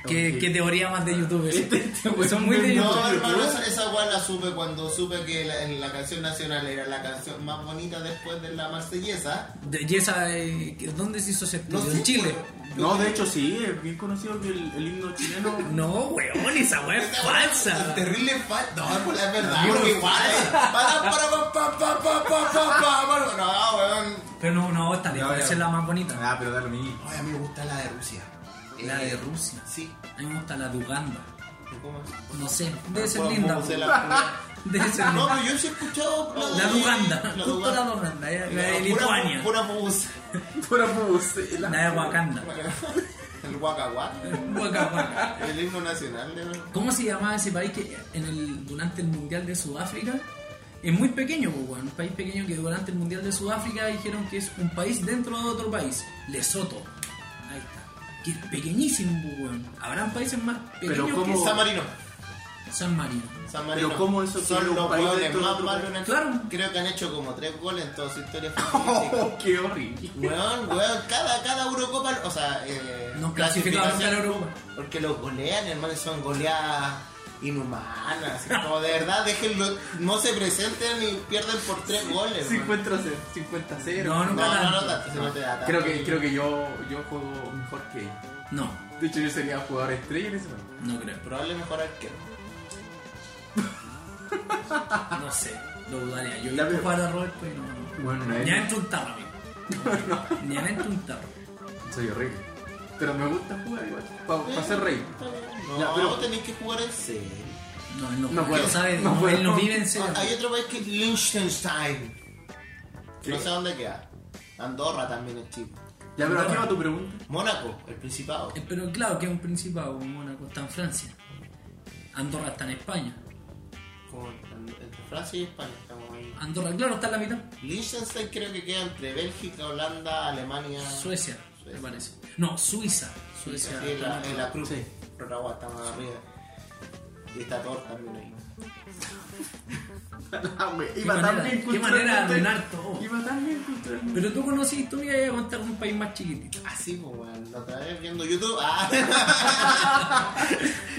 [SPEAKER 2] ¿Qué, qué teoría más de YouTube es? Son muy de
[SPEAKER 1] Este No,
[SPEAKER 2] YouTube.
[SPEAKER 1] hermano, esa, esa weá la supe cuando supe que la, en la canción nacional era la canción más bonita después de la marsellesa.
[SPEAKER 2] De- ¿Y esa, eh, dónde se hizo ese estudio?
[SPEAKER 1] No sé,
[SPEAKER 2] ¿En Chile?
[SPEAKER 1] weón.
[SPEAKER 4] No, de hecho sí, es bien conocido que el, el himno chileno.
[SPEAKER 2] No, weón, esa weá es
[SPEAKER 1] Esa weá es
[SPEAKER 2] falsa.
[SPEAKER 1] Terrible falsa. No, pues es verdad. Porque igual. eh. Para, para, pa, pa, pa, pa, pa, pa, pa. No, weón.
[SPEAKER 2] Pero no, no, esta debe
[SPEAKER 4] Ya, ya.
[SPEAKER 2] ser la más bonita.
[SPEAKER 4] Ah, pero da lo mismo.
[SPEAKER 1] Ay, a mí me gusta la de Rusia.
[SPEAKER 2] La
[SPEAKER 1] Eh,
[SPEAKER 2] de Rusia.
[SPEAKER 1] Sí.
[SPEAKER 2] A mí me gusta la de Uganda.
[SPEAKER 1] ¿Cómo es?
[SPEAKER 2] No sé, debe ser
[SPEAKER 1] ¿Cómo-
[SPEAKER 2] linda.
[SPEAKER 1] cómo se
[SPEAKER 2] weón.
[SPEAKER 1] la-
[SPEAKER 2] Debe ser
[SPEAKER 1] No,
[SPEAKER 2] linda.
[SPEAKER 1] pero yo sí he escuchado
[SPEAKER 2] La de Uganda,
[SPEAKER 1] La de
[SPEAKER 2] justo la de
[SPEAKER 1] Uganda.
[SPEAKER 2] Uganda, eh, la de
[SPEAKER 1] Pura-
[SPEAKER 2] Lituania,
[SPEAKER 1] Pura pus.
[SPEAKER 4] Pura bucela.
[SPEAKER 2] la de Wakanda.
[SPEAKER 1] El guacaguá.
[SPEAKER 2] Waka, waka.
[SPEAKER 1] El himno nacional de verdad.
[SPEAKER 2] ¿Cómo se llamaba ese país que en el, durante el Mundial de Sudáfrica? Es muy pequeño, pues, weón, un país pequeño que durante el Mundial de Sudáfrica dijeron que es un país dentro de otro país. Lesoto. Ahí está. Que es pequeñísimo, pues, weón. Habrán países más
[SPEAKER 4] Pero
[SPEAKER 2] pequeños
[SPEAKER 4] ¿cómo?
[SPEAKER 1] San Marino.
[SPEAKER 2] que San Marino.
[SPEAKER 1] San Marino.
[SPEAKER 4] Oh. Pero ¿cómo eso tiene
[SPEAKER 1] son
[SPEAKER 4] un
[SPEAKER 1] los
[SPEAKER 4] país
[SPEAKER 1] jugadores
[SPEAKER 4] dentro de
[SPEAKER 1] más
[SPEAKER 4] otro
[SPEAKER 1] malos
[SPEAKER 4] país?
[SPEAKER 1] en el-
[SPEAKER 2] Claro.
[SPEAKER 1] Creo que han hecho como tres goles en toda su historia futbolística.
[SPEAKER 4] Oh, qué horrible.
[SPEAKER 1] Weón, weón, cada, cada Eurocopa, o sea, eh,
[SPEAKER 2] Nos clasificaron para
[SPEAKER 1] clasificación,
[SPEAKER 2] Europa.
[SPEAKER 1] Porque los golean, hermano, y son goleadas inhumanas. así como de verdad, déjenlo, no se presenten y pierden por tres goles. hermano.
[SPEAKER 4] 50 0. 50 0.
[SPEAKER 2] No,
[SPEAKER 1] No,
[SPEAKER 2] nunca
[SPEAKER 1] no, no,
[SPEAKER 2] tanto.
[SPEAKER 1] tanto, se no te da tanto.
[SPEAKER 4] Creo que, creo que yo, yo juego mejor que ellos.
[SPEAKER 2] No,
[SPEAKER 4] De hecho, yo sería jugador estrella en ese momento.
[SPEAKER 2] no creo.
[SPEAKER 1] Probable mejor arquero.
[SPEAKER 2] No sé, lo dudaría. Yo
[SPEAKER 4] Ya,
[SPEAKER 2] iba a
[SPEAKER 4] pero-
[SPEAKER 2] jugar a Roberto y no. no.
[SPEAKER 4] Bueno, una
[SPEAKER 2] Ni
[SPEAKER 4] vez.
[SPEAKER 2] adentro un tarro, amigo. Ni adentro un tarro.
[SPEAKER 4] Soy horrible. Pero me gusta jugar igual. Para
[SPEAKER 1] Eh.
[SPEAKER 4] ser rey.
[SPEAKER 1] No,
[SPEAKER 4] Ya, pero-
[SPEAKER 1] tenéis que jugar en serio.
[SPEAKER 2] No, él no,
[SPEAKER 4] No
[SPEAKER 2] juega,
[SPEAKER 4] puedo,
[SPEAKER 2] sabe,
[SPEAKER 4] no
[SPEAKER 2] no,
[SPEAKER 4] puedo.
[SPEAKER 2] él no vive en serio.
[SPEAKER 1] Ah, Hay otro país que es Liechtenstein. No sé dónde queda. Andorra también es chico.
[SPEAKER 4] Ya, pero aquí va tu pregunta.
[SPEAKER 1] Mónaco, el Principado.
[SPEAKER 2] Eh, Pero claro que es un principado, como Mónaco está en Francia. Andorra está en España.
[SPEAKER 1] Con, entre Francia y España estamos ahí.
[SPEAKER 2] Andorra, claro, está en la mitad.
[SPEAKER 1] Liechtenstein creo que queda entre Bélgica, Holanda, Alemania.
[SPEAKER 2] Suecia, me
[SPEAKER 1] Suecia.
[SPEAKER 2] parece. No, Suiza. Suiza.
[SPEAKER 1] Sí, en la, en la cruz.
[SPEAKER 4] Sí.
[SPEAKER 1] Pero agua está más arriba. Y está Thor también ahí.
[SPEAKER 2] Qué manera- qué manera de arruinar todo.
[SPEAKER 4] Iba tan bien culturalmente.
[SPEAKER 2] Pero tú conocí, tú me ibas a contar un país más chiquitito.
[SPEAKER 1] Así, pues, bueno, la otra vez viendo YouTube. Ah.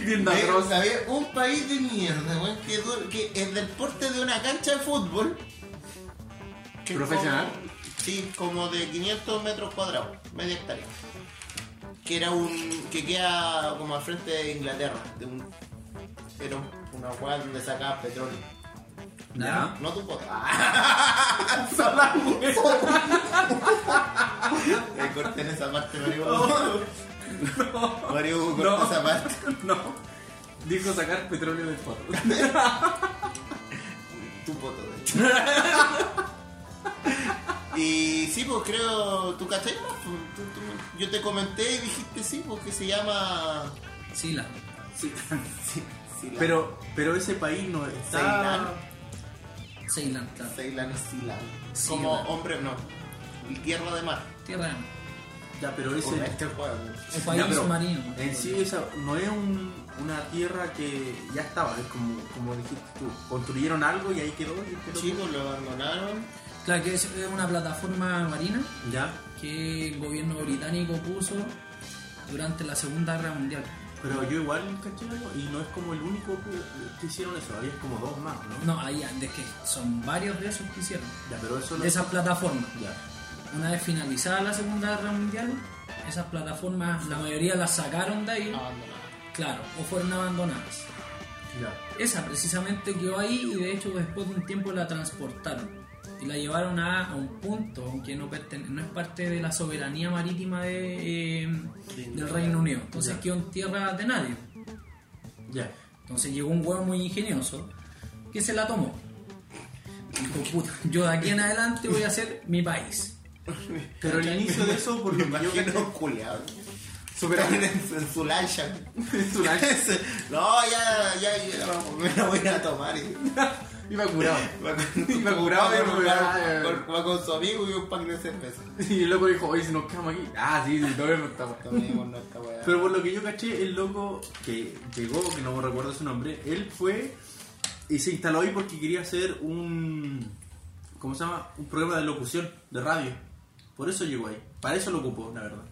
[SPEAKER 3] Tienda
[SPEAKER 1] Ve,
[SPEAKER 3] rosa.
[SPEAKER 1] ¿sabes? Un país de mierda, weón, que, du- que es del porte de una cancha de fútbol. que es
[SPEAKER 3] ¿Profesional?
[SPEAKER 1] como- sí, como de 500 metros cuadrados, media hectárea. Que era un. que queda como al frente de Inglaterra. De un, era un- una hueá donde sacaba petróleo.
[SPEAKER 7] Ya.
[SPEAKER 1] No tu potas. Me corté en esa parte, Mario. Mario, corté
[SPEAKER 3] No.
[SPEAKER 1] esa parte.
[SPEAKER 3] No. Dijo sacar petróleo del foto.
[SPEAKER 1] Tu poto, de hecho. y sí, pues creo, ¿tú cachai? más? Tú- tú- yo te comenté y dijiste sí, porque se llama...
[SPEAKER 2] Sí, la.
[SPEAKER 3] Sí.
[SPEAKER 1] Sí, Ceilán.
[SPEAKER 3] Pero, pero ese país no está.
[SPEAKER 1] Ceilán.
[SPEAKER 2] Ceilán, claro.
[SPEAKER 1] Ceilán es Ceilán.
[SPEAKER 2] Sí,
[SPEAKER 1] Como
[SPEAKER 2] bueno.
[SPEAKER 1] hombre, no. Y Tierra de mar.
[SPEAKER 2] Tierra de mar.
[SPEAKER 3] Ya, pero ese.
[SPEAKER 1] Con este juego.
[SPEAKER 2] Un país
[SPEAKER 3] Ya, pero
[SPEAKER 2] marino.
[SPEAKER 3] En sí, esa no es un- una tierra que ya estaba, es como, como dijiste tú. Construyeron algo y ahí quedó. Y quedó
[SPEAKER 1] Chicos, pues, lo abandonaron.
[SPEAKER 2] Claro, que es es una plataforma marina
[SPEAKER 4] pues.
[SPEAKER 3] Ya.
[SPEAKER 2] que el gobierno británico puso durante la Segunda Guerra Mundial.
[SPEAKER 3] Pero yo igual caché algo y no es como el único que, que hicieron eso, había como dos más, ¿no?
[SPEAKER 2] No, ahí de que son varios de esos que hicieron.
[SPEAKER 3] Ya, pero eso no
[SPEAKER 2] De esas plataformas.
[SPEAKER 3] Ya.
[SPEAKER 2] Una vez finalizada la Segunda Guerra Mundial, esas plataformas, la mayoría las sacaron de
[SPEAKER 3] Ah.
[SPEAKER 2] ahí,
[SPEAKER 1] Abandonaron.
[SPEAKER 2] claro, o fueron abandonadas.
[SPEAKER 3] Ya.
[SPEAKER 2] Esa precisamente quedó ahí y de hecho después de un tiempo la transportaron y la llevaron a, a un punto, aunque no, pertene- no es parte de la soberanía marítima de, eh, del Reino Unido. Entonces
[SPEAKER 3] Ya.
[SPEAKER 2] quedó en tierra de nadie.
[SPEAKER 3] Ya.
[SPEAKER 2] Entonces llegó un huevo muy ingenioso que se la tomó. Dijo, puta, yo de aquí en adelante voy a hacer mi país.
[SPEAKER 3] Pero el inicio de eso, por lo
[SPEAKER 1] Me
[SPEAKER 3] que yo caché,
[SPEAKER 1] imagino culiado.
[SPEAKER 3] superaron
[SPEAKER 1] en, en su lancha.
[SPEAKER 3] su lancha.
[SPEAKER 1] no, ya, ya, ya, vamos, me la voy a ir a tomar. y-
[SPEAKER 3] Iba curado.
[SPEAKER 1] Va con,
[SPEAKER 3] Iba curado
[SPEAKER 1] va
[SPEAKER 3] de
[SPEAKER 1] con-
[SPEAKER 3] enfermedad.
[SPEAKER 1] va con- va con su amigo y un pack de cerveza.
[SPEAKER 3] Y el loco dijo, oye, si nos quedamos aquí. Ah, sí, sí, todavía no estamos.
[SPEAKER 1] Tomemos nuestra weá.
[SPEAKER 3] Pero por lo que yo caché, el loco que llegó, que no recuerdo su nombre, él fue y se instaló ahí porque quería hacer un. ¿Cómo se llama? Un programa de locución, de radio. Por eso llegó ahí. Para eso lo ocupó, la verdad.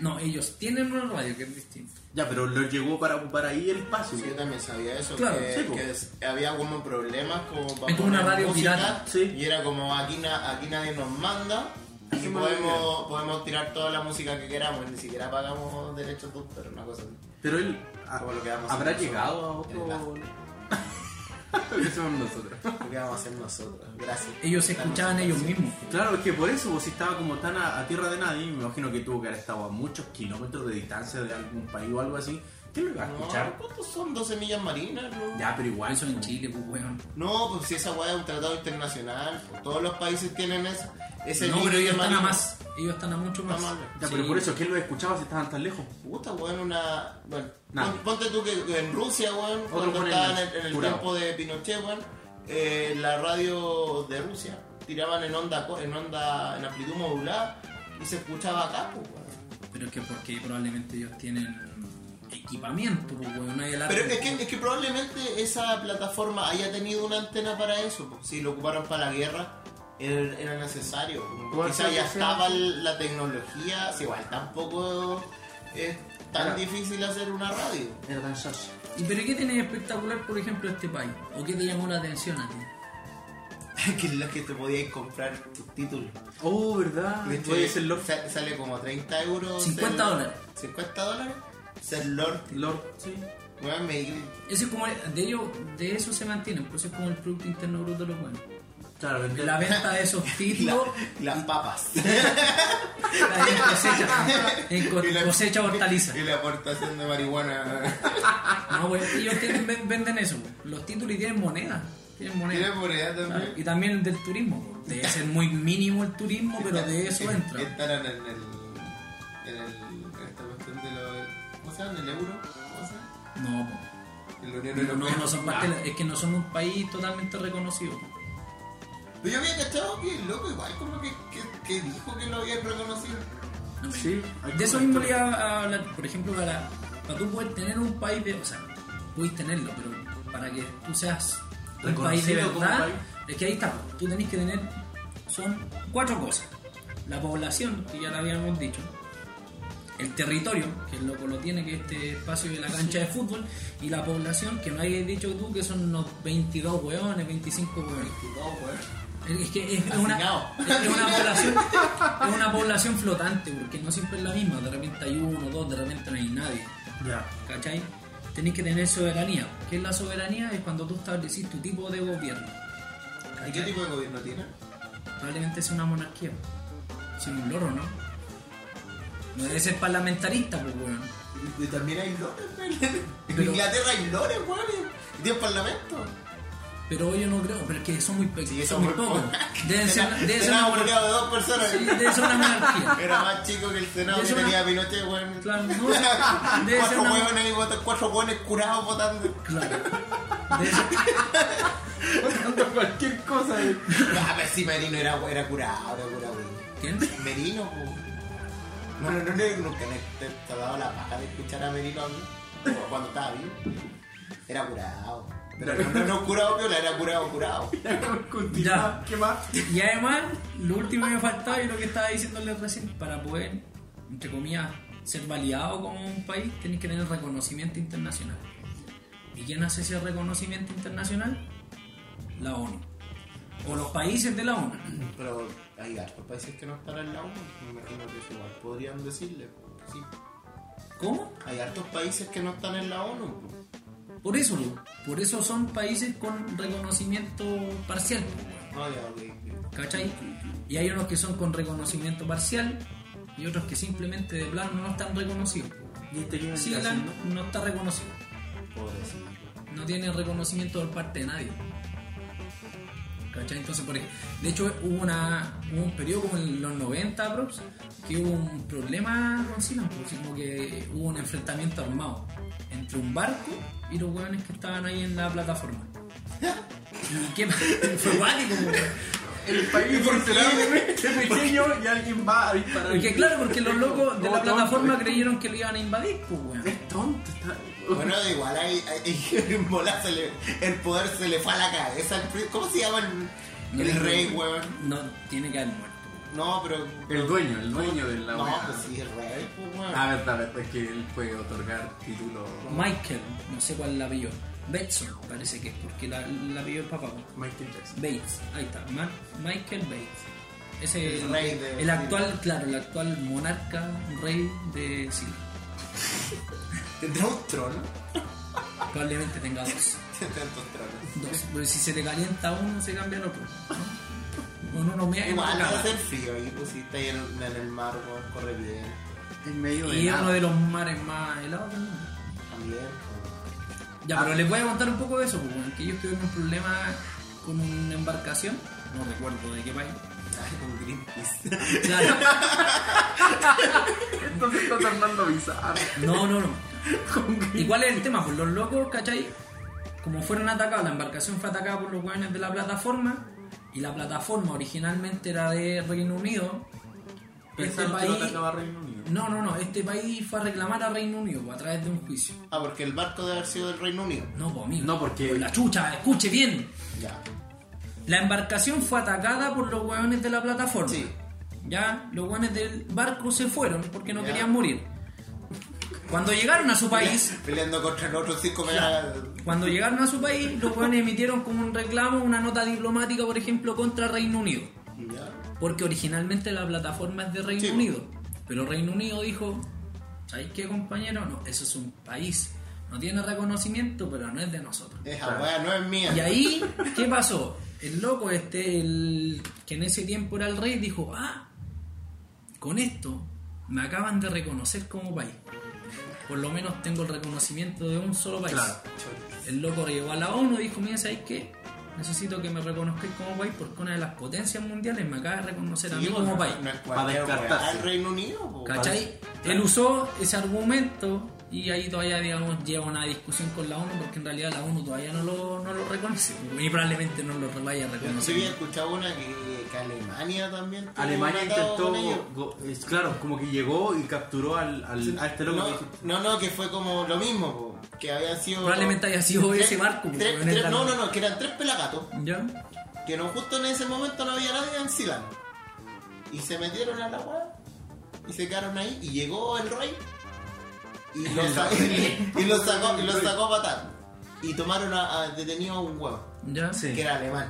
[SPEAKER 2] No, ellos tienen una radio que es distinto.
[SPEAKER 3] Ya, pero lo llegó para ocupar ahí el espacio.
[SPEAKER 1] Sí, yo también sabía eso,
[SPEAKER 2] Claro,
[SPEAKER 1] que,
[SPEAKER 3] sí, po.
[SPEAKER 1] que es- había como problemas como para
[SPEAKER 2] Es como una
[SPEAKER 1] poner
[SPEAKER 2] radio pirata,
[SPEAKER 3] sí.
[SPEAKER 1] Y era como aquí, na- aquí nadie nos manda y
[SPEAKER 3] Hacemos lo que
[SPEAKER 1] podemos, podemos tirar toda la música que queramos, ni siquiera pagamos derechos de autor, una cosa así.
[SPEAKER 3] Pero él a-
[SPEAKER 1] Como lo que vamos a
[SPEAKER 3] habrá
[SPEAKER 1] hacer
[SPEAKER 3] llegado a
[SPEAKER 1] nosotros.
[SPEAKER 3] otro. Lo que somos nosotros.
[SPEAKER 1] Lo que vamos a hacer nosotros, gracias.
[SPEAKER 2] Ellos se escuchaban ellos mismos.
[SPEAKER 3] Claro, es que por eso, vos si estaba como tan a, a tierra de nadie, me imagino que tuvo que haber estado a muchos kilómetros de distancia de algún país o algo así. ¿Quién lo iba a
[SPEAKER 1] No,
[SPEAKER 3] escuchar?
[SPEAKER 1] ¿Cuántos son? 12 millas marinas, no?
[SPEAKER 3] Ya, pero igual
[SPEAKER 2] Eso en Chile, pues, weón.
[SPEAKER 1] No, pues si esa weá es un tratado internacional, pues, todos los países tienen eso. Ese
[SPEAKER 2] No, pero
[SPEAKER 1] límite
[SPEAKER 2] ellos están a
[SPEAKER 1] marino.
[SPEAKER 2] más. Ellos están a mucho más.
[SPEAKER 1] Estamos-
[SPEAKER 3] Ya,
[SPEAKER 2] Sí.
[SPEAKER 3] pero por eso, ¿quién lo escuchaba si estaban tan lejos?
[SPEAKER 1] Puta, weón, una. Bueno,
[SPEAKER 3] Nada.
[SPEAKER 1] pon- ponte tú que que en Rusia, weón, cuando
[SPEAKER 3] ponen
[SPEAKER 1] estaban en,
[SPEAKER 3] el-
[SPEAKER 1] en el
[SPEAKER 3] curado.
[SPEAKER 1] tiempo de Pinochet, weón, eh, la radio de Rusia tiraban en onda, co- en onda, en amplitud modulada y se escuchaba acá, pues, weón.
[SPEAKER 2] Pero es que porque probablemente ellos tienen equipamiento, pues, weón. Hay alarma.
[SPEAKER 1] Pero es que, es que probablemente esa plataforma haya tenido una antena para eso, pues, si lo ocuparon para la guerra. Era era necesario,
[SPEAKER 3] Igual
[SPEAKER 1] quizás
[SPEAKER 3] creo
[SPEAKER 1] ya
[SPEAKER 3] que sea-
[SPEAKER 1] estaba la tecnología, si igual tampoco es tan
[SPEAKER 3] Claro.
[SPEAKER 1] difícil hacer una radio.
[SPEAKER 3] Era tan shorts.
[SPEAKER 2] ¿Y pero qué tiene de espectacular, por ejemplo, este país? ¿O qué te llamó la atención a ti?
[SPEAKER 1] que es lo que te podíais comprar tus títulos.
[SPEAKER 3] Oh,
[SPEAKER 2] Ah,
[SPEAKER 3] ¿verdad?
[SPEAKER 1] De hecho,
[SPEAKER 3] Oye, es el Lord.
[SPEAKER 1] sa- sale como 30 euros.
[SPEAKER 2] 50
[SPEAKER 1] ser-
[SPEAKER 2] dólares.
[SPEAKER 1] 50 dólares. Ser Lord.
[SPEAKER 3] Lord, sí.
[SPEAKER 1] Weón, me-
[SPEAKER 2] Eso es como, de ellos, de eso se mantienen, por eso es como el Producto Interno Bruto de los buenos.
[SPEAKER 3] Claro, vender-
[SPEAKER 2] La venta de esos
[SPEAKER 1] la-
[SPEAKER 2] títulos,
[SPEAKER 1] las papas.
[SPEAKER 2] la gente cosecha, en co-
[SPEAKER 1] Y la-
[SPEAKER 2] cosecha hortaliza.
[SPEAKER 1] y la aportación de marihuana.
[SPEAKER 2] No, Ah, güey, ellos tienen- ven- venden eso, güey. los títulos y tienen moneda. Tienen
[SPEAKER 1] Tiene
[SPEAKER 2] moneda.
[SPEAKER 1] por allá
[SPEAKER 2] Claro,
[SPEAKER 1] también.
[SPEAKER 2] Y también el del turismo. güey. Debe ser muy mínimo el turismo, pero de eso entra.
[SPEAKER 1] Estarán en el. En el. En esta cuestión de los. ¿Cómo se llama? ¿En el euro? ¿Cómo se llama?
[SPEAKER 2] No,
[SPEAKER 1] En la Unión
[SPEAKER 2] güey. no,
[SPEAKER 1] Europea.
[SPEAKER 2] no son parte de la- es que no son un país totalmente reconocido.
[SPEAKER 1] Pero yo había cachado que el loco igual como que, que, que dijo que lo habían reconocido.
[SPEAKER 2] No, güey.
[SPEAKER 3] Sí. hay
[SPEAKER 2] De
[SPEAKER 3] como
[SPEAKER 2] eso mismo le
[SPEAKER 3] historia.
[SPEAKER 2] iba a hablar, por ejemplo, para, para tú poder tener un país de. O sea, puedes tenerlo, pero para que tú seas un
[SPEAKER 3] Reconocido
[SPEAKER 2] país de
[SPEAKER 3] como
[SPEAKER 2] verdad,
[SPEAKER 3] país.
[SPEAKER 2] es que ahí está, pues, tú tenés que tener. Son cuatro cosas: la población, que ya la habíamos dicho, el territorio, que el loco lo tiene, que es este espacio de la cancha de fútbol, y la población, que me hayas dicho tú que son unos 22 hueones, 25 hueones. Es que es una,
[SPEAKER 1] Asignado.
[SPEAKER 2] es una población es una población flotante, porque no siempre es la misma, de repente hay uno, dos, de repente no hay nadie.
[SPEAKER 4] Ya.
[SPEAKER 2] ¿cachai? Tenéis que tener soberanía. ¿Qué es la soberanía? Es cuando tú establecís tu tipo de gobierno.
[SPEAKER 1] ¿Y qué tipo de gobierno tiene?
[SPEAKER 2] Probablemente sea una monarquía. Sin un loro, ¿no? No debe ser parlamentarista, pues, weón.
[SPEAKER 1] Y también hay lores, weón. En
[SPEAKER 2] Pero-
[SPEAKER 1] Inglaterra hay lores, weón. Y tiene parlamento.
[SPEAKER 2] Pero yo no creo, pero es que son muy pequeños,
[SPEAKER 1] Sí,
[SPEAKER 2] son muy pocos. Deben ser,
[SPEAKER 1] Era-
[SPEAKER 2] deben ser
[SPEAKER 1] era
[SPEAKER 2] una
[SPEAKER 1] un
[SPEAKER 2] monarquía.
[SPEAKER 1] culiao de dos personas.
[SPEAKER 2] Sí, debe ser una monarquía.
[SPEAKER 1] Era más chico que el Senado
[SPEAKER 2] Debe
[SPEAKER 1] que
[SPEAKER 2] ser una-
[SPEAKER 1] tenía a Pinochet, weón.
[SPEAKER 2] Claro, no, debe ser
[SPEAKER 1] cuatro
[SPEAKER 2] una-
[SPEAKER 1] hueones ahí votando, cuatro hueones curados votando.
[SPEAKER 2] Claro. Debe ser-
[SPEAKER 4] cualquier cosa. eh.
[SPEAKER 1] Ah, pero sí, Merino era, era curado, era curado. weón.
[SPEAKER 2] ¿Entiendes?
[SPEAKER 1] Merino, weón. No, no, no, no, nunca me- te, te ha dado la paja de escuchar a Merino hablar, o cuando estaba vivo. Era curado. Pero no, no, no curado piola, era curado, curado.
[SPEAKER 4] Continúa.
[SPEAKER 2] Ya.
[SPEAKER 4] ¿Qué más?
[SPEAKER 2] Y además, lo último que me faltaba y lo que estaba diciéndole recién, para poder, entre comillas, ser validado como un país, tenés que tener reconocimiento internacional. ¿Y quién hace ese reconocimiento internacional? La ONU. O los países de la ONU.
[SPEAKER 1] Pero hay hartos países que no están en la ONU, me imagino que eso igual podrían decirle. pues, Sí.
[SPEAKER 2] ¿Cómo?
[SPEAKER 1] Hay hartos países que no están en la ONU. pues.
[SPEAKER 2] Por eso, loco. por eso son países con reconocimiento parcial.
[SPEAKER 1] No, ya, ok, ok.
[SPEAKER 2] ¿Cachai? Y hay unos que son con reconocimiento parcial y otros que simplemente de plano no están reconocidos.
[SPEAKER 4] ¿Y este que me
[SPEAKER 2] Sí,
[SPEAKER 4] está haciendo?
[SPEAKER 2] no está reconocido.
[SPEAKER 1] Pobrecito.
[SPEAKER 2] no tiene reconocimiento por parte de nadie. ¿Cachai? Entonces, por ej- de hecho, hubo, una, hubo un periodo como en los 90, aprox, que hubo un problema con Silan, pues, así como que hubo un enfrentamiento armado entre un barco y los hueones que estaban ahí en la plataforma. ¿Y qué pa- Fue guático, po, weón.
[SPEAKER 4] El país es pequeño y alguien va a disparar.
[SPEAKER 2] Porque claro, porque los locos de
[SPEAKER 4] Como
[SPEAKER 2] la
[SPEAKER 4] tonto,
[SPEAKER 2] plataforma
[SPEAKER 4] eh.
[SPEAKER 2] creyeron que lo iban a invadir, pues, weón.
[SPEAKER 4] Es tonto. Está...
[SPEAKER 1] Bueno, da igual, ahí, ahí- en bola se le- el poder se le fue a la cabeza. al pri- ¿Cómo se llama el, el
[SPEAKER 2] No,
[SPEAKER 1] rey,
[SPEAKER 2] no,
[SPEAKER 1] weón?
[SPEAKER 2] No, tiene que haber muerto.
[SPEAKER 1] No, pero.
[SPEAKER 4] El dueño, el dueño de la
[SPEAKER 1] No,
[SPEAKER 4] weá.
[SPEAKER 1] pues sí, el rey, pues, weón.
[SPEAKER 4] Ah, verdad, verdad, es que él puede otorgar títulos.
[SPEAKER 2] Michael, no sé cuál la pilló. Betson, parece que es, porque la, la pilló el papá. weón.
[SPEAKER 4] Michael Jackson.
[SPEAKER 2] Bates, ahí está, Ma- Michael Bates. Ese
[SPEAKER 1] El
[SPEAKER 2] el,
[SPEAKER 1] rey de-
[SPEAKER 2] el actual, claro, el actual monarca, rey de Chile.
[SPEAKER 1] Tendrá un trono.
[SPEAKER 2] Probablemente tenga dos.
[SPEAKER 1] Tendrá dos tronos.
[SPEAKER 2] Dos. Pero si se te calienta uno, se cambia el otro. ¿no? Uno no mea y
[SPEAKER 1] Igual,
[SPEAKER 2] otro
[SPEAKER 1] va a
[SPEAKER 2] caga.
[SPEAKER 1] hacer frío ahí, pues si está ahí en, en el mar, weón, corre bien.
[SPEAKER 4] En medio de
[SPEAKER 2] Y es
[SPEAKER 4] nada.
[SPEAKER 2] uno de los mares más helados del mundo.
[SPEAKER 1] También, pues.
[SPEAKER 2] Ya, pero les voy a contar un poco de eso, porque bueno, que yo estuve en un problema con una embarcación, no recuerdo de qué país.
[SPEAKER 1] Ay, pues, con Greenpeace.
[SPEAKER 2] Claro.
[SPEAKER 4] Entonces está tornando bizarro.
[SPEAKER 2] No, no, no. ¿Y cuál es el tema? Pues los locos, ¿cachai? Como fueron atacados, la embarcación fue atacada por los hueones de la plataforma. Y la plataforma originalmente era de Reino Unido. Este
[SPEAKER 4] Pensaron que lo
[SPEAKER 2] país.
[SPEAKER 4] atacaba Reino Unido.
[SPEAKER 2] No, no, no. Este país fue a reclamar a Reino Unido pues, a través de un juicio.
[SPEAKER 1] Ah, porque el barco debe haber sido del Reino Unido.
[SPEAKER 2] No, pues amigo.
[SPEAKER 4] No, porque-
[SPEAKER 2] Pues, la chucha, escuche bien.
[SPEAKER 1] Ya.
[SPEAKER 2] La embarcación fue atacada por los hueones de la plataforma.
[SPEAKER 1] Sí.
[SPEAKER 2] Ya, los hueones del barco se fueron porque no
[SPEAKER 1] Ya.
[SPEAKER 2] querían morir. Cuando llegaron a su país.
[SPEAKER 1] Peleando contra los otros cinco mega.
[SPEAKER 2] Cuando llegaron a su país, los hueones emitieron como un reclamo, una nota diplomática, por ejemplo, contra Reino Unido.
[SPEAKER 1] Ya.
[SPEAKER 2] Porque originalmente la plataforma es de Reino
[SPEAKER 1] Sí.
[SPEAKER 2] Unido. Pero Reino Unido dijo, ¿sabéis qué, compañero? No, eso es un país. No tiene reconocimiento, pero no es de nosotros.
[SPEAKER 1] Esa weá no es mía.
[SPEAKER 2] Y ahí, ¿qué pasó? El loco este, el que en ese tiempo era el rey, dijo, ah, con esto me acaban de reconocer como país. Por lo menos tengo el reconocimiento de un solo país.
[SPEAKER 4] Claro.
[SPEAKER 2] El loco llegó a la ONU y dijo, mira, ¿sabéis qué? Necesito que me reconozcáis como país porque una de las potencias mundiales me acaba de reconocer a mí
[SPEAKER 1] Sí, pues,
[SPEAKER 2] como
[SPEAKER 1] no-
[SPEAKER 2] país.
[SPEAKER 1] No es cualquier
[SPEAKER 4] Para
[SPEAKER 1] weá.
[SPEAKER 4] descartarse.
[SPEAKER 1] El Reino Unido, pues. po.
[SPEAKER 2] ¿Cachai? Él usó ese argumento y ahí todavía, digamos, lleva una discusión con la ONU porque en realidad la ONU todavía no lo, no lo reconoce y probablemente no lo vaya a
[SPEAKER 1] No sé, había
[SPEAKER 2] reconocer.
[SPEAKER 1] escuchado una que, que Alemania también. tuvo
[SPEAKER 4] Alemania
[SPEAKER 1] un atado
[SPEAKER 4] intentó.
[SPEAKER 1] con ellos.
[SPEAKER 4] go- es claro, como que llegó y capturó al, al, a este loco.
[SPEAKER 1] No, no, no, que fue como lo mismo, po, que habían sido.
[SPEAKER 2] Probablemente haya sido
[SPEAKER 1] tres-
[SPEAKER 2] ese barco, po,
[SPEAKER 1] tres-
[SPEAKER 2] en
[SPEAKER 1] tres-
[SPEAKER 2] el
[SPEAKER 1] no, no,
[SPEAKER 2] Danubio.
[SPEAKER 1] no, que eran tres pelagatos,
[SPEAKER 2] ¿Ya?
[SPEAKER 1] que no justo en ese momento no había nadie en Sidán. Y se metieron a la weá. y se quedaron ahí y llegó el rey y los sacó, y los sacó, y los sacó a matar. Y tomaron a, a- detenido a un huevo,
[SPEAKER 2] Ya.
[SPEAKER 1] que era alemán.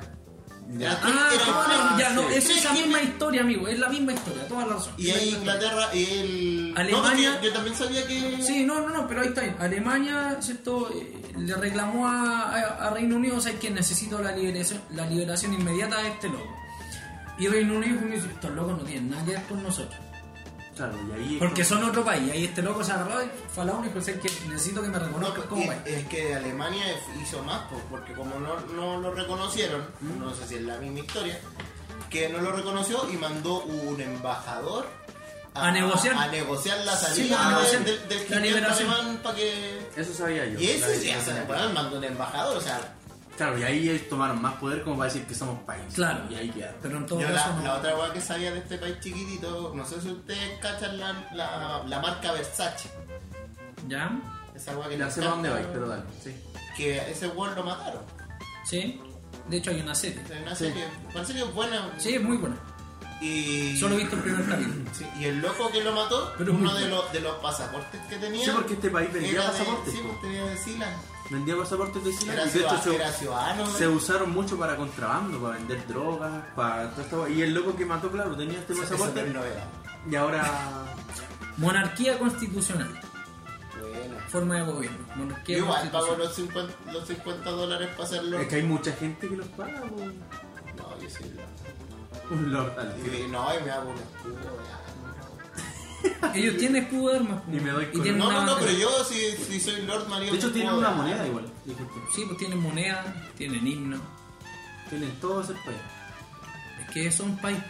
[SPEAKER 1] Era-
[SPEAKER 2] Ah,
[SPEAKER 1] era-
[SPEAKER 2] ah, ya, no, es
[SPEAKER 1] sí,
[SPEAKER 2] esa misma historia, amigo, es la misma historia, toda la razón.
[SPEAKER 1] Y ahí Inglaterra, y el...
[SPEAKER 2] Alemania-
[SPEAKER 1] No, porque yo también sabía que...
[SPEAKER 2] Sí, no, no, no, pero ahí está. bien. Alemania, ¿cierto? Eh, Le reclamó a, a- a Reino Unido, o sea, que necesito la liberación, la liberación inmediata de este loco. Y Reino Unido dijo, "Mira, estos locos no tienen nada que ver con nosotros.
[SPEAKER 3] Claro, y ahí es
[SPEAKER 2] Porque
[SPEAKER 3] como-
[SPEAKER 2] son otro país. Ahí este loco se agarró y fue a la única, o sea, que necesito que me
[SPEAKER 1] No,
[SPEAKER 2] reconozcan como
[SPEAKER 1] y-
[SPEAKER 2] país.
[SPEAKER 1] es que Alemania hizo más, po, porque como no, no lo reconocieron,
[SPEAKER 2] Mm.
[SPEAKER 1] no sé si es la misma historia, que no lo reconoció y mandó un embajador
[SPEAKER 2] A negociar.
[SPEAKER 1] a negociar la
[SPEAKER 2] Sí, pues,
[SPEAKER 1] salida
[SPEAKER 2] a
[SPEAKER 1] de-
[SPEAKER 2] negociar.
[SPEAKER 1] del, del
[SPEAKER 2] La
[SPEAKER 1] jinete
[SPEAKER 2] liberación.
[SPEAKER 1] alemán para que...
[SPEAKER 3] Eso sabía yo.
[SPEAKER 1] Y
[SPEAKER 3] la
[SPEAKER 1] ese sí,
[SPEAKER 3] verdad,
[SPEAKER 1] o sea,
[SPEAKER 3] sabía.
[SPEAKER 1] bueno, mandó un embajador, o sea,
[SPEAKER 3] Claro, y ahí ellos tomaron más poder como para decir que somos país.
[SPEAKER 2] Claro.
[SPEAKER 3] Y ahí quedaron.
[SPEAKER 2] Pero en todo
[SPEAKER 1] yo
[SPEAKER 2] caso
[SPEAKER 1] la,
[SPEAKER 2] no.
[SPEAKER 1] la otra weá que sabía de este país chiquitito, no sé si ustedes cachan la, la, la marca Versace,
[SPEAKER 2] ¿Ya?
[SPEAKER 1] esa weá que
[SPEAKER 3] Ya
[SPEAKER 1] nos
[SPEAKER 3] sé para dónde
[SPEAKER 1] encanta,
[SPEAKER 3] vais, pero dale. Sí.
[SPEAKER 1] Que a ese weón lo mataron,
[SPEAKER 2] Sí. De hecho hay una serie.
[SPEAKER 1] en una serie, parece que es buena.
[SPEAKER 2] Sí, es muy buena.
[SPEAKER 1] Y...
[SPEAKER 2] Solo he visto el primer capítulo.
[SPEAKER 1] Sí, y el loco que lo mató,
[SPEAKER 2] Pero
[SPEAKER 1] uno
[SPEAKER 2] muy
[SPEAKER 1] de los, de los pasaportes que tenía.
[SPEAKER 3] Sí, porque este país vendía
[SPEAKER 1] era de-
[SPEAKER 3] pasaportes,
[SPEAKER 1] Sí,
[SPEAKER 3] po.
[SPEAKER 1] pues, tenía de Silan.
[SPEAKER 3] Vendía pasaportes de Chile
[SPEAKER 1] Era,
[SPEAKER 3] y de hecho
[SPEAKER 1] ciudad-
[SPEAKER 3] se,
[SPEAKER 1] era ciudadano.
[SPEAKER 3] se
[SPEAKER 1] ¿no?
[SPEAKER 3] usaron mucho para contrabando, para vender drogas, para todo esto. Y el loco que mató, claro, tenía este
[SPEAKER 1] Eso- eso no es
[SPEAKER 3] pasaporte.
[SPEAKER 1] novedad.
[SPEAKER 3] Y ahora.
[SPEAKER 2] Monarquía constitucional.
[SPEAKER 1] Bueno.
[SPEAKER 2] Forma de gobierno. Monarquía
[SPEAKER 1] Yo igual pago
[SPEAKER 2] constitucional.
[SPEAKER 1] los 50, los 50 dólares para hacerlo.
[SPEAKER 3] Es que hay mucha gente que los paga, po.
[SPEAKER 1] No, yo sí.
[SPEAKER 3] Un lord al
[SPEAKER 1] Y,
[SPEAKER 3] tiro.
[SPEAKER 1] no, y me hago un escudo. ya.
[SPEAKER 2] Ellos tienen escudo de armas.
[SPEAKER 3] Y me doy con-
[SPEAKER 2] tienen
[SPEAKER 1] No,
[SPEAKER 2] una
[SPEAKER 1] no, no,
[SPEAKER 2] bandera.
[SPEAKER 1] pero yo si, si soy Lord Mario.
[SPEAKER 3] De hecho,
[SPEAKER 1] me
[SPEAKER 3] tienen
[SPEAKER 1] puedo-
[SPEAKER 3] una moneda igual. este. Disculpe.
[SPEAKER 2] Sí, pues tienen moneda, tienen himno.
[SPEAKER 3] Tienen todo ese país.
[SPEAKER 2] Es que son países.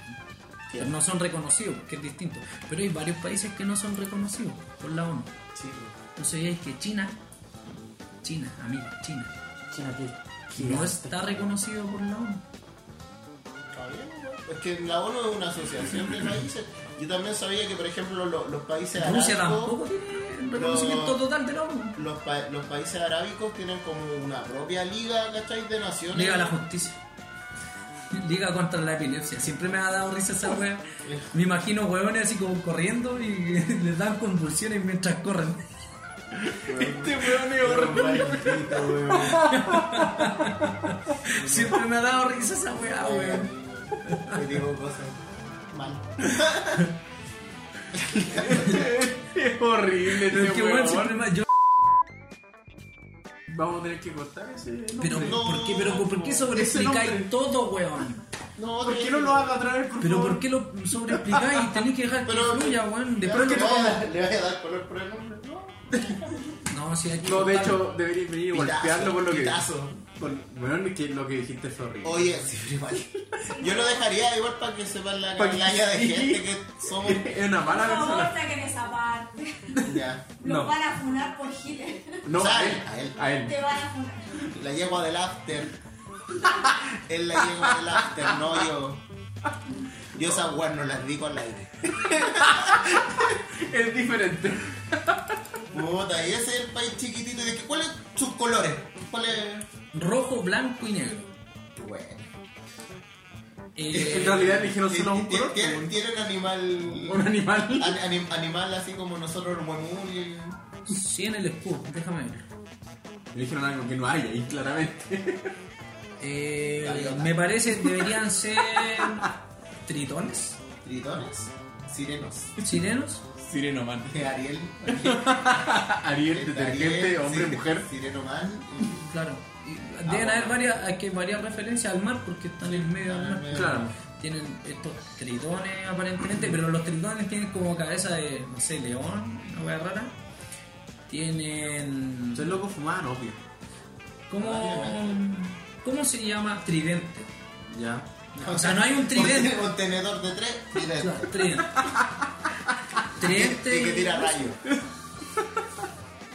[SPEAKER 2] Pero no son reconocidos, que es distinto. Pero hay varios países que no son reconocidos por la ONU.
[SPEAKER 1] Sí,
[SPEAKER 2] No sabíais que China, China, amigo, China,
[SPEAKER 3] China, ¿qué?
[SPEAKER 2] no está reconocido por la ONU.
[SPEAKER 1] está bien, ¿no? Es que la ONU es una asociación de países. Yo también sabía que, por ejemplo, lo- los países
[SPEAKER 2] Rusia
[SPEAKER 1] árabes-
[SPEAKER 2] tampoco tiene reconocimiento
[SPEAKER 1] no.
[SPEAKER 2] total de la ONU.
[SPEAKER 1] los, pa- los países arábicos tienen como una propia liga, ¿cachai? De naciones.
[SPEAKER 2] Liga a la justicia. Liga contra la epilepsia. Siempre me ha dado risa esa wea. Me imagino huevones así como corriendo y les dan convulsiones mientras corren.
[SPEAKER 3] Este weón es
[SPEAKER 2] Siempre me ha dado risa esa wea, weón.
[SPEAKER 1] Te digo cosas mal.
[SPEAKER 3] Es horrible
[SPEAKER 2] Pero es
[SPEAKER 3] este
[SPEAKER 2] que weón
[SPEAKER 3] weón.
[SPEAKER 2] siempre me yo-
[SPEAKER 3] Vamos a tener que cortar ese nombre.
[SPEAKER 2] Pero
[SPEAKER 1] No,
[SPEAKER 2] ¿por qué, pero, ¿por qué
[SPEAKER 3] ese nombre.
[SPEAKER 2] sobreexplicáis todo, weón?
[SPEAKER 1] No,
[SPEAKER 3] ¿Por
[SPEAKER 1] te-
[SPEAKER 3] qué no lo haga otra vez, por
[SPEAKER 2] Pero
[SPEAKER 3] favor?
[SPEAKER 2] ¿por qué lo sobreexplicáis? Tenéis que dejar que
[SPEAKER 1] Pero-
[SPEAKER 2] fluya, weón.
[SPEAKER 1] Le
[SPEAKER 2] Después
[SPEAKER 1] voy
[SPEAKER 2] lo-
[SPEAKER 1] a dar- le voy a dar color por el nombre. No,
[SPEAKER 2] No, si hay que
[SPEAKER 3] No, de
[SPEAKER 2] cortarlo.
[SPEAKER 3] hecho, debería venir a
[SPEAKER 1] Pitazo,
[SPEAKER 3] golpearlo por lo que...
[SPEAKER 1] pitazo.
[SPEAKER 3] Por, bueno, es que lo que dijiste es horrible.
[SPEAKER 1] Oye, sí, pero igual. Yo lo dejaría igual para que sepan la
[SPEAKER 3] Pa' que-
[SPEAKER 1] canalla de gente que somos.
[SPEAKER 3] es una mala
[SPEAKER 5] Por favor,
[SPEAKER 3] persona.
[SPEAKER 5] saquen esa parte.
[SPEAKER 1] Ya.
[SPEAKER 5] Los
[SPEAKER 3] No.
[SPEAKER 5] van a funar por Hitler.
[SPEAKER 3] No,
[SPEAKER 1] O sea,
[SPEAKER 3] a él, a él. A él.
[SPEAKER 5] Te van a funar.
[SPEAKER 1] La yegua del after. Es la yegua del after, no yo. Yo esas weas no las digo al aire.
[SPEAKER 3] Es diferente.
[SPEAKER 1] Puta, y ese es el país chiquitito. ¿De qué- ¿Cuáles sus colores? ¿Cuáles?
[SPEAKER 2] Rojo, blanco y negro.
[SPEAKER 1] Bueno.
[SPEAKER 2] Eh,
[SPEAKER 3] en realidad eligieron
[SPEAKER 1] Ti-
[SPEAKER 3] solo un
[SPEAKER 1] ti-
[SPEAKER 3] color.
[SPEAKER 1] tiene-
[SPEAKER 3] un-
[SPEAKER 1] Tiene un animal.
[SPEAKER 3] Un animal.
[SPEAKER 1] an- anim- animal así como nosotros, el huemul y-
[SPEAKER 2] sí, en el escudo, déjame ver.
[SPEAKER 3] Eligieron algo que no hay ahí, claramente.
[SPEAKER 2] Eh,
[SPEAKER 1] Gaviota.
[SPEAKER 2] me parece deberían ser tritones,
[SPEAKER 1] Tritones, sirenos.
[SPEAKER 2] chilenos.
[SPEAKER 3] Sireno man.
[SPEAKER 1] De Ariel.
[SPEAKER 3] Ariel, detergente,
[SPEAKER 1] Ariel,
[SPEAKER 3] hombre,
[SPEAKER 1] sí,
[SPEAKER 3] mujer.
[SPEAKER 1] Sireno man.
[SPEAKER 2] Claro. Y Deben
[SPEAKER 1] bueno.
[SPEAKER 2] haber varias, hay que varias referencias al mar porque están en el medio del
[SPEAKER 1] Están en
[SPEAKER 2] mar.
[SPEAKER 1] medio.
[SPEAKER 3] Claro.
[SPEAKER 2] Tienen estos tritones aparentemente, pero los tritones tienen como cabeza de, no sé, león, una wea rara. Tienen.
[SPEAKER 3] Soy loco fumaban, obvio.
[SPEAKER 2] ¿Cómo, ¿Cómo se llama? Tridente.
[SPEAKER 3] Ya.
[SPEAKER 2] O sea, no hay un tridente.
[SPEAKER 1] Un tenedor de tres, tridente.
[SPEAKER 2] Claro, tridente. Tridente.
[SPEAKER 1] Y que tira rayos.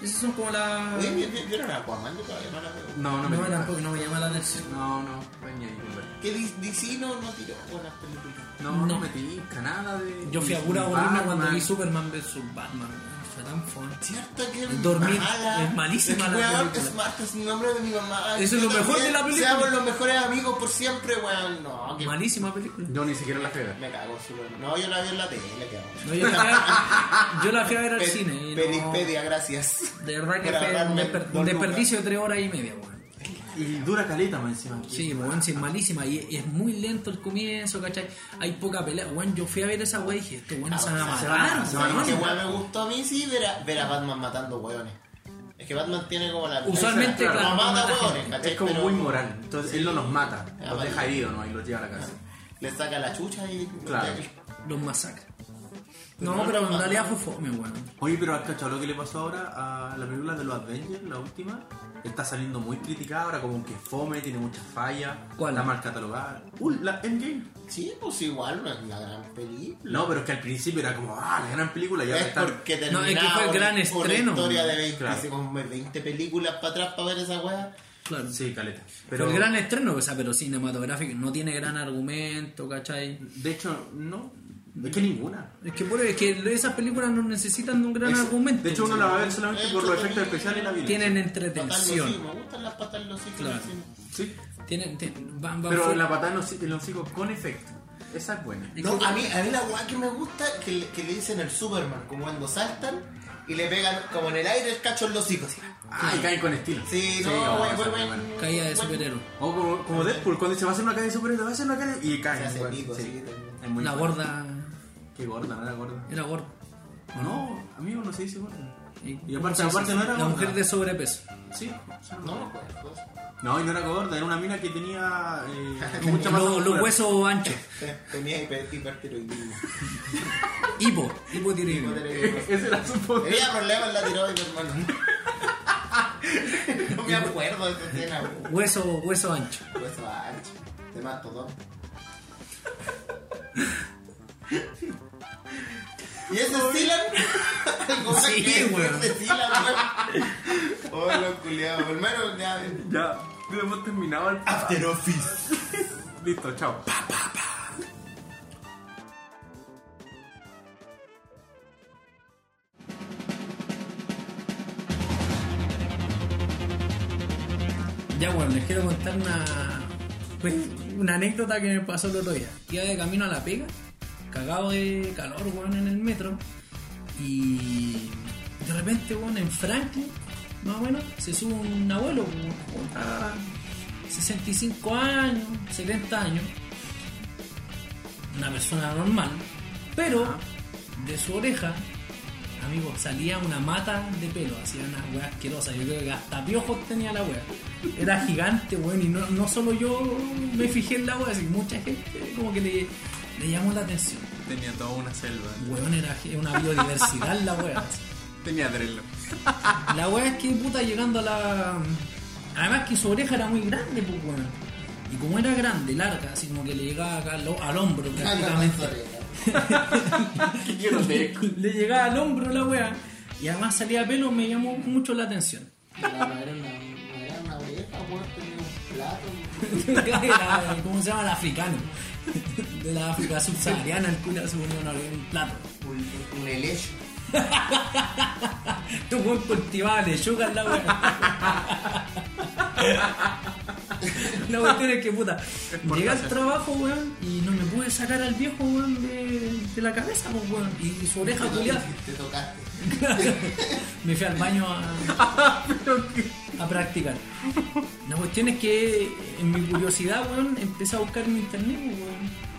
[SPEAKER 2] Esas son como las.
[SPEAKER 1] Oye, ¿vi- vi- ¿Vieron Aquaman? Yo todavía no la veo.
[SPEAKER 3] No, no me
[SPEAKER 2] No,
[SPEAKER 3] gusta.
[SPEAKER 2] tampoco, no me llama la atención.
[SPEAKER 3] No, no, no, ni- ni-
[SPEAKER 1] Que Di- DC no, no tiró buenas películas.
[SPEAKER 3] No, no
[SPEAKER 2] No.
[SPEAKER 3] me tinca nada de.
[SPEAKER 2] Yo fui a
[SPEAKER 3] ni-
[SPEAKER 2] pura
[SPEAKER 3] ni
[SPEAKER 2] una
[SPEAKER 3] Batman.
[SPEAKER 2] cuando vi Superman vs Batman. Fue fue tan fun.
[SPEAKER 1] Cierto que
[SPEAKER 2] Dormir
[SPEAKER 1] mala.
[SPEAKER 2] es malísima
[SPEAKER 1] Es que,
[SPEAKER 2] la
[SPEAKER 1] weón,
[SPEAKER 2] película.
[SPEAKER 1] es Marta, es mi nombre de mi mamá.
[SPEAKER 2] Eso es lo
[SPEAKER 1] Yo
[SPEAKER 2] mejor
[SPEAKER 1] también,
[SPEAKER 2] de la película.
[SPEAKER 1] Seamos los mejores amigos por siempre, weón. No, que
[SPEAKER 2] Malísima película.
[SPEAKER 4] Yo ni siquiera la pega.
[SPEAKER 1] me cago, solo. No, yo la vi en la tele, que hago.
[SPEAKER 2] No, yo, la fui a, yo la fui a ver al
[SPEAKER 1] Pe-
[SPEAKER 2] cine. y no-
[SPEAKER 1] Pelispedia, gracias.
[SPEAKER 2] de verdad que
[SPEAKER 1] Por
[SPEAKER 2] fue un,
[SPEAKER 1] ahorrarme
[SPEAKER 2] desper- un
[SPEAKER 1] dos
[SPEAKER 2] desperdicio de tres horas y media, weón.
[SPEAKER 4] Y dura caleta más encima.
[SPEAKER 2] Sí, weón, sí, es malísima. Y y es muy lento el comienzo, ¿cachai? Hay poca pelea. Weón, yo fui a ver esa weá y dije, estos weones se van a
[SPEAKER 1] Ah,
[SPEAKER 2] matar.
[SPEAKER 1] ¿sabes qué
[SPEAKER 2] weón.
[SPEAKER 1] weón me gustó a mí? Sí, ver a, ver a Batman matando weones. Es que Batman tiene como la...
[SPEAKER 2] Usualmente,
[SPEAKER 1] no
[SPEAKER 2] claro,
[SPEAKER 1] mata
[SPEAKER 2] mata
[SPEAKER 1] hueones,
[SPEAKER 2] gente.
[SPEAKER 1] ¿cachai?
[SPEAKER 4] Es como
[SPEAKER 1] Pero
[SPEAKER 4] muy moral. Entonces él no nos mata.
[SPEAKER 1] Ah,
[SPEAKER 4] Nos
[SPEAKER 1] vale.
[SPEAKER 4] deja heridos, ¿no? Y los lleva a la casa.
[SPEAKER 1] Le saca la chucha y...
[SPEAKER 4] Claro.
[SPEAKER 2] Los masacra. No, pero en realidad fue fome, weón.
[SPEAKER 4] Oye, pero ¿has cachado lo que le pasó ahora a la película de los Avengers, la última? Está saliendo muy criticada ahora, como que fome, tiene muchas fallas.
[SPEAKER 2] ¿Cuál?
[SPEAKER 4] Está mal catalogada. Uh, la Endgame.
[SPEAKER 1] Sí, pues igual, no es una gran película.
[SPEAKER 4] No, pero es que al principio era como, ah, la gran película. Y ahora
[SPEAKER 1] Es
[SPEAKER 4] está...
[SPEAKER 1] porque
[SPEAKER 2] No,
[SPEAKER 1] terminaba
[SPEAKER 2] es que fue el gran
[SPEAKER 1] una-
[SPEAKER 2] estreno.
[SPEAKER 1] Una historia de 20,
[SPEAKER 4] Claro.
[SPEAKER 1] se come 20 películas para atrás para ver esa weá.
[SPEAKER 2] Claro.
[SPEAKER 4] Sí, caleta.
[SPEAKER 2] Pero
[SPEAKER 4] Pero
[SPEAKER 2] el gran estreno, o sea, pero cinematográfico, no tiene gran argumento, ¿cachai?
[SPEAKER 4] De hecho, no. Es que ninguna.
[SPEAKER 2] Es que, por, es que esas películas no necesitan de un gran
[SPEAKER 4] Es-
[SPEAKER 2] argumento.
[SPEAKER 4] De hecho, uno la va a ver solamente
[SPEAKER 1] De
[SPEAKER 4] por
[SPEAKER 1] hecho,
[SPEAKER 4] los efectos
[SPEAKER 1] también-
[SPEAKER 4] especiales y la violencia.
[SPEAKER 2] Tienen
[SPEAKER 1] Patas en los hijos,
[SPEAKER 2] entretención.
[SPEAKER 1] me gustan las patas en los hijos.
[SPEAKER 2] Claro.
[SPEAKER 1] sí.
[SPEAKER 4] Sí.
[SPEAKER 2] Tienen, tienen- van, van
[SPEAKER 4] Pero
[SPEAKER 2] full-
[SPEAKER 4] la patada en los, en los hocicos con efecto. Esa es buena.
[SPEAKER 2] Es
[SPEAKER 1] No,
[SPEAKER 2] que-
[SPEAKER 1] a mí, a mí la weá que me gusta es que, le- que le dicen el Superman, como cuando saltan y le pegan como en el aire el cacho en los hijos. así.
[SPEAKER 4] Ah, y caen con estilo.
[SPEAKER 1] Sí, no,
[SPEAKER 4] oh,
[SPEAKER 1] güey, güey,
[SPEAKER 4] esa es muy
[SPEAKER 1] güey.
[SPEAKER 4] buena.
[SPEAKER 2] Caída de superhéroe.
[SPEAKER 4] O como, como Deadpool, cuando dice va a ser una calle superhéroe, va a ser una calle y cae.
[SPEAKER 1] Se hace
[SPEAKER 4] güey.
[SPEAKER 1] pico,
[SPEAKER 4] Sí.
[SPEAKER 1] sí.
[SPEAKER 4] Es muy
[SPEAKER 2] La
[SPEAKER 4] buena.
[SPEAKER 2] gorda.
[SPEAKER 4] Qué gorda, no era gorda.
[SPEAKER 3] Eh,
[SPEAKER 2] Era gorda.
[SPEAKER 4] ¿O no? Amigo, no se dice gorda.
[SPEAKER 2] Y,
[SPEAKER 4] aparte- aparte no era
[SPEAKER 2] La
[SPEAKER 4] gorda.
[SPEAKER 2] mujer de sobrepeso.
[SPEAKER 4] Sí. solo
[SPEAKER 1] No,
[SPEAKER 4] gorda.
[SPEAKER 1] no, pues,
[SPEAKER 4] No, y no era gorda, era una mina que tenía eh, mucha masa
[SPEAKER 2] Los, los
[SPEAKER 4] muscular.
[SPEAKER 2] huesos anchos.
[SPEAKER 1] te- tenía hiper- hipertiroidismo.
[SPEAKER 2] Hipo. Hipotiroidismo.
[SPEAKER 4] Ese era su poder.
[SPEAKER 1] Tenía problemas en la tiroides, hermano. No me acuerdo de esa escena, güey.
[SPEAKER 2] Hueso, hueso ancho.
[SPEAKER 1] Hueso ancho. Te mato dos. ¿Y ese es Dylan?
[SPEAKER 2] Sí, weón.
[SPEAKER 1] Ese es Dylan, weón. Oh, los culiados. Hermano, ya.
[SPEAKER 4] Ya, hemos terminado el...
[SPEAKER 1] After Office.
[SPEAKER 4] Listo, chao.
[SPEAKER 2] Ya, bueno, les quiero contar una, pues, una anécdota que me pasó el otro día. Iba de camino a la pega, cagado de calor, weón, en el metro. Y de repente, weón, en Franklin, más o menos, se sube un abuelo, weón, puta, 65 años, 70 años. Una persona normal, pero de su oreja, amigo, salía una mata de pelo, hacía una weá asquerosa. Yo creo que hasta piojos tenía la weá. Era gigante, weón, y no, no solo yo me fijé en la weá, sino mucha gente como que le, le llamó la atención.
[SPEAKER 3] Tenía toda una selva.
[SPEAKER 2] Weón, era ge- una biodiversidad la weá.
[SPEAKER 3] Tenía dreadlock.
[SPEAKER 2] La weá es que puta llegando a la. Además que su oreja era muy grande, pues weón. Y como era grande, larga, así como que le llegaba acá al, al hombro prácticamente. le llegaba al hombro la weá. Y además salía pelo, me llamó mucho la atención.
[SPEAKER 1] eh,
[SPEAKER 2] Era, ¿Cómo se llama? El africano. De la África subsahariana, el culo se unió una oreja en un plato.
[SPEAKER 1] Un helecho.
[SPEAKER 2] Tu buen cultivable, lechuga en la weá. La cuestión es que puta. Llegué al trabajo, weón, y no me pude sacar al viejo, weón, de, de la cabeza, pues, weón. Y su oreja culiada.
[SPEAKER 1] Te tocaste.
[SPEAKER 2] me fui al baño a, a practicar. La cuestión es que en mi curiosidad, weón, empecé a buscar en internet, weón.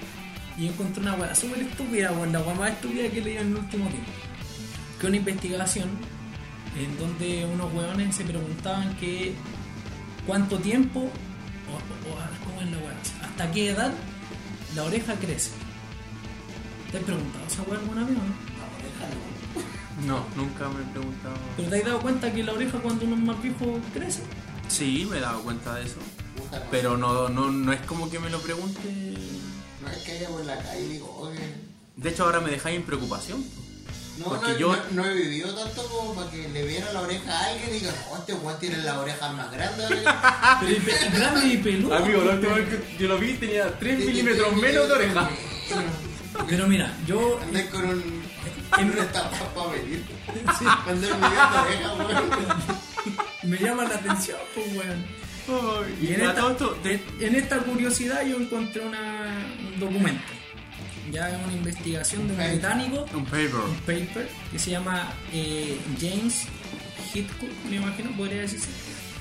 [SPEAKER 2] Y encontré una weá súper estúpida, weón, la weá más estúpida que leí en el último tiempo. Que una investigación en donde unos weones se preguntaban que cuánto tiempo, o, o- o- ¿cómo es la weá? ¿Hasta qué edad la oreja crece? ¿Te has preguntado esa weá alguna vez o no?
[SPEAKER 3] No, nunca me he preguntado.
[SPEAKER 2] Pero te has dado cuenta que la oreja cuando uno es más viejo crece.
[SPEAKER 3] Sí, me he dado cuenta de eso.
[SPEAKER 1] Puta, no.
[SPEAKER 3] Pero no, no, no es como que me lo pregunte.
[SPEAKER 1] No es que haya por la calle y digo, oye.
[SPEAKER 3] De hecho, ahora me dejáis en preocupación.
[SPEAKER 1] No,
[SPEAKER 3] Porque
[SPEAKER 1] no,
[SPEAKER 3] yo-
[SPEAKER 1] no, no he vivido tanto como para que le viera la oreja a alguien y diga, no, este weón tiene las orejas más Este grandes.
[SPEAKER 4] Ah.
[SPEAKER 2] Pero y pe- grande y peludo.
[SPEAKER 4] la última vez que yo lo vi
[SPEAKER 3] Eh,
[SPEAKER 4] tenía 3
[SPEAKER 1] Milímetros
[SPEAKER 4] menos de oreja.
[SPEAKER 2] Pero mira, yo
[SPEAKER 1] Andé con un. Siempre está para venir. Vender un millón de orejas, weón.
[SPEAKER 2] Me llama la atención, pues, weón.
[SPEAKER 4] Y
[SPEAKER 2] Y en
[SPEAKER 4] a todo
[SPEAKER 2] esta,
[SPEAKER 4] esto, de-
[SPEAKER 2] en esta curiosidad yo encontré una, un documento. Ya es una investigación de un
[SPEAKER 1] Ahí.
[SPEAKER 2] británico,
[SPEAKER 3] Un paper.
[SPEAKER 2] un paper, que se llama eh, James Hitchcock, me imagino, podría decirse.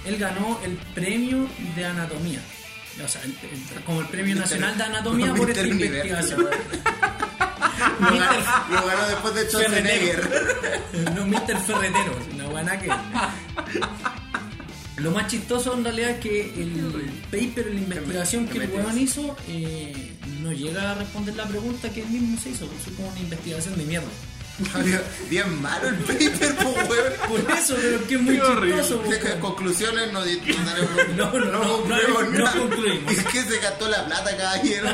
[SPEAKER 2] Él ganó el premio de anatomía. O sea, el- el- como el premio nacional de anatomía por esta
[SPEAKER 1] Mr. Universo,
[SPEAKER 2] investigación.
[SPEAKER 1] Lo ganó- Lo ganó después de Schwarzenegger.
[SPEAKER 2] No, Mr. Ferretero, es una guana que. Lo más chistoso en realidad es que el paper, la investigación que el weón hizo, eh, no llega a responder la pregunta que él mismo se hizo. Es como una investigación de mierda.
[SPEAKER 1] Bien malo el paper, pues, weón.
[SPEAKER 2] Por eso, pero es que es muy
[SPEAKER 3] Qué horrible.
[SPEAKER 2] chistoso.
[SPEAKER 1] De
[SPEAKER 2] weón.
[SPEAKER 1] que Conclusiones no, di- no daremos-
[SPEAKER 2] No, no, no,
[SPEAKER 1] concluimos
[SPEAKER 2] no, no
[SPEAKER 1] nada.
[SPEAKER 2] concluimos.
[SPEAKER 1] Es que se gastó la plata, caballero.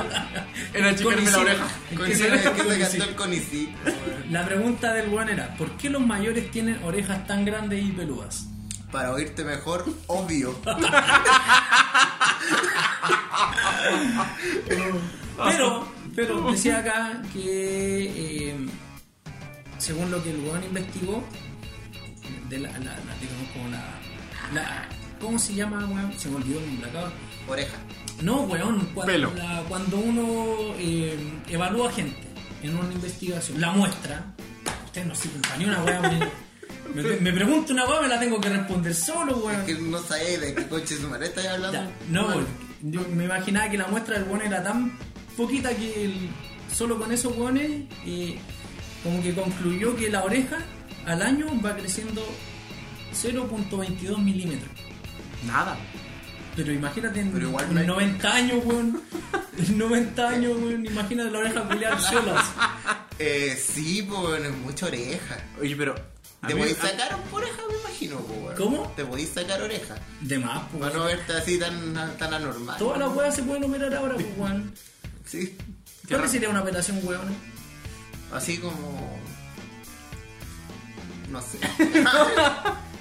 [SPEAKER 3] Era chicarme la
[SPEAKER 2] Conicet.
[SPEAKER 3] oreja.
[SPEAKER 1] Con-
[SPEAKER 2] Que
[SPEAKER 1] Es
[SPEAKER 2] se
[SPEAKER 1] que
[SPEAKER 2] gasta
[SPEAKER 1] se
[SPEAKER 2] Conicet.
[SPEAKER 1] gastó el conicit.
[SPEAKER 2] La pregunta del weón era: ¿por qué los mayores tienen orejas tan grandes y peludas?
[SPEAKER 1] Para oírte mejor, obvio.
[SPEAKER 3] Ah.
[SPEAKER 2] Pero, pero decía acá que eh, según lo que el weón investigó, de la, la- la- digamos como la, la- ¿cómo se llama weón? Se me olvidó el nombre acá.
[SPEAKER 1] Oreja.
[SPEAKER 2] No, weón, cuando,
[SPEAKER 3] Pelo.
[SPEAKER 2] la- cuando uno eh, evalúa gente en una investigación, la muestra, ustedes no sirven para ni una weón. Me, me, me pregunto una weón, me la tengo que responder solo, weón.
[SPEAKER 1] Que no sabía de qué coche su madre estáis hablando.
[SPEAKER 2] Ya, no, weón. yo me imaginaba que la muestra del weón era tan poquita que el- solo con esos weones eh, como que concluyó que la oreja al año va creciendo 0.22 milímetros.
[SPEAKER 3] Nada.
[SPEAKER 2] Pero imagínate en,
[SPEAKER 1] Pero igual
[SPEAKER 2] en
[SPEAKER 1] no hay-
[SPEAKER 2] 90 años, weón. En 90 años, weón. Imagínate la oreja culiar sola.
[SPEAKER 1] Eh, sí, pues, es mucha oreja.
[SPEAKER 3] Oye, pero. a
[SPEAKER 1] Te
[SPEAKER 3] mí-
[SPEAKER 1] podéis
[SPEAKER 3] a-
[SPEAKER 1] sacar oreja, me imagino, pues, weón.
[SPEAKER 2] ¿Cómo?
[SPEAKER 1] Te podéis sacar oreja.
[SPEAKER 2] De más, pues,
[SPEAKER 1] Para
[SPEAKER 2] weón.
[SPEAKER 1] no verte así tan, tan anormal.
[SPEAKER 2] Todas las weas se pueden operar ahora, pues, weón.
[SPEAKER 1] Sí.
[SPEAKER 2] ¿Cuál sería una operación, weón?
[SPEAKER 1] Así como. No sé.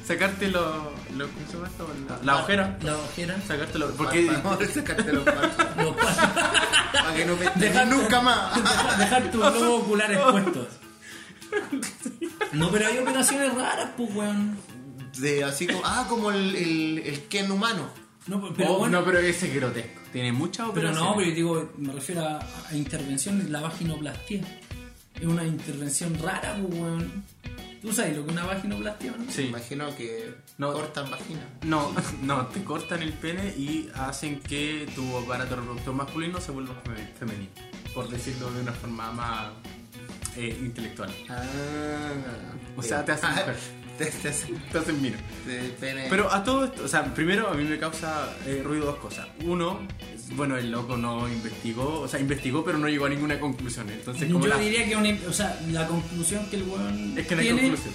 [SPEAKER 3] Sacarte lo. lo ¿Cómo se llama esto? La, la ojera.
[SPEAKER 2] La ojera.
[SPEAKER 3] Sacarte la Porque.
[SPEAKER 1] Para sacarte los para
[SPEAKER 2] Los pa-
[SPEAKER 1] que no me
[SPEAKER 2] Dejar-
[SPEAKER 1] nunca más.
[SPEAKER 2] dejar tus globos oculares puestos. No, pero hay operaciones raras, pues, weón.
[SPEAKER 1] De así como. Ah, como el, el, el Ken humano.
[SPEAKER 2] No, pero,
[SPEAKER 3] Oh,
[SPEAKER 2] bueno,
[SPEAKER 3] No, pero ese es grotesco. Tiene muchas
[SPEAKER 2] pero
[SPEAKER 3] operaciones.
[SPEAKER 2] no, pero yo digo, me refiero a, a intervenciones, la vaginoplastia. Es una intervención rara, pues, weón. ¿Tú sabes lo que es una vaginoplastia o no?
[SPEAKER 1] Me
[SPEAKER 3] Sí.
[SPEAKER 1] imagino que
[SPEAKER 3] No.
[SPEAKER 1] cortan vagina.
[SPEAKER 3] No, no, te cortan el pene y hacen que tu aparato reproductor masculino se vuelva feme- femenino. Por decirlo de una forma más eh, intelectual.
[SPEAKER 1] Ah.
[SPEAKER 3] O sea, te hacen mujer.
[SPEAKER 1] Te, te hacen.
[SPEAKER 3] Entonces, mira.
[SPEAKER 1] te- pene.
[SPEAKER 3] Pero a todo esto, o sea, primero a mí me causa eh, ruido dos cosas. Uno, es- bueno, el loco no investigó, o sea, investigó pero no llegó a ninguna conclusión. Entonces, como
[SPEAKER 2] Yo
[SPEAKER 3] la-
[SPEAKER 2] diría que una, o sea, la conclusión que el weón
[SPEAKER 3] es que no hay
[SPEAKER 2] tiene,
[SPEAKER 3] conclusión.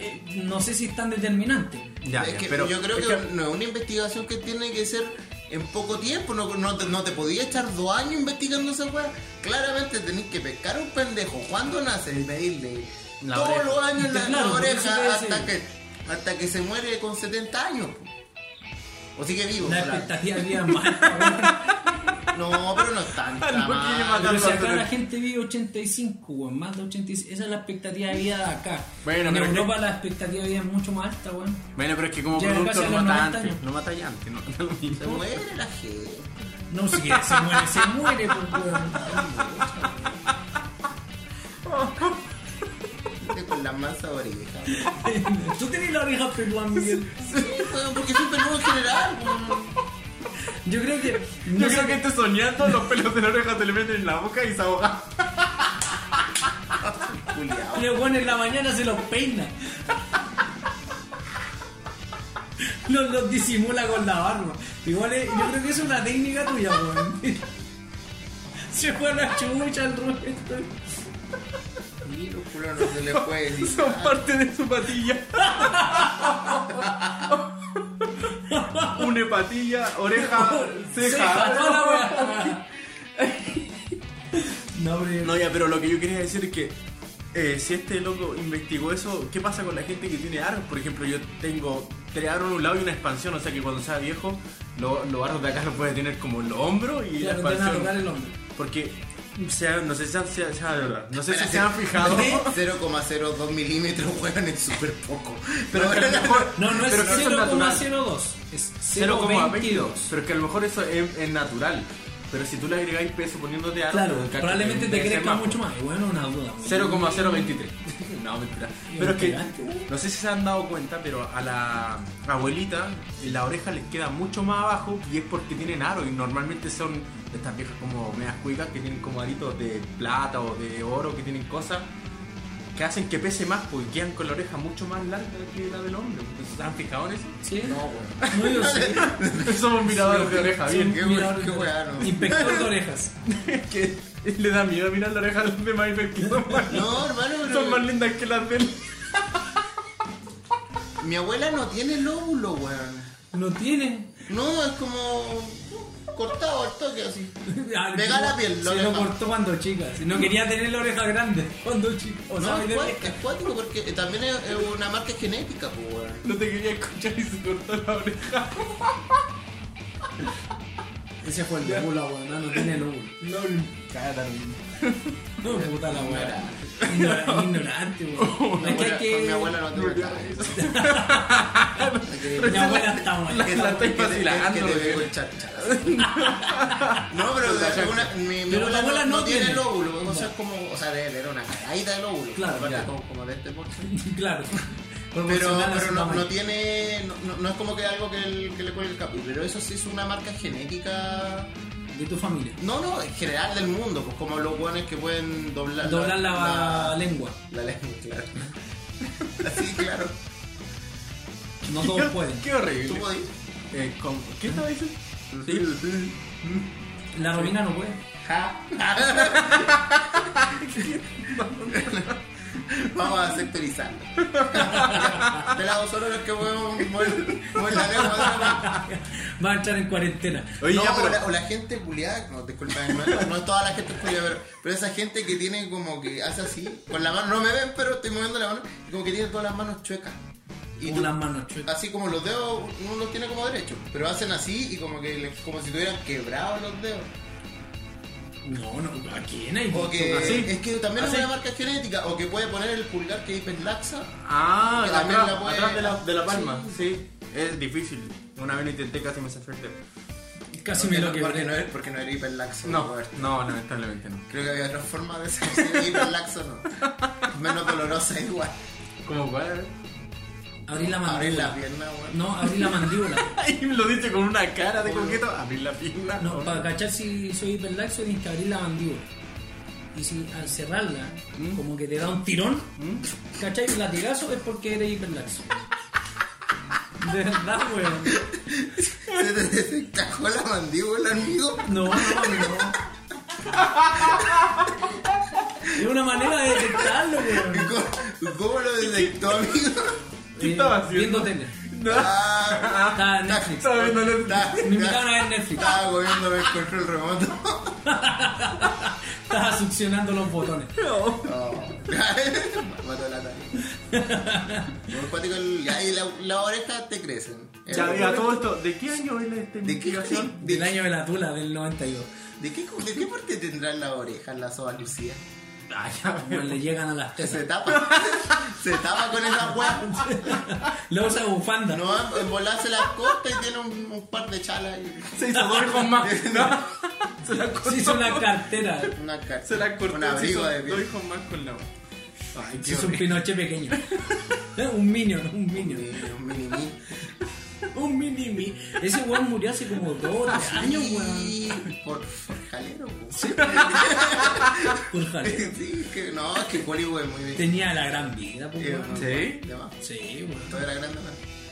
[SPEAKER 2] eh, no sé si es tan determinante.
[SPEAKER 3] Ya,
[SPEAKER 1] es
[SPEAKER 3] ya,
[SPEAKER 1] que
[SPEAKER 3] pero
[SPEAKER 1] yo creo
[SPEAKER 3] es
[SPEAKER 1] que, no es una investigación que tiene que ser en poco tiempo. No, no te, no te podías echar dos años investigando esa weá. Claramente tenés que pescar un pendejo. ¿Cuándo nace? Y pedirle
[SPEAKER 3] La
[SPEAKER 1] todos
[SPEAKER 3] oreja.
[SPEAKER 1] los años la, la
[SPEAKER 2] Claro, por eso te
[SPEAKER 1] oreja
[SPEAKER 2] decía.
[SPEAKER 1] hasta que, hasta que se muere con 70 años. O sigue vivo.
[SPEAKER 2] La
[SPEAKER 1] ojalá.
[SPEAKER 2] expectativa de vida es mala,
[SPEAKER 1] No, pero no es tanta.
[SPEAKER 3] No
[SPEAKER 1] mal.
[SPEAKER 3] quiere
[SPEAKER 2] weón.
[SPEAKER 3] matar.
[SPEAKER 2] Pero si acá la gente vive 85, weón, más de 85. Esa es la expectativa de vida de acá.
[SPEAKER 3] Bueno,
[SPEAKER 2] en
[SPEAKER 3] pero-
[SPEAKER 2] Europa la expectativa de vida es mucho más alta, weón.
[SPEAKER 3] Bueno, pero es que como
[SPEAKER 2] Llega
[SPEAKER 3] producto
[SPEAKER 2] casi a
[SPEAKER 3] no
[SPEAKER 2] los
[SPEAKER 3] mata
[SPEAKER 2] 90
[SPEAKER 3] antes,
[SPEAKER 2] años.
[SPEAKER 3] no mata ya antes, no mata lo
[SPEAKER 1] Se
[SPEAKER 3] mismo.
[SPEAKER 1] muere la gente.
[SPEAKER 2] No, si quiere, se muere, se muere, pues, weón.
[SPEAKER 1] Gente Con la masa oreja.
[SPEAKER 2] Tú tenés la oreja peluda, Miguel.
[SPEAKER 1] Sí, weón, porque siempre no en general. weón.
[SPEAKER 2] Yo creo que.
[SPEAKER 3] Yo
[SPEAKER 2] No
[SPEAKER 3] creo
[SPEAKER 2] sé
[SPEAKER 3] que este soñando los pelos de la oreja se le meten en la boca y se ahoga.
[SPEAKER 1] Culeado.
[SPEAKER 2] Los weón en la mañana se los peina. Los, los disimula con la barba. Igual es- yo creo que es una técnica tuya, weón. Se fue a la chucha el Roberto.
[SPEAKER 1] Y los culos no se les puede decir.
[SPEAKER 3] Son
[SPEAKER 1] nada.
[SPEAKER 3] parte de su patilla. Une patilla, oreja,
[SPEAKER 2] Ceja, toda la
[SPEAKER 3] ceja.
[SPEAKER 2] weá. No, hombre.
[SPEAKER 3] No, ya, pero lo que yo quería decir es que eh, si este loco investigó eso, ¿qué pasa con la gente que tiene aros? Por ejemplo, yo tengo tres aros en un lado y una expansión, o sea que cuando sea viejo, lo- los aros de acá los puede tener como en los hombros y
[SPEAKER 2] Claro,
[SPEAKER 3] la
[SPEAKER 2] te van a tocar
[SPEAKER 3] expansión.
[SPEAKER 2] el hombro.
[SPEAKER 3] Porque se ha- no sé si han, se- se ha- no sé si
[SPEAKER 1] Espérate.
[SPEAKER 3] se han fijado.
[SPEAKER 1] 0,02 milímetros, weón, es súper poco. Pero
[SPEAKER 3] Pero a lo mejor-
[SPEAKER 2] No, no es
[SPEAKER 3] pero que eso es natural.
[SPEAKER 2] 0,02. Es
[SPEAKER 3] 0,22.
[SPEAKER 2] 0,22.
[SPEAKER 3] Pero que a lo mejor eso es, es natural. Pero si tú le agregáis peso poniéndote algo.
[SPEAKER 2] Claro,
[SPEAKER 3] cacho,
[SPEAKER 2] probablemente te
[SPEAKER 3] debe ser
[SPEAKER 2] crezca
[SPEAKER 3] más.
[SPEAKER 2] mucho más. Y Bueno, una duda. güey.
[SPEAKER 3] 0,023. No, mentira.
[SPEAKER 2] ¿Y
[SPEAKER 3] Pero es que,
[SPEAKER 2] mentiraste?
[SPEAKER 3] no sé si se han dado cuenta, pero a la abuelita la oreja les queda mucho más abajo y es porque tienen aro y normalmente son de estas viejas como medias cuicas que tienen como aritos de plata o de oro que tienen cosas que hacen que pese más porque quedan con la oreja mucho más larga que la del hombre. Entonces, ¿Se han fijado en eso?
[SPEAKER 2] ¿Sí? No, güey. No, yo sé.
[SPEAKER 3] Somos miradores de oreja,
[SPEAKER 2] Soy
[SPEAKER 3] bien.
[SPEAKER 2] un
[SPEAKER 1] qué
[SPEAKER 2] mirador
[SPEAKER 1] güey,
[SPEAKER 2] de
[SPEAKER 1] qué
[SPEAKER 2] orejas.
[SPEAKER 1] güey, no.
[SPEAKER 2] Inspector de orejas.
[SPEAKER 3] Que le da miedo mirar la oreja de los demás y ver que son más,
[SPEAKER 1] No, hermano, pero-
[SPEAKER 3] son más lindas que las del.
[SPEAKER 1] mi abuela no tiene lóbulo, weón.
[SPEAKER 2] No tiene.
[SPEAKER 1] No, es como cortado al toque así.
[SPEAKER 2] Ah,
[SPEAKER 1] Pega
[SPEAKER 2] no,
[SPEAKER 1] la piel, la
[SPEAKER 2] Se lo
[SPEAKER 1] oreja.
[SPEAKER 2] cortó cuando chica. Si no quería tener la oreja grande. Cuando chica. O
[SPEAKER 1] No,
[SPEAKER 2] sea,
[SPEAKER 1] es
[SPEAKER 2] de
[SPEAKER 1] cua-
[SPEAKER 2] oreja.
[SPEAKER 1] es cuático porque también es, es una marca genética, pues, weón.
[SPEAKER 3] No te quería escuchar y se cortó la oreja.
[SPEAKER 2] Ese fue el de Bula, weón. No, no tiene lóbulo.
[SPEAKER 3] No,
[SPEAKER 2] No, puta la weá. Ignorante, ignorante, weón.
[SPEAKER 1] Mi
[SPEAKER 2] Es que
[SPEAKER 1] abuela,
[SPEAKER 2] hay que.
[SPEAKER 1] con mi abuela no tiene cabeza.
[SPEAKER 2] Mi abuela está
[SPEAKER 3] La
[SPEAKER 2] mal.
[SPEAKER 3] que la estáis
[SPEAKER 1] Que te-
[SPEAKER 3] vacilando,
[SPEAKER 1] que te
[SPEAKER 3] güey.
[SPEAKER 1] pego el cháchara. No, pero de alguna- mi, mi
[SPEAKER 2] Pero
[SPEAKER 1] abuela,
[SPEAKER 2] tu abuela
[SPEAKER 1] no,
[SPEAKER 2] no
[SPEAKER 1] no tiene,
[SPEAKER 2] tiene.
[SPEAKER 1] lóbulo, o sea, es como, o sea, de- era una caída de lóbulo,
[SPEAKER 2] Claro,
[SPEAKER 1] aparte
[SPEAKER 2] ya.
[SPEAKER 1] como, como de este porte.
[SPEAKER 2] Claro.
[SPEAKER 1] Pero,
[SPEAKER 2] Proporcional a
[SPEAKER 1] pero
[SPEAKER 2] su
[SPEAKER 1] no,
[SPEAKER 2] tamaño.
[SPEAKER 1] no tiene, no, no- no es como que algo que, el- que le pone el capo, pero eso sí es una marca genética,
[SPEAKER 2] De tu familia.
[SPEAKER 1] no, no, en general del mundo, pues como los guanes que pueden doblar,
[SPEAKER 2] Doblar la, lengua.
[SPEAKER 1] la lengua, claro. Así, claro.
[SPEAKER 2] No todos pueden.
[SPEAKER 3] Qué horrible.
[SPEAKER 1] Tú podías.
[SPEAKER 3] Eh, ¿cómo? ¿Qué estaba diciendo? Sí.
[SPEAKER 2] La Romina no puede.
[SPEAKER 1] Ja. Vamos a sectorizarlo. Pelados solo los que pueden mover mover la lengua.
[SPEAKER 2] Va a entrar en cuarentena.
[SPEAKER 3] Oye,
[SPEAKER 1] no,
[SPEAKER 3] ya,
[SPEAKER 1] o,
[SPEAKER 3] pero.
[SPEAKER 1] la, o la gente culiada, no, disculpa, no, no es toda la gente culiada, pero, pero esa gente que tiene como que hace así, con la mano, no me ven, pero estoy moviendo la mano, y como que tiene todas las manos chuecas. Y
[SPEAKER 2] Con
[SPEAKER 1] tú-
[SPEAKER 2] las manos chuecas.
[SPEAKER 1] así como los dedos, uno los tiene como derechos, pero hacen así y como que le- como si tuvieran quebrados los dedos.
[SPEAKER 2] No, no. ¿A quién hay?
[SPEAKER 1] O que
[SPEAKER 3] Así.
[SPEAKER 1] es que también
[SPEAKER 3] Así.
[SPEAKER 1] es una marca genética, o que puede poner el pulgar que hiperlaxa.
[SPEAKER 3] Ah,
[SPEAKER 1] que también
[SPEAKER 3] atrás,
[SPEAKER 1] la puede-
[SPEAKER 3] atrás de, la, de la palma. Sí. Es difícil. Una vez lo intenté casi me salté.
[SPEAKER 2] Casi
[SPEAKER 1] Porque
[SPEAKER 2] me
[SPEAKER 1] no,
[SPEAKER 2] lo
[SPEAKER 1] porque no
[SPEAKER 2] quebré.
[SPEAKER 1] era, porque no era hiperlaxo.
[SPEAKER 3] No,
[SPEAKER 1] Roberto.
[SPEAKER 3] no, lamentablemente no.
[SPEAKER 1] Creo que había otra forma de ser si era hiperlaxo, no. Menos dolorosa igual.
[SPEAKER 3] ¿Cómo cuál?
[SPEAKER 2] Abrí la
[SPEAKER 1] Abrir la
[SPEAKER 2] mandíbula.
[SPEAKER 1] pierna, weón.
[SPEAKER 2] No, abrí la mandíbula.
[SPEAKER 3] Ay, lo dice con una cara de coqueto. Abrir la pierna.
[SPEAKER 2] No, para cachar si soy hiperlaxo tienes que abrir la mandíbula. Y si al cerrarla,
[SPEAKER 1] ¿Mm?
[SPEAKER 2] como que te da un tirón, ¿cachai? Un latigazo es porque eres hiperlaxo. De verdad, weón.
[SPEAKER 1] Se te desencajó la mandíbula, amigo.
[SPEAKER 2] No, no, no. Es una manera de detectarlo, weón. Eh,
[SPEAKER 1] ¿Cómo, cómo lo detectó, amigo?
[SPEAKER 3] ¿Qué estaba haciendo?
[SPEAKER 2] Viendo tele.
[SPEAKER 3] No.
[SPEAKER 1] Ah,
[SPEAKER 2] Estaba en Netflix.
[SPEAKER 3] Estaba viendo Netflix.
[SPEAKER 1] está-
[SPEAKER 2] Me invitaron a ver Netflix.
[SPEAKER 1] Estaba comiéndome el control remoto.
[SPEAKER 2] Estaba succionando los botones.
[SPEAKER 1] Mató la tarea. Muy cuático el- ya, y la, la oreja te crecen.
[SPEAKER 3] Ya,
[SPEAKER 1] El-
[SPEAKER 3] mira, todo esto. ¿De qué año es esta
[SPEAKER 1] eh, ¿De qué,
[SPEAKER 3] investigación?
[SPEAKER 1] de,
[SPEAKER 2] Del año de la tula, del 92.
[SPEAKER 1] de qué, de qué parte tendrán la oreja la soba Lucía?
[SPEAKER 3] Ah, ya,
[SPEAKER 2] Pues le llegan a las
[SPEAKER 1] Se
[SPEAKER 2] tetas.
[SPEAKER 1] tapa. se tapa con esa weá.
[SPEAKER 2] Le usa bufanda.
[SPEAKER 1] No, en volar se la corta y tiene un, un par de chalas y
[SPEAKER 3] Se hizo dos con más. No. Se la cortó.
[SPEAKER 2] Se hizo una cartera.
[SPEAKER 1] una car-
[SPEAKER 3] Se la cortó.
[SPEAKER 1] un abrigo
[SPEAKER 3] se hizo
[SPEAKER 1] de
[SPEAKER 3] Dos
[SPEAKER 1] piel.
[SPEAKER 3] hijos más con la. Ay,
[SPEAKER 2] Se
[SPEAKER 3] qué
[SPEAKER 2] hizo un
[SPEAKER 3] horrible.
[SPEAKER 2] pinoche pequeño. Eh, un minion, un minion.
[SPEAKER 1] Eh, Un mini mí.
[SPEAKER 2] Un mini mi. Ese weón murió hace como dos o tres años, weón.
[SPEAKER 1] Y Por, por jalero, po. Sí,
[SPEAKER 2] Púrjale.
[SPEAKER 1] que, no, es que Hollywood es muy bien.
[SPEAKER 2] Tenía la gran vida, pues, weón.
[SPEAKER 3] ¿Sí?
[SPEAKER 2] Sí, weón.
[SPEAKER 1] Todo era grande, ¿no?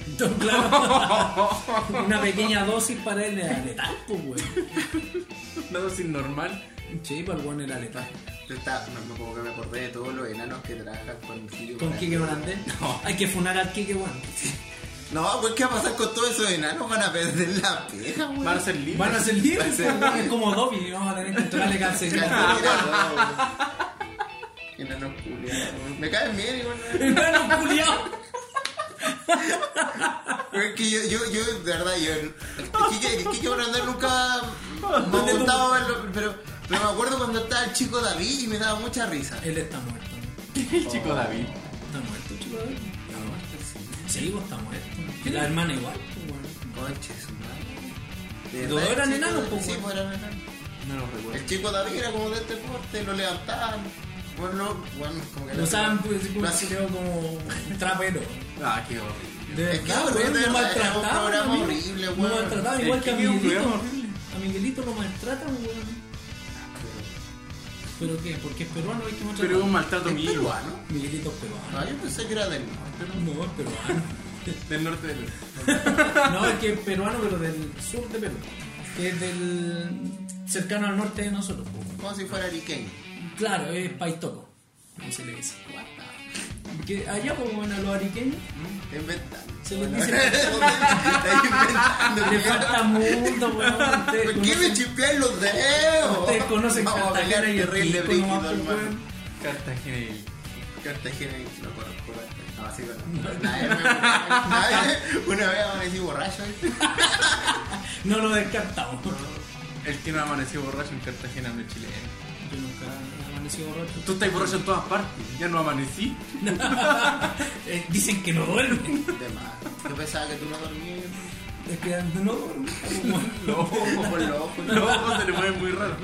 [SPEAKER 2] Entonces, claro. Una pequeña dosis para él era letal, pues, weón.
[SPEAKER 3] Una dosis normal.
[SPEAKER 2] Sí, para el weón era letal.
[SPEAKER 1] Yo estaba- no me puedo que me acordé de todos los enanos que trabajan con Kike
[SPEAKER 2] ¿Con Kike Brandel? No. Hay que funar al Kike, weón.
[SPEAKER 1] No, pues ¿qué va a pasar con todos esos enanos? Van a perder la pega, güey.
[SPEAKER 3] Van a ser libres.
[SPEAKER 2] Van a ser
[SPEAKER 1] Van a
[SPEAKER 2] libres,
[SPEAKER 1] ser
[SPEAKER 2] pues, weón. Es como Dobby, vamos a tener que entrarle cancelar.
[SPEAKER 1] Calderera, güey. Enanos culiados, güey. Me caen bien igual. güey.
[SPEAKER 2] Hermano culiao.
[SPEAKER 1] Pero Es que yo, yo, yo, de verdad, yo. Kike, Kike Brandel nunca me ha
[SPEAKER 2] ¿Dónde tú-
[SPEAKER 1] gustado verlo, pero Pero me acuerdo cuando estaba el chico David y me daba mucha risa.
[SPEAKER 2] Él está muerto.
[SPEAKER 4] El chico David.
[SPEAKER 2] ¿Está muerto, chico? Está muerto, sí. Sí, pues, está muerto. Y la hermana igual, pues, bueno.
[SPEAKER 1] Conche, su madre. De
[SPEAKER 2] Todos
[SPEAKER 1] verdad,
[SPEAKER 2] eran
[SPEAKER 1] el chico
[SPEAKER 2] enanos,
[SPEAKER 1] David-
[SPEAKER 2] pues,
[SPEAKER 1] Sí,
[SPEAKER 2] weón.
[SPEAKER 1] pues eran enanos.
[SPEAKER 4] No lo recuerdo.
[SPEAKER 1] El chico David era como de este porte, lo levantaban. Bueno, bueno, como que
[SPEAKER 2] Lo usaban pues, así como,
[SPEAKER 1] Lo hacían-
[SPEAKER 2] como trapero.
[SPEAKER 4] Ah, qué horrible.
[SPEAKER 2] De
[SPEAKER 1] Es que
[SPEAKER 2] verdad,
[SPEAKER 1] horrible,
[SPEAKER 2] weón,
[SPEAKER 1] era
[SPEAKER 2] lo
[SPEAKER 1] un
[SPEAKER 2] maltrataban.
[SPEAKER 1] programa
[SPEAKER 2] a mí.
[SPEAKER 1] horrible,
[SPEAKER 2] Lo
[SPEAKER 1] weón.
[SPEAKER 2] maltrataban
[SPEAKER 4] Es
[SPEAKER 2] igual
[SPEAKER 4] que
[SPEAKER 2] que a
[SPEAKER 4] era un
[SPEAKER 2] Miguelito.
[SPEAKER 4] programa horrible.
[SPEAKER 2] A Miguelito lo maltratan, weón. Ah, ¿Pero qué? Porque es peruano, hay que maltratar.
[SPEAKER 4] Pero es un maltrato mío.
[SPEAKER 1] peruano.
[SPEAKER 2] Miguelito es peruano.
[SPEAKER 1] No, yo pensé que era del
[SPEAKER 2] Ah,
[SPEAKER 1] norte.
[SPEAKER 2] No, es peruano.
[SPEAKER 4] Del norte del norte.
[SPEAKER 2] No, es que es peruano, pero del sur de Perú. Que es del. cercano al norte de nosotros. po.
[SPEAKER 1] Como si fuera ariqueño.
[SPEAKER 2] Claro, es paitoco. Como se le dice. Porque allá, como en a los ariqueños,
[SPEAKER 1] Inventando.
[SPEAKER 2] se les dice.
[SPEAKER 1] Está inventando.
[SPEAKER 4] Ah.
[SPEAKER 2] Le falta mundo, weón. Ustedes
[SPEAKER 1] ¿Por qué me
[SPEAKER 2] conocen-
[SPEAKER 1] chiplean los dedos?
[SPEAKER 2] ustedes conocen
[SPEAKER 1] Vamos a
[SPEAKER 2] Cartagena
[SPEAKER 1] bailar
[SPEAKER 2] y el
[SPEAKER 1] terrible
[SPEAKER 2] Pico, nomás,
[SPEAKER 1] brígido,
[SPEAKER 2] pues,
[SPEAKER 1] hermano.
[SPEAKER 2] weón.
[SPEAKER 4] Cartagena y.
[SPEAKER 1] Cartagena y no conozco Cartagena. No, sí conozco. Nadie me- nadie- Una vez amanecí borracho. ¿eh?
[SPEAKER 2] No lo descartamos.
[SPEAKER 4] El que no amaneció borracho en Cartagena no es chileno.
[SPEAKER 2] Yo nunca amanecí borracho.
[SPEAKER 4] Tú estás borracho en todas partes. Ya no amanecí.
[SPEAKER 2] Eh, Dicen que no duermen.
[SPEAKER 1] De más. Yo pensaba que tú no dormías.
[SPEAKER 2] Es que no duermen.
[SPEAKER 4] Los ojos,
[SPEAKER 1] Por los ojos.
[SPEAKER 4] los ojos se le mueven muy raro.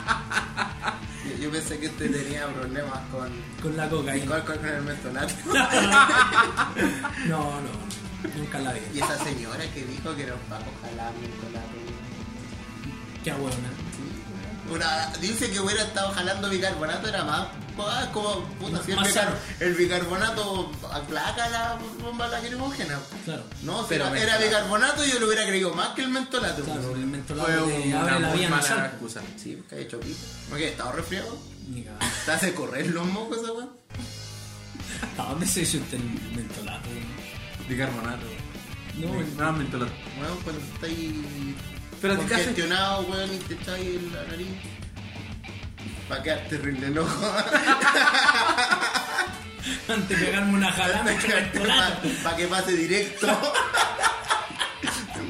[SPEAKER 1] Yo- Yo pensé que usted tenía problemas con,
[SPEAKER 2] Con la cocaína.
[SPEAKER 1] con, con el mentolato.
[SPEAKER 2] No, no. Nunca en la vi.
[SPEAKER 1] Y esa señora que dijo que nos va a jalar mentolato.
[SPEAKER 2] Qué bueno.
[SPEAKER 1] Una- dice que hubiera estado jalando bicarbonato, era más. ah, como, puta, si el,
[SPEAKER 2] Más
[SPEAKER 1] bicar-
[SPEAKER 2] sano.
[SPEAKER 1] el bicarbonato aplaca la bomba lacrimógena.
[SPEAKER 2] Claro.
[SPEAKER 1] No, si
[SPEAKER 4] Pero
[SPEAKER 1] era,
[SPEAKER 4] mentolato.
[SPEAKER 1] era bicarbonato, yo lo hubiera creído más que el mentolato.
[SPEAKER 2] Claro, el mentolado
[SPEAKER 4] Fue
[SPEAKER 2] te
[SPEAKER 4] una
[SPEAKER 2] abre la
[SPEAKER 4] muy
[SPEAKER 2] vía
[SPEAKER 4] mala
[SPEAKER 2] nasal.
[SPEAKER 4] excusa.
[SPEAKER 1] Sí, porque ha hecho pico. Porque estaba resfriado.
[SPEAKER 2] Ni cagando.
[SPEAKER 1] Te hace correr los mocos esa weón.
[SPEAKER 2] ¿A dónde se hizo el mentolado?
[SPEAKER 4] Bicarbonato.
[SPEAKER 2] No, el-
[SPEAKER 4] Nada, mentolado.
[SPEAKER 1] Weón, cuando estáis
[SPEAKER 4] Pero a ti te hace-
[SPEAKER 1] congestionado, weón, y te echáis en la nariz. Va a quedar terrible enojo.
[SPEAKER 2] antes de pegarme una jalada me eché mentolado.
[SPEAKER 1] Para que pase directo.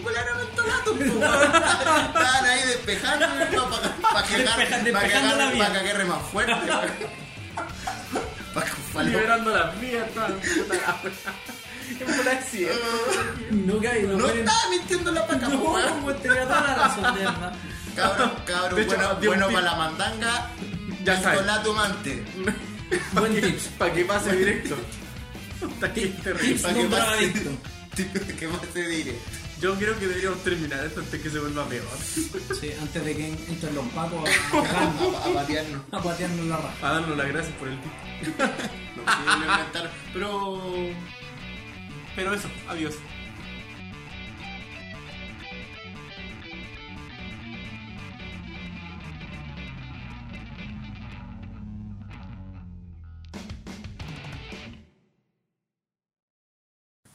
[SPEAKER 1] Volaron mentolato, po, weón. Estaban ahí despejando, para que agarre
[SPEAKER 2] Despeja-
[SPEAKER 1] pa' que
[SPEAKER 2] despejando la
[SPEAKER 1] agarre-
[SPEAKER 2] vía.
[SPEAKER 1] pa' que agarre más fuerte, Para que falo-
[SPEAKER 4] Liberando las vías, toda puta la wea. Es un accidente.
[SPEAKER 2] No caí, no
[SPEAKER 1] No
[SPEAKER 2] caí.
[SPEAKER 1] estaba mintiendo la paca,
[SPEAKER 2] No,
[SPEAKER 1] po, weón.
[SPEAKER 2] como tenía toda la razón de verdad.
[SPEAKER 1] Cabrón,
[SPEAKER 4] De
[SPEAKER 1] cabrón,
[SPEAKER 4] hecho,
[SPEAKER 1] bueno,
[SPEAKER 4] dio un
[SPEAKER 1] bueno
[SPEAKER 4] tip.
[SPEAKER 1] para la mandanga.
[SPEAKER 4] Ya sabes.
[SPEAKER 1] Mentolato mante.
[SPEAKER 2] Buen tips.
[SPEAKER 4] Para que pase directo. Puta, qué terrible.
[SPEAKER 2] Tips
[SPEAKER 1] Pa' que
[SPEAKER 2] nunca
[SPEAKER 1] pase-
[SPEAKER 2] visto.
[SPEAKER 1] Que pase directo.
[SPEAKER 4] Yo creo que deberíamos terminar esto antes que se vuelva peor.
[SPEAKER 2] Sí, antes de que entren los pacos a cagarnos,
[SPEAKER 1] A, a patearnos.
[SPEAKER 2] a patearnos la raja.
[SPEAKER 4] A darnos las gracias por el tip.
[SPEAKER 1] Lo que yo le voy a inventar. Pero.
[SPEAKER 4] Pero eso, adiós.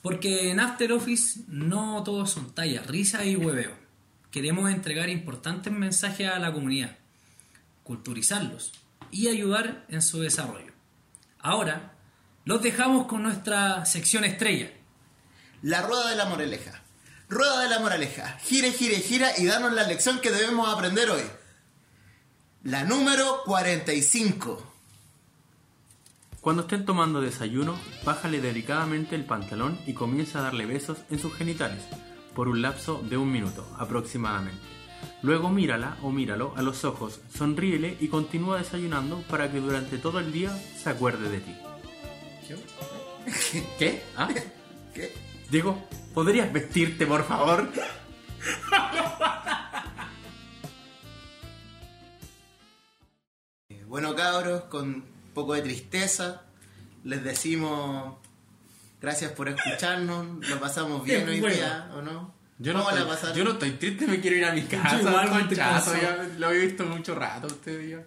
[SPEAKER 2] Porque en After Office no todos son tallas, risa y hueveo. Queremos entregar importantes mensajes a la comunidad, culturizarlos y ayudar en su desarrollo. Ahora, los dejamos con nuestra sección estrella.
[SPEAKER 1] La rueda de la moraleja. Rueda de la moraleja. Gire, gire, gira y danos la lección que debemos aprender hoy. La número 45.
[SPEAKER 3] Cuando estén tomando desayuno, bájale delicadamente el pantalón y comienza a darle besos en sus genitales, por un lapso de un minuto aproximadamente. Luego mírala o míralo a los ojos, sonríele y continúa desayunando para que durante todo el día se acuerde de ti. ¿Qué? ¿Ah?
[SPEAKER 1] ¿Qué?
[SPEAKER 3] Diego, ¿podrías vestirte, por favor?
[SPEAKER 1] Eh, Bueno, cabros, con un poco de tristeza, les decimos gracias por escucharnos. Lo pasamos bien
[SPEAKER 2] Es
[SPEAKER 1] hoy
[SPEAKER 2] bueno.
[SPEAKER 1] día, ¿o no?
[SPEAKER 4] Yo no,
[SPEAKER 1] ¿Cómo la
[SPEAKER 4] estoy,
[SPEAKER 1] pasaron?
[SPEAKER 4] yo no estoy triste, me quiero ir a mi casa.
[SPEAKER 2] Yo igual me estoy
[SPEAKER 4] conchazo, ya
[SPEAKER 2] cansado.
[SPEAKER 4] lo había visto mucho rato ustedes ya.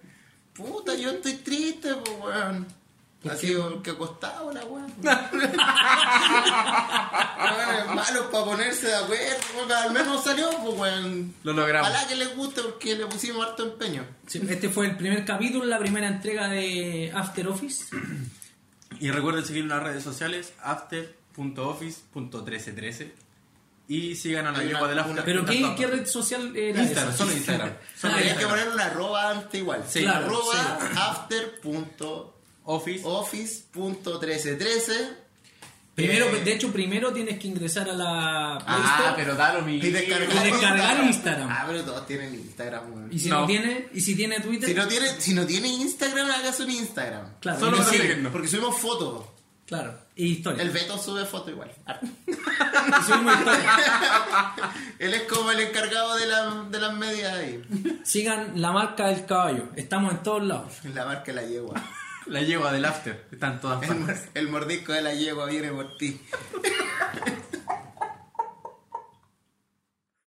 [SPEAKER 1] Puta, yo estoy triste, po, weón. Ha sido el que acostado la weón. weón es malo para ponerse de acuerdo, weón. Al menos salió, pues weón.
[SPEAKER 4] Lo logramos.
[SPEAKER 1] Ojalá que les guste porque le pusimos harto empeño.
[SPEAKER 2] Sí, Este fue el primer capítulo, la primera entrega de After Office.
[SPEAKER 4] Y recuerden seguir en las redes sociales after.office.1313
[SPEAKER 3] Y sigan a la
[SPEAKER 1] Hay
[SPEAKER 3] yegua
[SPEAKER 1] una-
[SPEAKER 3] del África.
[SPEAKER 2] ¿Pero qué,
[SPEAKER 3] Encantado.
[SPEAKER 2] qué red social era
[SPEAKER 3] Instagram,
[SPEAKER 2] esa?
[SPEAKER 3] solo Instagram. Solo
[SPEAKER 2] Ah,
[SPEAKER 1] Hay
[SPEAKER 2] ya.
[SPEAKER 1] que poner una arroba antes igual.
[SPEAKER 3] Sí,
[SPEAKER 2] claro,
[SPEAKER 1] arroba
[SPEAKER 2] sí.
[SPEAKER 1] after.office.1313.
[SPEAKER 3] Office.
[SPEAKER 2] Primero,
[SPEAKER 1] Eh.
[SPEAKER 2] de hecho, primero tienes que ingresar a la Play
[SPEAKER 3] Ah,
[SPEAKER 2] Store
[SPEAKER 3] pero da lo
[SPEAKER 1] Y
[SPEAKER 3] mismo.
[SPEAKER 1] descargar,
[SPEAKER 2] Y descargar Instagram.
[SPEAKER 1] Ah, pero todos tienen Instagram, weón.
[SPEAKER 2] y si
[SPEAKER 3] no.
[SPEAKER 2] no. tiene y si tiene Twitter,
[SPEAKER 1] Si no tiene, si no tiene Instagram, hagas un Instagram.
[SPEAKER 2] claro,
[SPEAKER 3] Solo
[SPEAKER 2] y
[SPEAKER 3] para
[SPEAKER 2] sí,
[SPEAKER 3] seguirnos.
[SPEAKER 1] Porque subimos fotos.
[SPEAKER 2] claro, y historia.
[SPEAKER 1] El Beto sube fotos igual.
[SPEAKER 2] Y subimos historia.
[SPEAKER 1] Él es como el encargado de, la- de las medias ahí.
[SPEAKER 2] Sigan la marca del caballo. Estamos en todos lados.
[SPEAKER 1] La marca la yegua.
[SPEAKER 3] La yegua del After. Están todas
[SPEAKER 1] El,
[SPEAKER 3] partes.
[SPEAKER 1] mor- el mordisco de la yegua viene por ti.